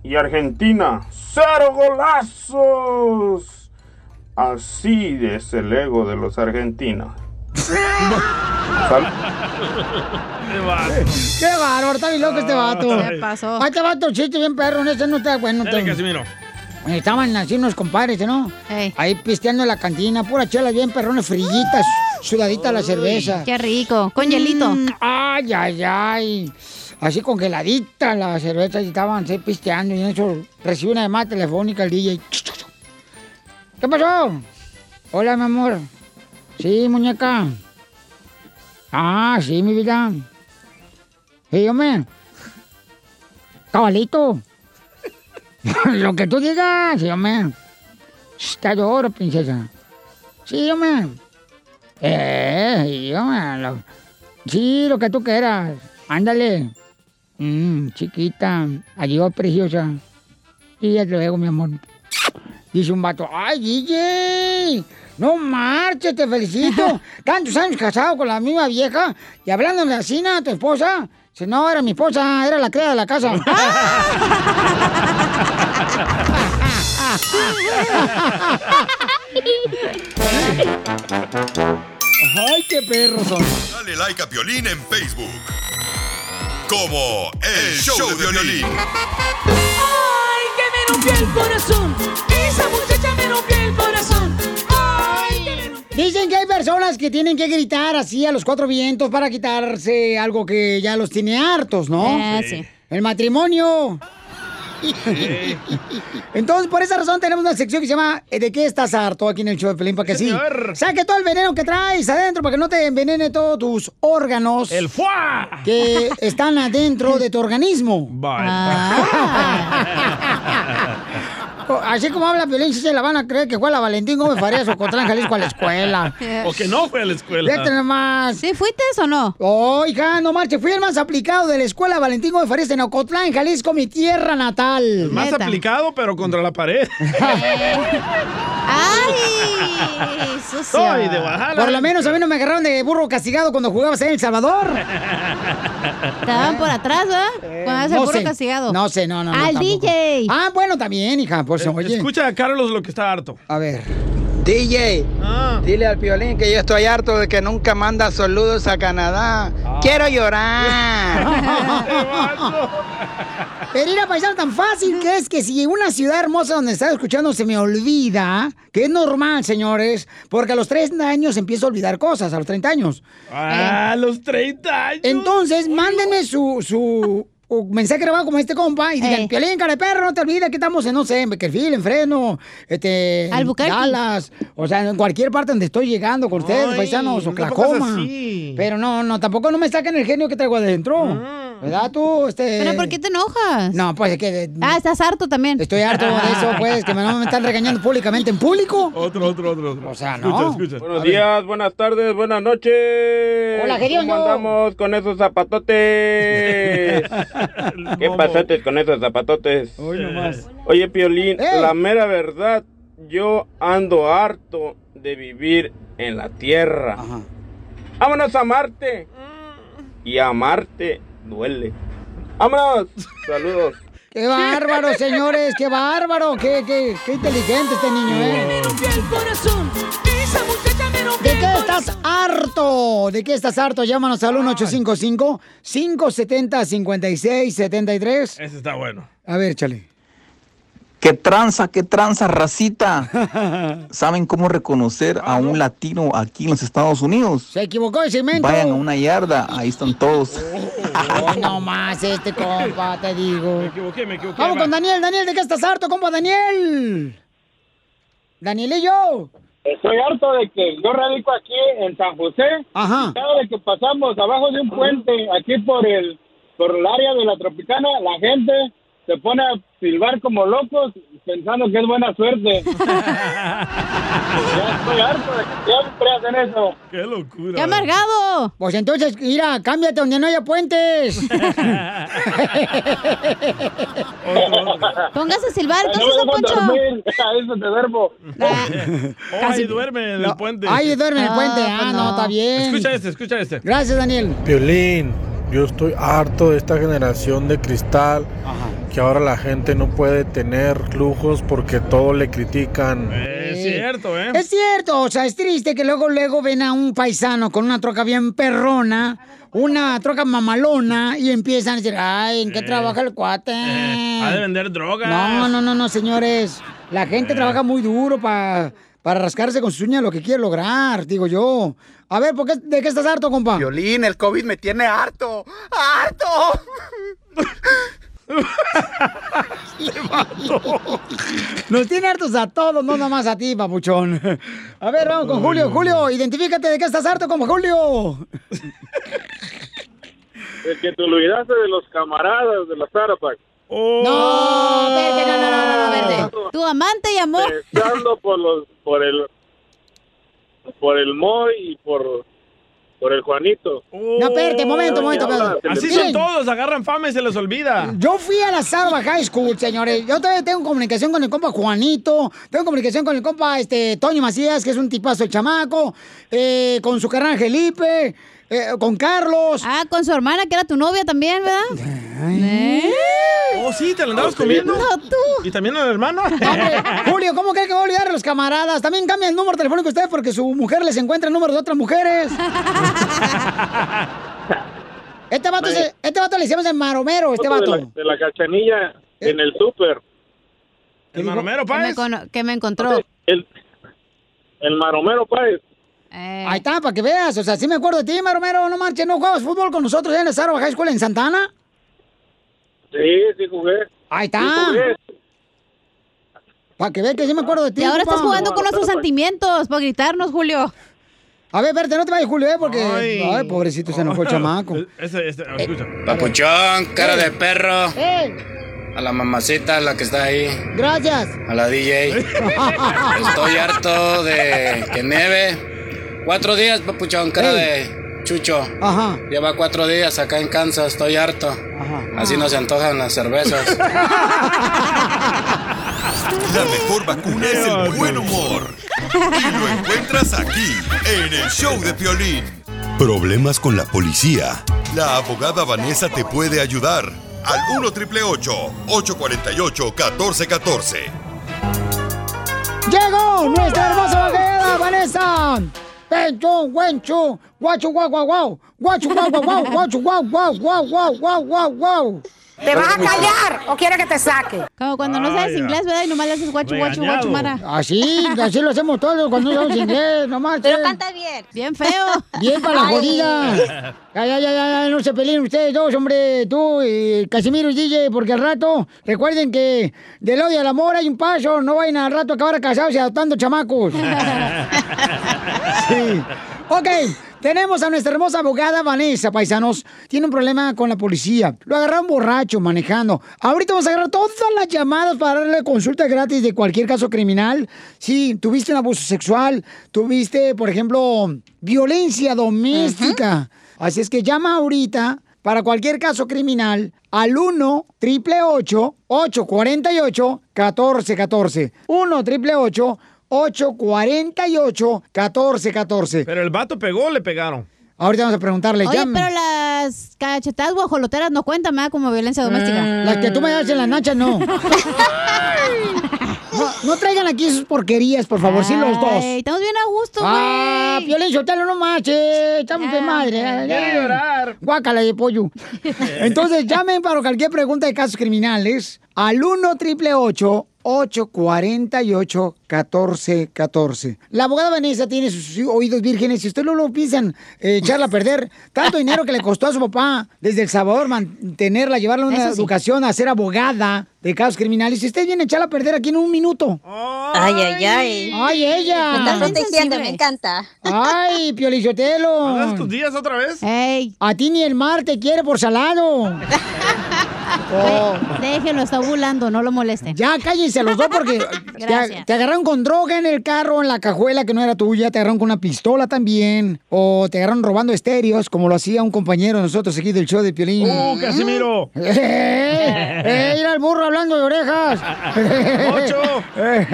[SPEAKER 6] Y Argentina, cero golazos. Así es el ego de los argentinos. Sal-
[SPEAKER 1] ¡Qué bárbaro! Está bien loco este vato.
[SPEAKER 6] ¿Qué
[SPEAKER 1] pasó? Ahí te va tu chiste bien perro. Ese no está bueno.
[SPEAKER 2] Dale,
[SPEAKER 1] te-
[SPEAKER 2] Casimiro.
[SPEAKER 1] Estaban así unos compadres, ¿no? Ahí pisteando en la cantina, pura chela bien perrones, frillitas, sudadita la cerveza.
[SPEAKER 9] Qué rico, con hielito.
[SPEAKER 1] Mm, ay, ay, ay. Así congeladita la cerveza y estaban así pisteando y en eso recibe una llamada telefónica el DJ. ¿Qué pasó? Hola, mi amor. Sí, muñeca. Ah, sí, mi vida. Sí, hombre. Cabalito. Lo que tú digas, sí, hombre. Está de oro, princesa. Sí, hombre. Eh, sí, hombre. Lo- Sí, lo que tú quieras. Ándale. Mm, chiquita. Adiós, preciosa. Y ya te luego, mi amor. Dice un vato, ¡ay, DJ! No marches, te felicito. Tantos años casado con la misma vieja y hablando en la cena, tu esposa. Si no, era mi esposa, era la crea de la casa. ¡Ay, qué perros son!
[SPEAKER 4] Dale like a Piolín en Facebook. Como El Show de Violín.
[SPEAKER 19] Ay, que me rompió el corazón. Esa muchacha me rompió el corazón. Ay, que me rompió
[SPEAKER 1] Dicen que hay personas que tienen que gritar así a los cuatro vientos para quitarse algo que ya los tiene hartos, ¿no?
[SPEAKER 9] Eh, sí.
[SPEAKER 1] El matrimonio. Entonces, por esa razón tenemos una sección que se llama eh, ¿De qué estás harto? aquí en el show de Pelín, para que sí. Saque todo el veneno que traes adentro para que no te envenene todos tus órganos. ¡El fuá! Que están adentro de tu organismo. Co- Así como habla Piolín, sí se la van a creer que fue a la Valentín Gómez Farías o Cotlán Jalisco a la escuela.
[SPEAKER 2] O que no fue a la
[SPEAKER 1] Vete
[SPEAKER 2] escuela.
[SPEAKER 1] nomás. ¿Sí fuiste o no? Oh, hija, no marche. Fui el más aplicado de la escuela Valentín Gómez Farías en Ocotlán, Jalisco, mi tierra natal.
[SPEAKER 2] Más aplicado, pero contra la pared.
[SPEAKER 1] ¡Ay!
[SPEAKER 2] sucio. Soy de Guadalajara.
[SPEAKER 1] Por lo menos a mí no me agarraron de burro castigado cuando jugabas en El Salvador. Eh,
[SPEAKER 9] Te daban por atrás, ¿verdad? Cuando haces burro castigado.
[SPEAKER 1] No sé, no, no. no,
[SPEAKER 9] Al
[SPEAKER 1] tampoco.
[SPEAKER 9] DJ.
[SPEAKER 1] Ah, bueno, también, hija, por si oye.
[SPEAKER 2] Eh, Escucha a Carlos lo que está harto.
[SPEAKER 1] A ver.
[SPEAKER 13] DJ, dile al violín que yo estoy harto de que nunca manda saludos a Canadá.
[SPEAKER 2] Ah.
[SPEAKER 13] Quiero llorar.
[SPEAKER 1] Pero ir a paisano tan fácil que es que si una ciudad hermosa donde estaba escuchando se me olvida, que es normal, señores, porque a los 30 años empiezo a olvidar cosas, a los 30 años. Eh,
[SPEAKER 2] Ah, a los 30 años.
[SPEAKER 1] Entonces, mándenme su, su un mensaje grabado como este compa y
[SPEAKER 9] Eh.
[SPEAKER 1] digan, Piolín, cara de perro, no te olvides que estamos en, no sé, en Beckerfield, en Fresno, este, en
[SPEAKER 9] Albuquerque.
[SPEAKER 1] Dallas, o sea, en cualquier parte donde estoy llegando con ustedes,
[SPEAKER 9] Ay,
[SPEAKER 1] paisanos,
[SPEAKER 9] no te pongas
[SPEAKER 1] Oklahoma.
[SPEAKER 9] así. Ah.
[SPEAKER 1] Pero no, no, tampoco no me saquen el genio que traigo adentro. ¿Verdad tú? Este...
[SPEAKER 9] ¿Pero por qué te enojas?
[SPEAKER 1] No, pues es que...
[SPEAKER 9] Ah, estás harto también. Ah.
[SPEAKER 1] Estoy harto de eso, pues, que me, no me están regañando públicamente en público.
[SPEAKER 2] Otro, otro, otro, otro.
[SPEAKER 1] O sea,
[SPEAKER 6] no. Buenos días, buenas tardes, buenas noches.
[SPEAKER 1] Hola,
[SPEAKER 6] ¿Cómo
[SPEAKER 1] Geriondo.
[SPEAKER 6] andamos con esos zapatotes? ¿Qué pasaste con esos zapatotes? Oye, Piolín,
[SPEAKER 28] ¡Ey!
[SPEAKER 6] la mera verdad, yo ando harto de vivir en la Tierra. Vámonos a Marte. Y a Marte duele. Vámonos. Saludos.
[SPEAKER 1] Qué bárbaro, señores, qué bárbaro, qué, qué, qué inteligente este niño, ¿eh?
[SPEAKER 19] el corazón. Esa muchacha me rompió
[SPEAKER 1] ¿De qué estás harto? ¿De qué estás harto? Llámanos al 1-855-570-5673.
[SPEAKER 2] Ese está bueno.
[SPEAKER 1] A ver, chale.
[SPEAKER 28] ¿Qué tranza, qué tranza, racita? ¿Saben cómo reconocer a un latino aquí en los Estados Unidos?
[SPEAKER 1] Se equivocó de cemento.
[SPEAKER 28] Vayan a una yarda, ahí están todos.
[SPEAKER 1] Oh, no más este compa, te digo. Me
[SPEAKER 2] equivoqué, me equivoqué.
[SPEAKER 1] Vamos con Daniel, Daniel, ¿de qué estás harto, compa Daniel? Danielillo.
[SPEAKER 21] Estoy harto de que yo radico aquí en San José.
[SPEAKER 1] Ajá.
[SPEAKER 21] Cada vez que pasamos abajo de un puente aquí por el por el área de la Tropicana, la gente se pone a silbar como locos pensando que es buena suerte. ya estoy harto de que siempre hacen eso.
[SPEAKER 2] Qué locura.
[SPEAKER 1] ¡Qué amargado! Pues entonces, mira, cámbiate donde no haya puentes.
[SPEAKER 10] Póngase a silbar,
[SPEAKER 21] No
[SPEAKER 10] entonces,
[SPEAKER 21] me
[SPEAKER 10] don
[SPEAKER 21] dejan
[SPEAKER 10] Poncho.
[SPEAKER 21] dormir, a eso te duermo.
[SPEAKER 2] Oh,
[SPEAKER 21] Casi-
[SPEAKER 2] ahí duerme en el puente.
[SPEAKER 1] Ahí duerme en el puente. Ah, no, está bien.
[SPEAKER 2] Escucha este, escucha este.
[SPEAKER 1] Gracias, Daniel.
[SPEAKER 23] Violín, yo estoy harto de esta generación de cristal que ahora la gente no puede tener lujos porque todo le critican.
[SPEAKER 2] Es cierto, ¿eh?
[SPEAKER 1] Es cierto, o sea, es triste que luego, luego ven a un paisano con una troca bien perrona, una troca mamalona, y empiezan a decir, ay, ¿en qué trabaja el cuate? Eh.
[SPEAKER 2] Ha de vender drogas.
[SPEAKER 1] No, no, no, no, señores. La gente
[SPEAKER 24] Eh.
[SPEAKER 1] trabaja muy duro pa- para rascarse con sus uñas lo que quiere lograr, digo yo. A ver, ¿por qué, ¿de qué estás harto, compa?
[SPEAKER 24] Violín, el COVID me tiene harto. ¡Harto!
[SPEAKER 1] Nos tiene hartos a todos, no nomás a ti, papuchón. A ver, vamos con Julio. Julio, identifícate de qué estás harto como Julio.
[SPEAKER 21] El que te olvidaste de los camaradas de la Zarapac.
[SPEAKER 2] Oh.
[SPEAKER 10] No, verde, no, no, no, no, verde.
[SPEAKER 1] ah.
[SPEAKER 10] Tu amante y amor.
[SPEAKER 21] Empezando por los, por el, por el Moy y por, por el Juanito.
[SPEAKER 2] Oh.
[SPEAKER 1] No, espérate, momento, momento, momento.
[SPEAKER 2] Así son
[SPEAKER 1] Miren,
[SPEAKER 2] todos, agarran fama y se les olvida.
[SPEAKER 1] Yo fui a la Salva High School, señores. Yo todavía tengo comunicación con el compa Juanito, tengo comunicación con el compa este, Toño Macías, que es un tipazo el chamaco, eh, con su carnal Felipe, eh, con Carlos.
[SPEAKER 9] Ah, con su hermana, que era tu novia también, ¿verdad? ¿Eh?
[SPEAKER 2] Oh, sí, te lo andabas comiendo.
[SPEAKER 1] No,
[SPEAKER 2] ¿Y también a la hermana?
[SPEAKER 1] Julio, ¿cómo cree que va a olvidar a los camaradas? También cambia el número telefónico usted porque su mujer les encuentra el número de otras mujeres. este, vato se- este vato le hicimos el maromero, este
[SPEAKER 21] Foto
[SPEAKER 1] vato.
[SPEAKER 21] De la, de la cachanilla en el súper. ¿El maromero
[SPEAKER 2] pues.
[SPEAKER 21] pues?
[SPEAKER 9] Que me, cono- que me encontró.
[SPEAKER 21] El, el maromero pues. Páez.
[SPEAKER 9] Eh.
[SPEAKER 1] Ahí está, para que veas. O sea, sí me acuerdo de ti, Maromero. No manches, ¿no jugabas fútbol con nosotros allá en la Sarva High School en Santana?
[SPEAKER 21] Sí, sí jugué.
[SPEAKER 1] Ahí está. Para que veas que sí me acuerdo de ti.
[SPEAKER 9] Y ahora estás
[SPEAKER 1] compa.
[SPEAKER 9] jugando con nuestros sentimientos para gritarnos, Julio.
[SPEAKER 1] A ver, verte, no te vayas, Julio, ¿eh? porque... Ay, pobrecito, se enojó el chamaco.
[SPEAKER 2] Este, este, escucha.
[SPEAKER 25] Papuchón, cara de perro.
[SPEAKER 1] ¡Eh!
[SPEAKER 25] A la mamacita, la que está ahí.
[SPEAKER 1] Gracias.
[SPEAKER 25] A la DJ. Estoy harto de que nieve. Cuatro días, papuchón, cara de chucho.
[SPEAKER 1] Ajá.
[SPEAKER 25] Lleva cuatro días acá en Kansas, estoy harto. Así no se antojan las cervezas.
[SPEAKER 4] La mejor vacuna es el buen humor. Y lo encuentras aquí, en el show de Piolín. Problemas con la policía. La abogada Vanessa te puede ayudar. Al 1 triple 848 1414.
[SPEAKER 1] Llegó nuestra hermosa vaquera, Vanessa. Pencho, guencho, guachu, guau, guau, guau. Guachu, guau, guau, guau, guachu, guau, guau, guau, guau, guau, guau, guau.
[SPEAKER 9] ¿Te vas a callar
[SPEAKER 1] o quiere que te saque?
[SPEAKER 9] Como cuando no sabes inglés, ¿verdad? Y nomás le haces guachu, guachu, guachu, mara.
[SPEAKER 1] Así, así lo hacemos todos cuando no sabemos inglés, nomás. eh.
[SPEAKER 9] Pero canta bien. Bien feo.
[SPEAKER 1] Bien para la jodida. Ya, ya, ya, ya, ya, no se peleen ustedes dos, hombre, tú y Casimiro y DJ, porque al rato, recuerden que del odio al amor hay un paso, no vayan al rato a acabar casados y adoptando chamacos. sí. Ok, tenemos a nuestra hermosa abogada Vanessa, paisanos. Tiene un problema con la policía. Lo agarraron borracho manejando. Ahorita vamos a agarrar todas las llamadas para darle consulta gratis de cualquier caso criminal. Si tuviste un abuso sexual, tuviste, por ejemplo, violencia doméstica. Así es que llama ahorita para cualquier caso criminal al 1 triple 848 1414. 1 triple 848-1414.
[SPEAKER 2] Pero el vato pegó o le pegaron.
[SPEAKER 1] Ahorita vamos a preguntarle,
[SPEAKER 9] Oye,
[SPEAKER 1] llamen.
[SPEAKER 9] pero las cachetadas guajoloteras no cuentan más como violencia doméstica.
[SPEAKER 1] Mm. Las que tú me das en las nachas, no. No, no traigan aquí sus porquerías, por favor, sí los dos.
[SPEAKER 9] Ay, estamos bien a gusto, güey.
[SPEAKER 1] Ah, Piolín Sotelo, no manches, estamos de madre.
[SPEAKER 9] hombre,
[SPEAKER 1] ya.
[SPEAKER 9] quiero llorar.
[SPEAKER 1] Guácala de pollo. Entonces, llamen para cualquier pregunta de casos criminales al 1 triple 8 1-848-1414. La abogada Vanessa tiene sus oídos vírgenes. Si usted no lo piensan eh, echarla a perder, tanto dinero que le costó a su papá desde El Salvador mantenerla, llevarla a una
[SPEAKER 10] Eso sí.
[SPEAKER 1] educación, a ser abogada de casos criminales. Si usted viene a echarla a perder aquí en un minuto.
[SPEAKER 11] Ay, ay,
[SPEAKER 9] eh.
[SPEAKER 11] ay.
[SPEAKER 1] Ay, ella.
[SPEAKER 11] Me estás protegiendo, me encanta.
[SPEAKER 1] Ay, Piolichotelo. ¿Hagas tus días otra vez? A ti ni el mar te quiere por salado. Oh.
[SPEAKER 9] Déjenlo, Pues, está ovulando, no lo molesten.
[SPEAKER 1] Ya, cállense los dos porque te,
[SPEAKER 9] Gracias.
[SPEAKER 1] te agarraron con droga en el carro, en la cajuela que no era tuya, te agarraron con una pistola también, o te agarraron robando estéreos, como lo hacía un compañero de nosotros aquí del show de Piolín.
[SPEAKER 2] ¡Uh, Casimiro!
[SPEAKER 1] ¡Eh! ¡Eh! ¡Ir al burro hablando de orejas!
[SPEAKER 2] ¡Ocho!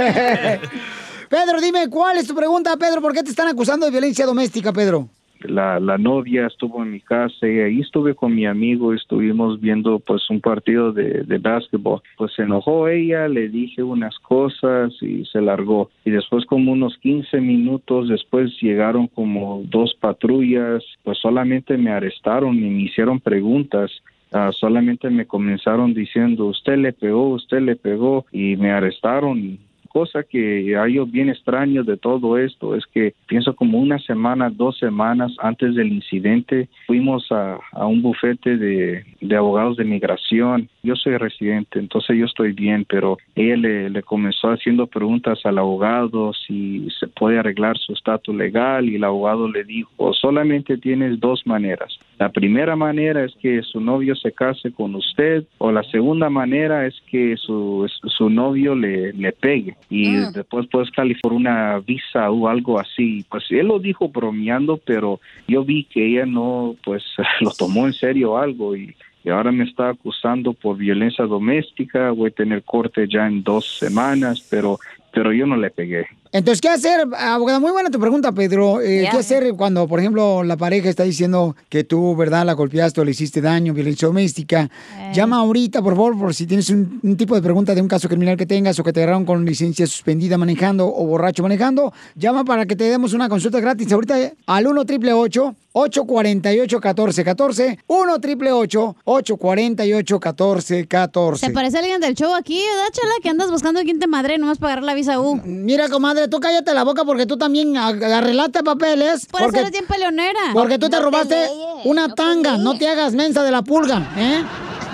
[SPEAKER 1] Pedro, dime, ¿cuál es tu pregunta, Pedro? ¿Por qué te están acusando de violencia doméstica, Pedro?
[SPEAKER 12] la, la novia estuvo en mi casa y ahí estuve con mi amigo, estuvimos viendo pues un partido de, de básquetbol. Pues se enojó ella, le dije unas cosas y se largó. Y después como unos 15 minutos después llegaron como dos patrullas, pues solamente me arrestaron y me hicieron preguntas. Ah, solamente me comenzaron diciendo usted le pegó, usted le pegó y me arrestaron cosa que hallo bien extraño de todo esto es que pienso como una semana, dos semanas antes del incidente fuimos a, a un bufete de, de abogados de migración. Yo soy residente, entonces yo estoy bien, pero ella le, le comenzó haciendo preguntas al abogado si se puede arreglar su estatus legal y el abogado le dijo, solamente tienes dos maneras. La primera manera es que su novio se case con usted o la segunda manera es que su, su novio le, le pegue y
[SPEAKER 15] Ah.
[SPEAKER 12] después puedes calificar por una visa o algo así. Pues él lo dijo bromeando, pero yo vi que ella no, pues lo tomó en serio algo y, y ahora me está acusando por violencia doméstica. Voy a tener corte ya en dos semanas, pero, pero yo no le pegué.
[SPEAKER 1] Entonces, ¿qué hacer? Abogada, muy buena tu pregunta, Pedro. Eh,
[SPEAKER 12] Ya.
[SPEAKER 1] ¿Qué hacer cuando, por ejemplo, la pareja está diciendo que tú, ¿verdad?, la golpeaste o le hiciste daño, violencia doméstica. Llama ahorita, por favor, por si tienes un, un tipo de pregunta de un caso criminal que tengas o que te agarraron con licencia suspendida manejando o borracho manejando. Llama para que te demos una consulta gratis ahorita eh, al 1 888 848 1414 1 888 848 1414
[SPEAKER 9] ¿Te parece alguien del show aquí, ¿verdad, chala? Que andas buscando quién te madre nomás pagar la visa U.
[SPEAKER 1] Mira, comadre, tú cállate la boca porque tú también arreglaste papeles.
[SPEAKER 9] Por
[SPEAKER 1] porque-
[SPEAKER 9] eso eres bien peleonera.
[SPEAKER 1] Porque tú te robaste una tanga, no te hagas mensa de la pulga, ¿eh?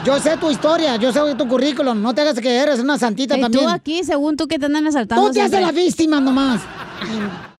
[SPEAKER 1] Yo sé tu historia, yo sé tu currículum, no te hagas que eres una santita
[SPEAKER 9] Y tú
[SPEAKER 1] también.
[SPEAKER 9] aquí, según tú que te andan asaltando.
[SPEAKER 1] Tú te haces
[SPEAKER 9] siempre.
[SPEAKER 1] la víctima nomás.